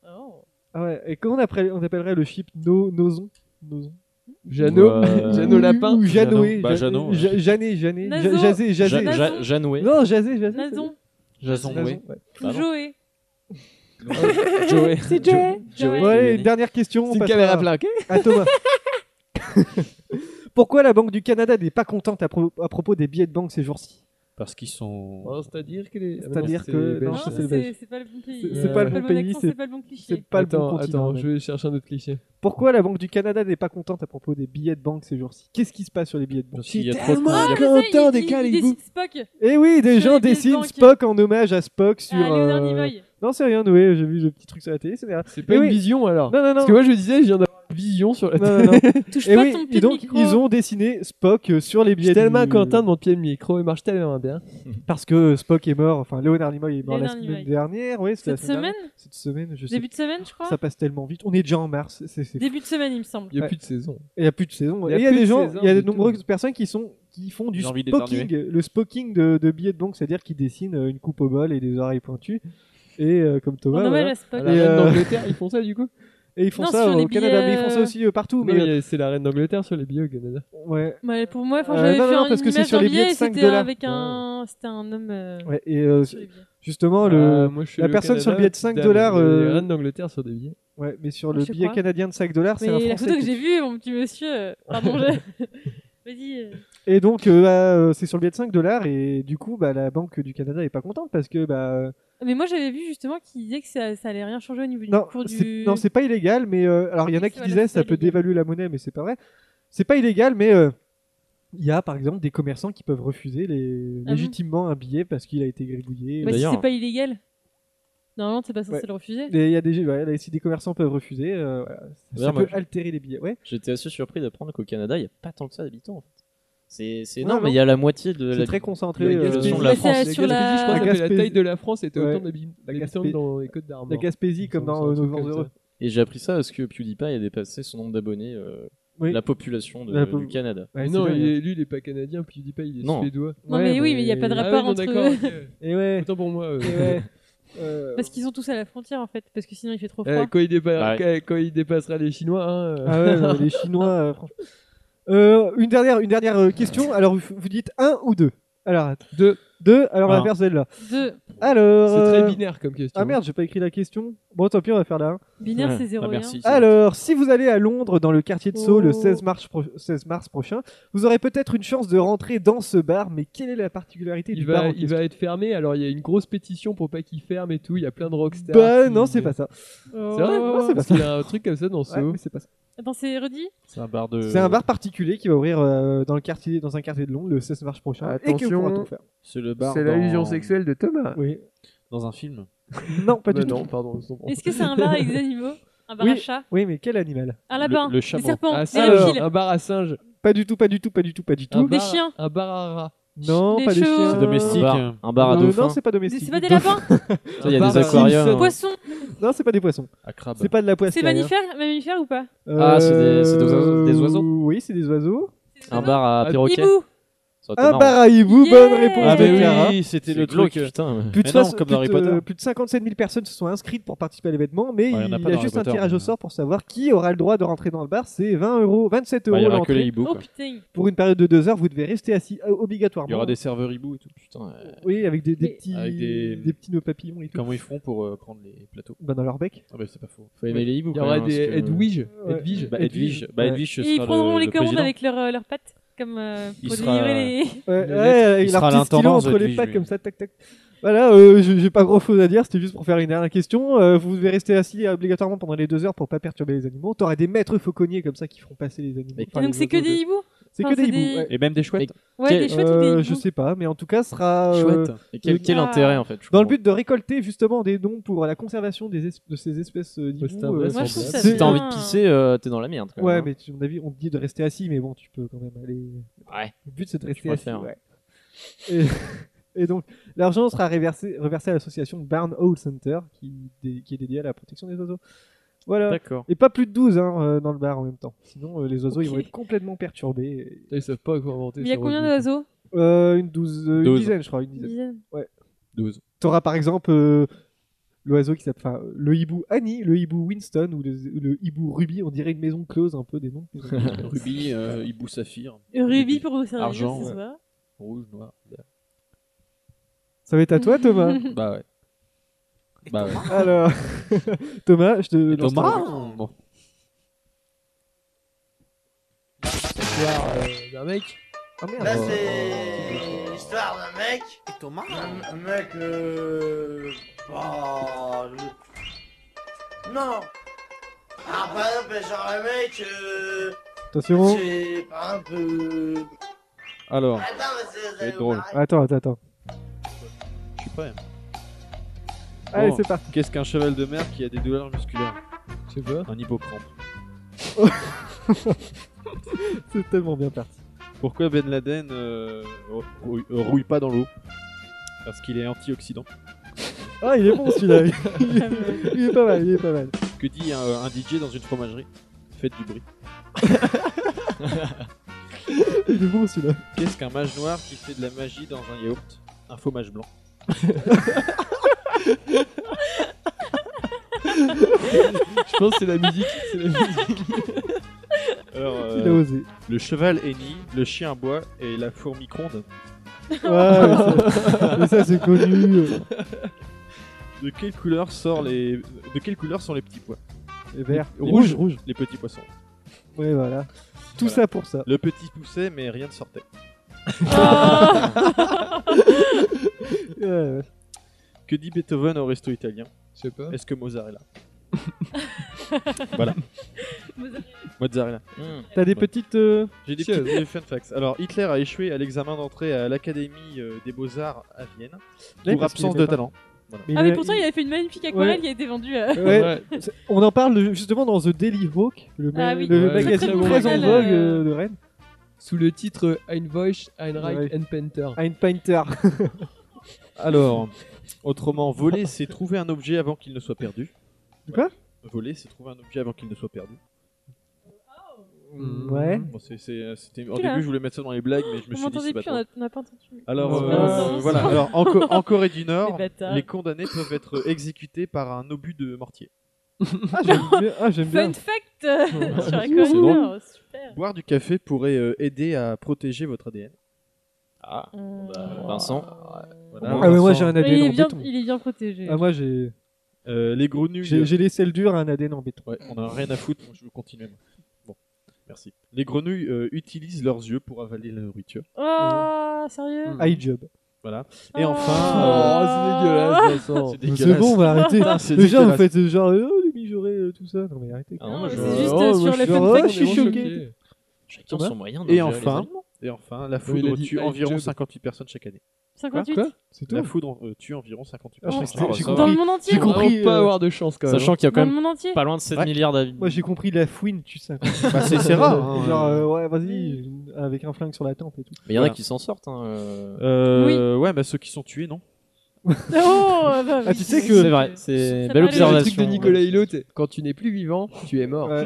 G: Oh.
F: Ah ouais, et comment on, appelle- on appellerait le chip no, Noson Noson
E: Jeannot,
H: Ouais.
E: euh, Jeannot Lapin.
F: Ou Janoé.
H: Jeannot. Bah, Jeannot, ouais.
F: Jané, Jané.
G: Nazo.
F: Jazé, Jazé.
H: Ja- Ja- Janoué.
F: Non, Jazé, Jazé.
G: Nazon,
H: Jason,
F: Nazon,
H: ouais.
F: ouais.
H: Bah non.
G: Joé.
H: Joey.
G: C'est Joé.
H: Joey.
F: Bon,
G: Joé.
F: allez,
H: Jané.
F: dernière question. on
E: C'est une
F: passe
E: caméra
F: à-
E: plaquée.
F: À Thomas. Pourquoi la Banque du Canada n'est pas contente à, pro- à propos des billets de banque ces jours-ci
J: Parce qu'ils sont.
E: Oh, C'est-à-dire que les. Ah,
F: C'est-à-dire que- non,
G: Non,
F: ça, c'est le
G: c'est
F: belge.
G: c'est pas le bon pays.
F: C'est-
E: c'est pas le
F: bon
G: bon
F: pays,
G: accent,
F: c'est-
G: C'est pas le bon
F: C'est
G: cliché.
F: pas le
E: attends,
F: bon continent.
E: attends,
F: même.
E: je vais chercher un autre cliché.
F: Pourquoi la Banque du Canada n'est pas contente à propos des billets de banque ces jours-ci Qu'est-ce qui se passe sur les billets de banque
J: Parce qu'il y a
E: J'étais
J: trop de
E: tellement-
J: candidats.
G: Quand
E: Quentin, décalez-vous.
G: Spock.
F: Eh oui, des
G: Sur
F: gens
G: les billets de
F: dessinent
G: banque.
F: Spock en hommage à Spock sur.
G: Ah, Leonard
F: euh,
G: Nimoy.
F: Non, c'est rien, Noé, j'ai vu le petit truc sur la télé, c'est rien.
E: C'est pas
F: Eh
E: une
F: oui.
E: vision alors.
F: Non, non, non.
E: Parce que moi je disais, je viens d'avoir une vision sur la
F: Non, non, non.
G: Touche
F: Et
G: pas
F: Eh oui,
G: ton pied
F: et
G: de
F: donc
G: micro.
F: ils ont dessiné Spock euh, sur les
E: Je suis
F: billets
E: tellement
F: du-
E: Quentin de mon pied de micro, il marche tellement bien.
F: Parce que Spock est mort, enfin Leonard Nimoy est mort la
G: Leonard
F: semaine
G: Nimoy.
F: dernière, oui, c'était la
G: Cette semaine
F: dernière. Cette semaine, je sais.
G: Début de semaine, je
F: pas.
G: crois.
F: Ça passe tellement vite. On est déjà en mars, c'est c'est-
G: Début de semaine, il me semble.
E: Il y a
F: Ouais.
E: plus de saison.
F: Il y a plus de saison. Et
E: Il y a
F: Il y a,
E: plus
F: des
E: de
F: gens,
E: saison
F: il y a de
E: du tout.
F: nombreuses personnes qui sont qui font du
J: J'ai envie
F: spoking, le spoking de, de billets de banque, c'est-à-dire qui dessinent euh, une coupe au bol et des oreilles pointues. Et euh, comme
G: On
F: Thomas,
G: Noël
F: voilà.
G: à Spock.
E: La
F: Et,
E: reine
F: euh,
E: d'Angleterre, ils font ça du coup
F: Et ils font
G: Non,
F: ça
G: sur les
F: au Canada,
G: billets,
F: mais ils font ça
G: euh,
F: aussi euh, partout.
E: Non,
F: mais
E: il y a- c'est la reine d'Angleterre sur les billets au Canada.
F: Ouais.
G: Ouais, pour moi, enfin,
F: Euh,
G: j'avais
F: non,
G: vu
F: non,
G: un-
F: parce
G: une
F: que c'est
G: image
F: sur
G: d'un
F: les billets
G: billet
F: de
G: et
F: 5
G: c'était
F: dollars.
G: avec un, c'était un homme. euh,
F: Ouais, et euh,
G: sur les Euh, billets.
F: justement,
E: Ah,
F: le,
E: moi, je suis
F: la
E: allé au
F: personne sur le
E: Canada,
F: billet de 5
E: dame,
F: dollars.
E: il y a Les
F: euh,
E: reines d'Angleterre sur des billets.
F: Ouais, mais sur
G: Ouais,
F: le
G: je
F: billet
G: crois.
F: canadien de 5 dollars, c'est un
G: Mais la
F: français.
G: photo
F: qui-
G: que j'ai vue, mon petit monsieur. euh, Pardon, je- Vas-y. euh,
F: Et donc, euh, bah, euh, c'est sur le billet de 5 dollars, et du coup, bah, la Banque du Canada est pas contente parce que. Bah,
G: Mais moi, j'avais vu justement qu'il disait que ça, ça allait rien changer au niveau du
F: non,
G: cours
F: c'est-
G: du.
F: non, c'est pas illégal, mais. euh, alors, il y en a
G: Oui,
F: qui
G: voilà,
F: disaient
G: c'est pas
F: ça peut
G: illégal.
F: dévaluer la monnaie, mais c'est pas vrai. C'est pas illégal, mais. euh, il y a par exemple des commerçants qui peuvent refuser les...
G: Ah bon
F: légitimement un billet parce qu'il a été gribouillé.
G: Bah, si
F: D'ailleurs,
G: c'est pas illégal. Normalement, t'es pas censé
F: Ouais.
G: le refuser.
F: Et il y a des, ouais, là, si des commerçants peuvent refuser, euh, voilà, ça- ça
H: D'ailleurs, moi,
F: peut
H: je-
F: altérer les billets. Ouais.
H: J'étais assez surpris d'apprendre qu'au Canada, il n'y a pas tant que ça d'habitants en fait. C'est c'est
F: Ouais,
H: énorme,
F: non.
H: mais il y a la moitié de
F: C'est
H: la
F: très concentré,
H: de la
F: euh,
H: population de
F: Mais
H: la
F: c'est
H: France.
G: sur la-
E: je crois que la
F: Gaspésie.
E: taille de la France était
F: Ouais.
E: autant d'habitants
F: La Gaspé-
E: dans les côtes d'Armor.
F: La Gaspésie, comme dans euh, Nos Vents Heureux.
H: Et j'ai appris ça parce que PewDiePie a dépassé son nombre d'abonnés, euh,
F: Oui.
H: la population de-
F: La po-
H: du Canada.
F: Ouais,
E: Mais
F: c'est
E: non,
F: dingue. hein.
E: il est, lui, il est pas canadien, puis il dit pas, il est
H: Non.
E: suédois.
G: Non, mais oui, mais il y a pas de
E: Ah oui,
G: rapport
E: non,
G: entre
E: d'accord,
G: eux.
E: ok.
F: Et Eh ouais.
E: Autant pour moi. euh.
F: et ouais. Euh,
G: Parce qu'ils sont tous à la frontière en fait, parce que sinon il fait trop
E: Euh,
G: froid.
E: quand, il dépa-
H: Ouais.
E: quand- quand il dépassera les Chinois, hein, euh.
F: Ah ouais, non, les Chinois, euh, franchement. Euh, une dernière, une dernière euh, question. Alors, vous, vous dites un ou deux Alors, deux. Deux, alors on
H: Un.
F: va faire celle-là.
G: Deux.
F: Alors.
E: Ah. c'est très
F: euh,
E: binaire comme question.
F: Ah merde, j'ai pas écrit la question. Bon, tant pis, on va faire la un.
G: Binaire, c'est 0
H: Ah,
G: et
H: merci.
F: Alors, si vous allez à Londres dans le quartier de Sceaux le
G: Oh.
F: 16 mars, pro- 16 mars prochain, vous aurez peut-être une chance de rentrer dans ce bar, mais quelle est la particularité
E: Il
F: du bar
E: va,
F: en
E: il
F: question
E: va être fermé, alors il y a une grosse pétition pour pas qu'il ferme et tout, il y a plein de rockstars.
F: Bah
E: qui-
F: non, c'est pas ça.
E: C'est vrai
F: Ouais, c'est pas
E: Parce
F: ça.
E: qu'il y a un truc comme ça dans ce.
F: Ouais, mais c'est pas ça.
G: un. Attends, c'est redit
H: C'est un bar de.
F: C'est un bar particulier qui va ouvrir euh, dans, le quartier, dans un quartier de Londres le 16 mars prochain. Et que vous
E: Attention.
F: pourrez tout faire.
H: C'est le bar.
E: C'est
H: dans-
E: l'allusion sexuelle de Thomas.
F: Oui.
H: Dans un film.
F: Non, pas
E: Bah
F: du
E: non,
F: tout.
E: pardon. c'est bon.
G: Est-ce que c'est un bar avec des animaux Un bar
F: Oui.
G: à chat
F: Oui, mais quel animal
G: Un
H: Le-
G: lapin
H: le
G: Des
H: chaman.
G: serpents
E: Ah,
G: Des
E: ça, alors,
G: reptiles
E: un bar à singes.
F: Pas du tout, pas du tout, pas du tout, pas du
E: Un
F: tout.
G: Des
E: bar-
G: chiens
E: Un bar à rats.
F: Non,
G: des
F: pas des
G: chevaux.
F: chiens.
G: C'est
H: Un
D: domestique.
H: bar,
D: hein.
H: un bar à
F: Euh,
H: dauphins.
F: Non, c'est pas
G: Des-
F: domestique.
G: C'est pas des
F: Dauphin-
G: lapins
H: Il y a
E: bar
H: des
E: à
H: aquariums.
G: Poissons
F: Non, c'est pas des poissons.
H: À crabe.
F: C'est pas de la poisse.
G: C'est
F: carrière.
G: mammifères Mammifères ou pas
H: Ah, c'est des- c'est des oiseaux- des oiseaux
F: Euh, Oui, c'est des oiseaux.
H: Un bar à
E: Un
H: perroquet.
G: Hibou
H: Ça aurait été
F: Un
H: marrant.
F: bar à hibou,
G: Yeah
F: bonne réponse
G: Ah,
F: de
G: bah oui.
F: Clara.
H: C'est
J: c'était
H: glauque, Putain.
F: Plus de,
J: Mais non,
F: soix-
J: comme dans
F: plus,
J: Harry
F: de-
J: Potter.
F: plus de 57 000 personnes se sont inscrites pour participer à l'événement, mais
J: Ouais, y en a
F: il
J: pas
F: y
J: dans
F: a
J: Harry
F: juste un
J: Potter,
F: tirage au
J: mais-
F: sort pour savoir qui aura le droit de rentrer dans le bar. C'est 20 euros, 27 euros
H: Bah, Il y aura que les
F: l'entrée.
H: hiboux.
G: Oh
H: quoi.
G: putain
F: Pour une période de 2 heures, vous devez rester assis euh, obligatoirement.
J: Il y aura des serveurs hiboux et tout.
H: Putain. euh,
F: Oui, avec des, des
G: Mais-
F: petits,
J: Avec des-
F: des petits nœuds papillons et tout.
J: Comment ils font pour euh, prendre les plateaux
F: Bah, dans leur bec.
J: Ah bah c'est pas faux.
H: Faut aimer les hiboux.
E: Il y
H: quand
E: aura
H: même,
E: des
H: parce que-
E: Edwige.
F: Ouais.
E: Edwige.
H: Bah, Edwige. Bah,
F: Ouais.
H: Edwige, ce
G: Et ils
H: sera
G: prendront
H: le-
G: les
H: le
G: commandes
H: président.
G: avec leurs euh, leurs pattes comme euh,
H: Il
G: pour
H: sera-
G: délivrer les.
F: Ouais,
E: Le
F: ouais,
J: il
F: il
J: sera
F: a un petit stylo
J: l'intendance,
F: entre les
J: Edwige,
F: pattes
J: lui.
F: comme ça, tac tac. Voilà, euh, j'ai j'ai pas grand chose à dire, c'était juste pour faire une dernière question. Euh, vous devez rester assis euh, obligatoirement pendant les deux heures pour pas perturber les animaux. T'auras des maîtres fauconniers comme ça qui feront passer les animaux.
H: Mais-
G: Et
F: Enfin,
G: donc
F: les
G: c'est que
F: oiseaux
G: des
F: de-
G: hiboux
F: C'est que
G: enfin,
F: des
G: Ah, c'est
F: hiboux.
G: des-
F: ouais.
J: Et même des chouettes.
G: Ouais, des chouettes ou
F: Euh,
G: des
F: Je
G: hiboux
F: sais pas, mais en tout cas, ce sera euh,
J: Chouettes.
H: Et quel, quel
G: Ah.
H: intérêt en fait je
F: dans le
H: comprends.
F: but de récolter justement des dons pour la conservation des es- de ces espèces euh,
E: Ouais, c'est
F: d'hiboux.
E: un
F: euh,
E: vrai
G: Moi je trouve ça
F: C'est-
H: Si t'as
G: bien.
H: envie de pisser, euh, t'es dans la merde. Quand
F: Ouais,
H: même,
F: mais tu- à mon avis, on te dit de rester assis, mais bon, tu peux quand même aller.
H: hein. Ouais.
F: Le but, c'est de rester
H: peux le
F: assis.
H: faire.
F: ouais. Et, et donc, l'argent sera reversé, reversé à l'association Barn Owl Center, qui, dé- qui est dédiée à la protection des oiseaux. Voilà.
H: D'accord.
F: Et pas plus de 12 hein, euh, dans le bar en même temps. Sinon, euh, les oiseaux, ils
G: Ok.
F: vont être complètement perturbés.
E: Ils savent pas quoi inventer.
G: Mais il y a
E: sur
G: combien
E: Edwige.
G: d'oiseaux
F: Euh, une, douze- euh, une
H: Douze.
F: dizaine, je crois. Une
G: Une
F: dizaine.
G: dizaine.
J: 12.
F: T'auras par exemple euh, l'oiseau qui s'appelle. Enfin, le hibou Annie, le hibou Winston ou le, le hibou Ruby. On dirait une maison close un peu des noms.
J: Ruby, euh, hibou saphir,
G: Ruby pour vous servir
J: Argent,
G: ce
J: ouais.
G: soir.
J: rouge, noir. vert.
F: Ça va être à toi, Thomas.
J: Bah ouais. Bah ouais.
F: Alors, Thomas, je te. lance ta
J: Thomas
E: Ah
J: Bon.
E: Histoire, euh, d'un mec.
F: Ah merde.
B: Là, c'est l'histoire d'un mec.
C: hein Et Thomas
B: Un, un mec. Euh... bah, le- Non Ah, par exemple, genre un mec. Euh...
F: Attention.
B: C'est par exemple. euh,
J: Alors,
B: Attends, mais c'est.
J: va être drôle.
F: Attends, attends, attends.
J: je suis prêt.
F: Allez,
J: Bon.
F: c'est parti.
J: Oh, Qu'est-ce qu'un cheval de mer qui a des douleurs musculaires
E: Je sais pas.
J: Un hippocampe.
F: C'est tellement bien parti.
J: Pourquoi Ben Laden euh, rouille, euh, rouille pas dans l'eau Parce qu'il est antioxydant.
F: Ah, il est bon celui-là. il, est, il est pas mal, il est pas mal.
J: Que dit un, euh, un DJ dans une fromagerie Faites du bruit.
F: Il est bon celui-là.
J: Qu'est-ce qu'un mage noir qui fait de la magie dans un yaourt Un faux mage blanc. Je pense que c'est la musique. C'est la musique. Alors, euh,
F: Il a osé.
J: Le cheval hennit, le chien à bois et la four micro-ondes.
F: Ouais, mais ça- mais ça, c'est connu.
J: De quelle couleur sort les de quelle couleur sont les petits pois
F: Les verts.
J: Les- les
F: Rouge,
J: petits-
F: rouge.
J: Les petits poissons.
F: Ouais, voilà. Tout
J: Voilà.
F: ça pour ça.
J: Le petit poussait mais rien ne sortait.
F: Ouais, ouais.
J: que dit Beethoven au resto italien Je sais pas. Est-ce que Mozart est là Voilà.
G: Oh.
J: Mozzarella.
F: T'as des petites, euh,
J: J'ai des
F: choses.
J: petites des fun facts. Alors, Hitler a échoué à l'examen d'entrée à l'Académie euh, des Beaux-Arts à Vienne
F: Ouais,
J: pour
F: parce qu'il
J: absence
F: avait
J: de
F: pas-
J: talent.
F: Mais
G: Ah,
F: il
G: mais
F: a-
G: pourtant,
F: il-
G: il avait fait une magnifique aquarelle
F: Ouais.
G: qui a euh. été vendue à.
F: Ouais. C'est- On en parle de- justement dans The Daily Hawk, le, ma-
G: Ah oui.
F: le
G: Ouais,
F: magazine
G: très, très
F: très en
G: mauvais,
F: vogue
G: euh,
F: euh, de Rennes.
E: Sous le titre euh, Ein Voice, Ein Reich,
F: Ouais.
E: Ein Painter.
F: Ein Painter.
J: Alors, autrement, voler, c'est trouver un objet avant qu'il ne soit perdu.
F: Quoi
J: Voler, c'est trouver un objet avant qu'il ne soit perdu.
F: Ouais.
J: Bon, c'est- c'est- c'était- en
G: Oula.
J: début, je voulais mettre ça dans les blagues, mais je me
G: On
J: suis dit.
G: m'entendait
J: c'est
G: plus,
J: pas
G: on a-
J: trop.
G: on n'a pas entendu.
J: Alors,
G: C'est
J: euh,
G: pas grave.
J: voilà. Alors, en, Co- en Corée du Nord,
G: Les bâtards.
J: les condamnés peuvent être exécutés par un obus de mortier.
F: Ah, j'aime bien. Ah, j'aime bien.
G: Fun fact euh, sur la
J: C'est
G: Corée du
J: drôle.
G: Nord, super.
J: Boire du café pourrait euh, aider à protéger votre ADN.
H: Ah,
J: Vincent.
F: Ah, mais moi, j'ai un
G: Mais il,
F: ADN
G: est
F: en
G: bien,
F: béton.
G: il est bien protégé.
F: Ah, moi, j'ai.
J: euh, les grenouilles.
F: J'ai j'ai les selles dures à un ADN en béton.
J: Ouais, on a rien à foutre, donc je veux continuer. moi. Bon, merci. Les grenouilles euh, utilisent leurs yeux pour avaler la nourriture.
F: Mm.
G: Oh, sérieux
F: High job.
J: Voilà.
F: Ah.
J: Et enfin.
G: Ah.
E: Ah, c'est dégueulasse, Vincent.
J: C'est
F: C'est
J: dégueulasse.
F: bon, on va arrêter.
E: Ah,
J: Putain, c'est
F: Déjà, vous
J: dégueulasse.
F: faites euh, genre, euh, oh, les mijaurés, euh, tout ça. Non, mais arrêtez.
H: Ah non, moi,
G: C'est
H: je-
G: juste
E: oh,
G: euh,
E: moi,
G: sur
E: je
G: les
E: suis
G: fun
F: heureux,
G: facts.
F: je suis
G: on est
F: choqué.
G: choqués.
H: Chacun
E: Thomas
H: son moyen
J: Et
H: d'enlever les
J: enfin,
H: Allemands.
J: et enfin, la
E: il a
J: foudre
E: dit
J: tue
E: high
J: environ
E: job.
J: 58 personnes chaque année.
G: 58
E: Quoi C'est tout
J: La foudre euh, tue environ 58
F: Ah, je
J: personnes
F: pensais-
J: chaque année.
F: j'ai
H: ça va.
G: Dans
F: compris.
G: le monde entier
F: J'ai compris.
E: pas
F: euh,
E: avoir de chance quand même. hein.
H: Sachant qu'il y a quand
G: Dans le
H: même
G: monde entier
H: pas loin de 7
J: Ouais.
H: milliards d'habitants.
F: Moi, j'ai compris la fouine, tu sais.
J: Bah, c'est c'est rare. hein.
F: Genre, euh, ouais, vas-y, euh, avec un flingue sur la tempe et tout.
H: Mais il y en a
J: Voilà.
H: qui s'en sortent. Hein. euh.
J: Euh, Ouais, bah ceux qui sont tués, non
G: Oh, bah oui.
F: Ah, tu sais que-
H: C'est vrai, c'est belle
G: Ça va, les-
E: Le
H: observation.
E: truc de Nicolas Hulot, t'es- quand tu n'es plus vivant, tu es mort.
F: Ouais.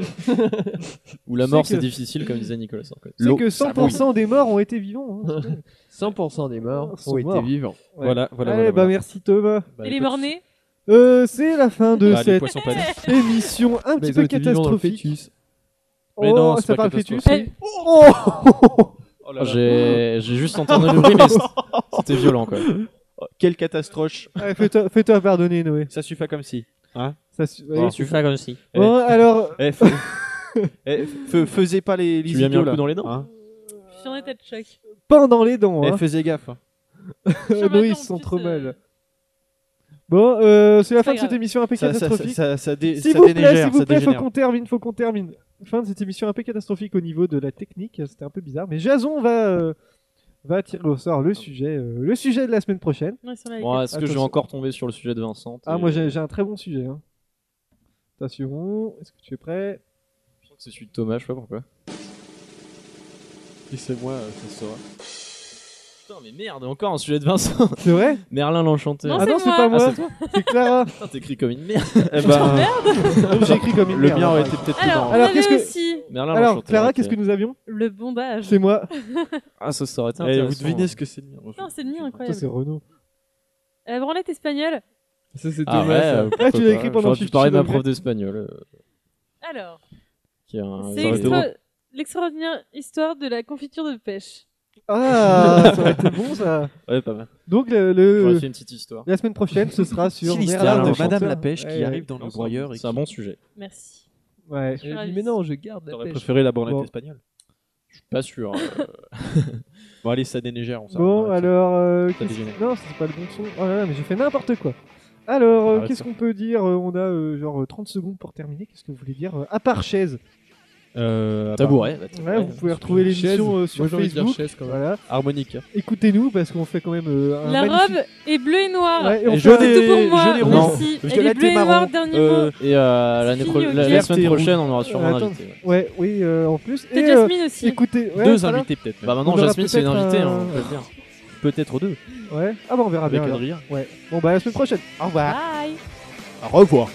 H: Ou la
F: Tu
H: mort,
F: sais
H: c'est
F: que-
H: difficile, comme disait Nicolas Sarkozy.
F: C'est que 100% des morts ont été vivants. hein.
E: 100% des morts
F: Sont
E: ont été
F: morts.
E: vivants.
F: Ouais.
J: Voilà, voilà.
F: Allez,
J: voilà,
F: bah
J: voilà.
F: merci Thomas.
J: Bah,
G: Et les
J: écoute,
G: mornés
F: Euh, c'est la fin de
J: bah, les
F: cette
J: poissons panés.
F: émission un
E: Mais
F: petit
E: ils ont
F: peu
E: été vivants dans le
F: catastrophique.
E: fœtus.
J: Mais
F: oh,
J: non, c'est
F: ça
J: pas
F: parle fœtus.
G: catastrophique.
F: Oh
J: Oh là là.
H: J'ai j'ai juste entendu le bruit, mais c'est- c'était violent quoi.
J: Oh, Quelle catastrophe
F: Allez, fais-toi, fais-toi pardonner Noé.
J: Ça suffit comme si.
F: Ça su-
J: Oh.
H: Tu fais comme si.
J: Eh.
F: Bon, alors
J: Eh, fais- eh, fais- faisais pas les, les
H: Tu lui as mis
J: idiots,
H: un coup
J: là.
H: dans les dents.
J: Hein
G: Je suis en état de choc.
F: pain dans les dents.
J: Eh,
F: Hein.
J: faisais gaffe. hein.
G: Attends,
F: Noé Ah, bah ils
G: en
F: se sent
G: plus,
F: trop
G: euh,
F: mal. Bon, euh, c'est la fin
G: pas
F: de cette
G: grave.
F: émission un peu
J: Ça, ça, ça,
F: catastrophique.
J: ça- ça dé-
F: S'il
J: ça
F: vous plaît,
J: dénégère,
F: s'il vous
J: ça
F: plaît, faut
J: dégénère.
F: qu'on termine, faut qu'on termine. Fin de cette émission un peu catastrophique au niveau de la technique, c'était un peu bizarre. Mais Jason va, euh, va tirer au sort le sujet, euh, le sujet de la semaine prochaine.
G: Non, ils sont là avec
H: Bon, est-ce que je vais
F: Attention.
H: encore tomber sur le sujet de Vincent
F: Ah, moi j'ai j'ai un très bon sujet. Hein. Attention, est-ce que tu es prêt
H: Je crois que c'est celui de Thomas, je sais pas pourquoi.
J: Laissez-moi, euh, ça se saura.
H: Putain, mais merde, encore un sujet de Vincent.
F: C'est vrai
H: Merlin l'enchanteur.
G: Non,
F: Ah
G: c'est
F: non, c'est
G: moi.
F: pas
G: Ah,
F: moi,
H: c'est toi
F: c'est Clara.
H: Putain, t'écris comme une merde.
J: Eh ben,
F: Donc j'ai écrit comme une
J: le
F: merde,
J: mien
F: hein,
J: aurait
F: par
J: été peut-être plus
G: Alors,
J: dans.
G: on
F: Alors,
G: avait
F: qu'est-ce que-
G: aussi
H: Merlin
F: exemple. Alors,
H: l'enchanteur.
F: Clara,
H: ok.
F: qu'est-ce que nous avions
G: le bombage.
F: C'est moi.
H: Ah, ça, ça aurait été
J: Eh,
H: intéressant.
J: vous devinez ce que c'est le mien.
G: Non, c'est le mien,
F: Toi, c'est
G: incroyable.
F: Renaud.
G: La Euh, branlette espagnole.
E: Ça, c'est
H: Ah ouais,
E: dommage. ça.
H: euh,
F: Ah, tu l'as écrit
H: pourquoi pas.
F: pendant
H: J'aurais pu
F: 50
H: parler de ma prof
F: degrés.
H: d'espagnol. euh,
G: Alors,
H: qui est un-
G: c'est
H: Ça aurait été drôle.
G: extra- l'extraordinaire histoire de la confiture de pêche.
F: Ah, ça aurait été bon ça.
J: Ouais, pas mal.
F: Donc le, le-
H: J'aurais fait une petite histoire.
F: la semaine prochaine, ce sera sur
J: C'est l'histoire
F: Merlin
J: de
F: l'Enchanteur.
J: Madame la Pêche qui
F: Ouais,
J: arrive dans le
H: Non, c'est un-
J: broyeur et
H: C'est un bon sujet.
G: Merci.
F: Ouais.
E: Elle a dit,
G: ravie.
E: mais non, je garde la
J: T'aurais
E: pêche.
J: préféré la branlette
F: Bon.
J: espagnole.
H: Je suis pas sûr. euh,
J: Bon, allez, ça dénégère, on s'arrête.
F: Bon, alors. euh, qu'est-ce-
J: dégénère.
F: Non, c'est pas le bon son. Oh là là, mais j'ai fait n'importe quoi. Alors, euh,
J: Arrête
F: qu'est-ce
J: ça.
F: qu'on peut dire Euh, On a euh, genre euh, 30 secondes pour terminer. Qu'est-ce que vous voulez dire euh, À part chaise.
J: Euh,
H: Tabouret. bah,
F: Ouais, vous pouvez retrouver l'émission euh, sur
E: Moi, j'ai envie de dire
F: Facebook.
E: chaise, quand même.
F: Voilà.
J: Harmonique.
F: Écoutez-nous parce qu'on fait quand même euh, un
G: La
F: magnifique-
G: robe est bleue et noire.
F: Ouais, et on
J: Et
F: fait un-
J: jaune
G: C'est tout pour moi.
J: Jaune et rouge.
G: Merci. Elle est
J: Violette
G: bleue
J: et
G: et noire,
J: marron.
G: dernier mot.
J: Euh,
H: Et euh, l'année
G: Fini,
H: pro-
G: ok.
H: la, la semaine
J: Verte et
H: prochaine, on aura
F: Euh,
H: sûrement un
F: attends.
H: invité. ouais.
F: Ouais, oui, euh, en plus.
G: C'est
F: Et, euh,
G: Jasmine aussi.
F: écoutez, ouais,
J: Deux
F: voilà.
J: invités, peut-être.
H: Bah
J: même.
H: maintenant,
F: On aura
H: Jasmine, c'est une
F: peut-être
H: invitée,
F: un-
H: hein, on peut le dire.
J: Peut-être deux.
F: Ouais. Ah bah on verra
J: Avec
F: bien. alors.
J: Adrien.
F: Ouais. Bon bah à la semaine prochaine. Au revoir.
G: Bye.
J: Au revoir.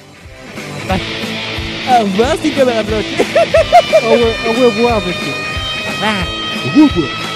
E: Au revoir, c'est comme à la bloc.
F: au, re- au revoir, monsieur.
E: Au revoir.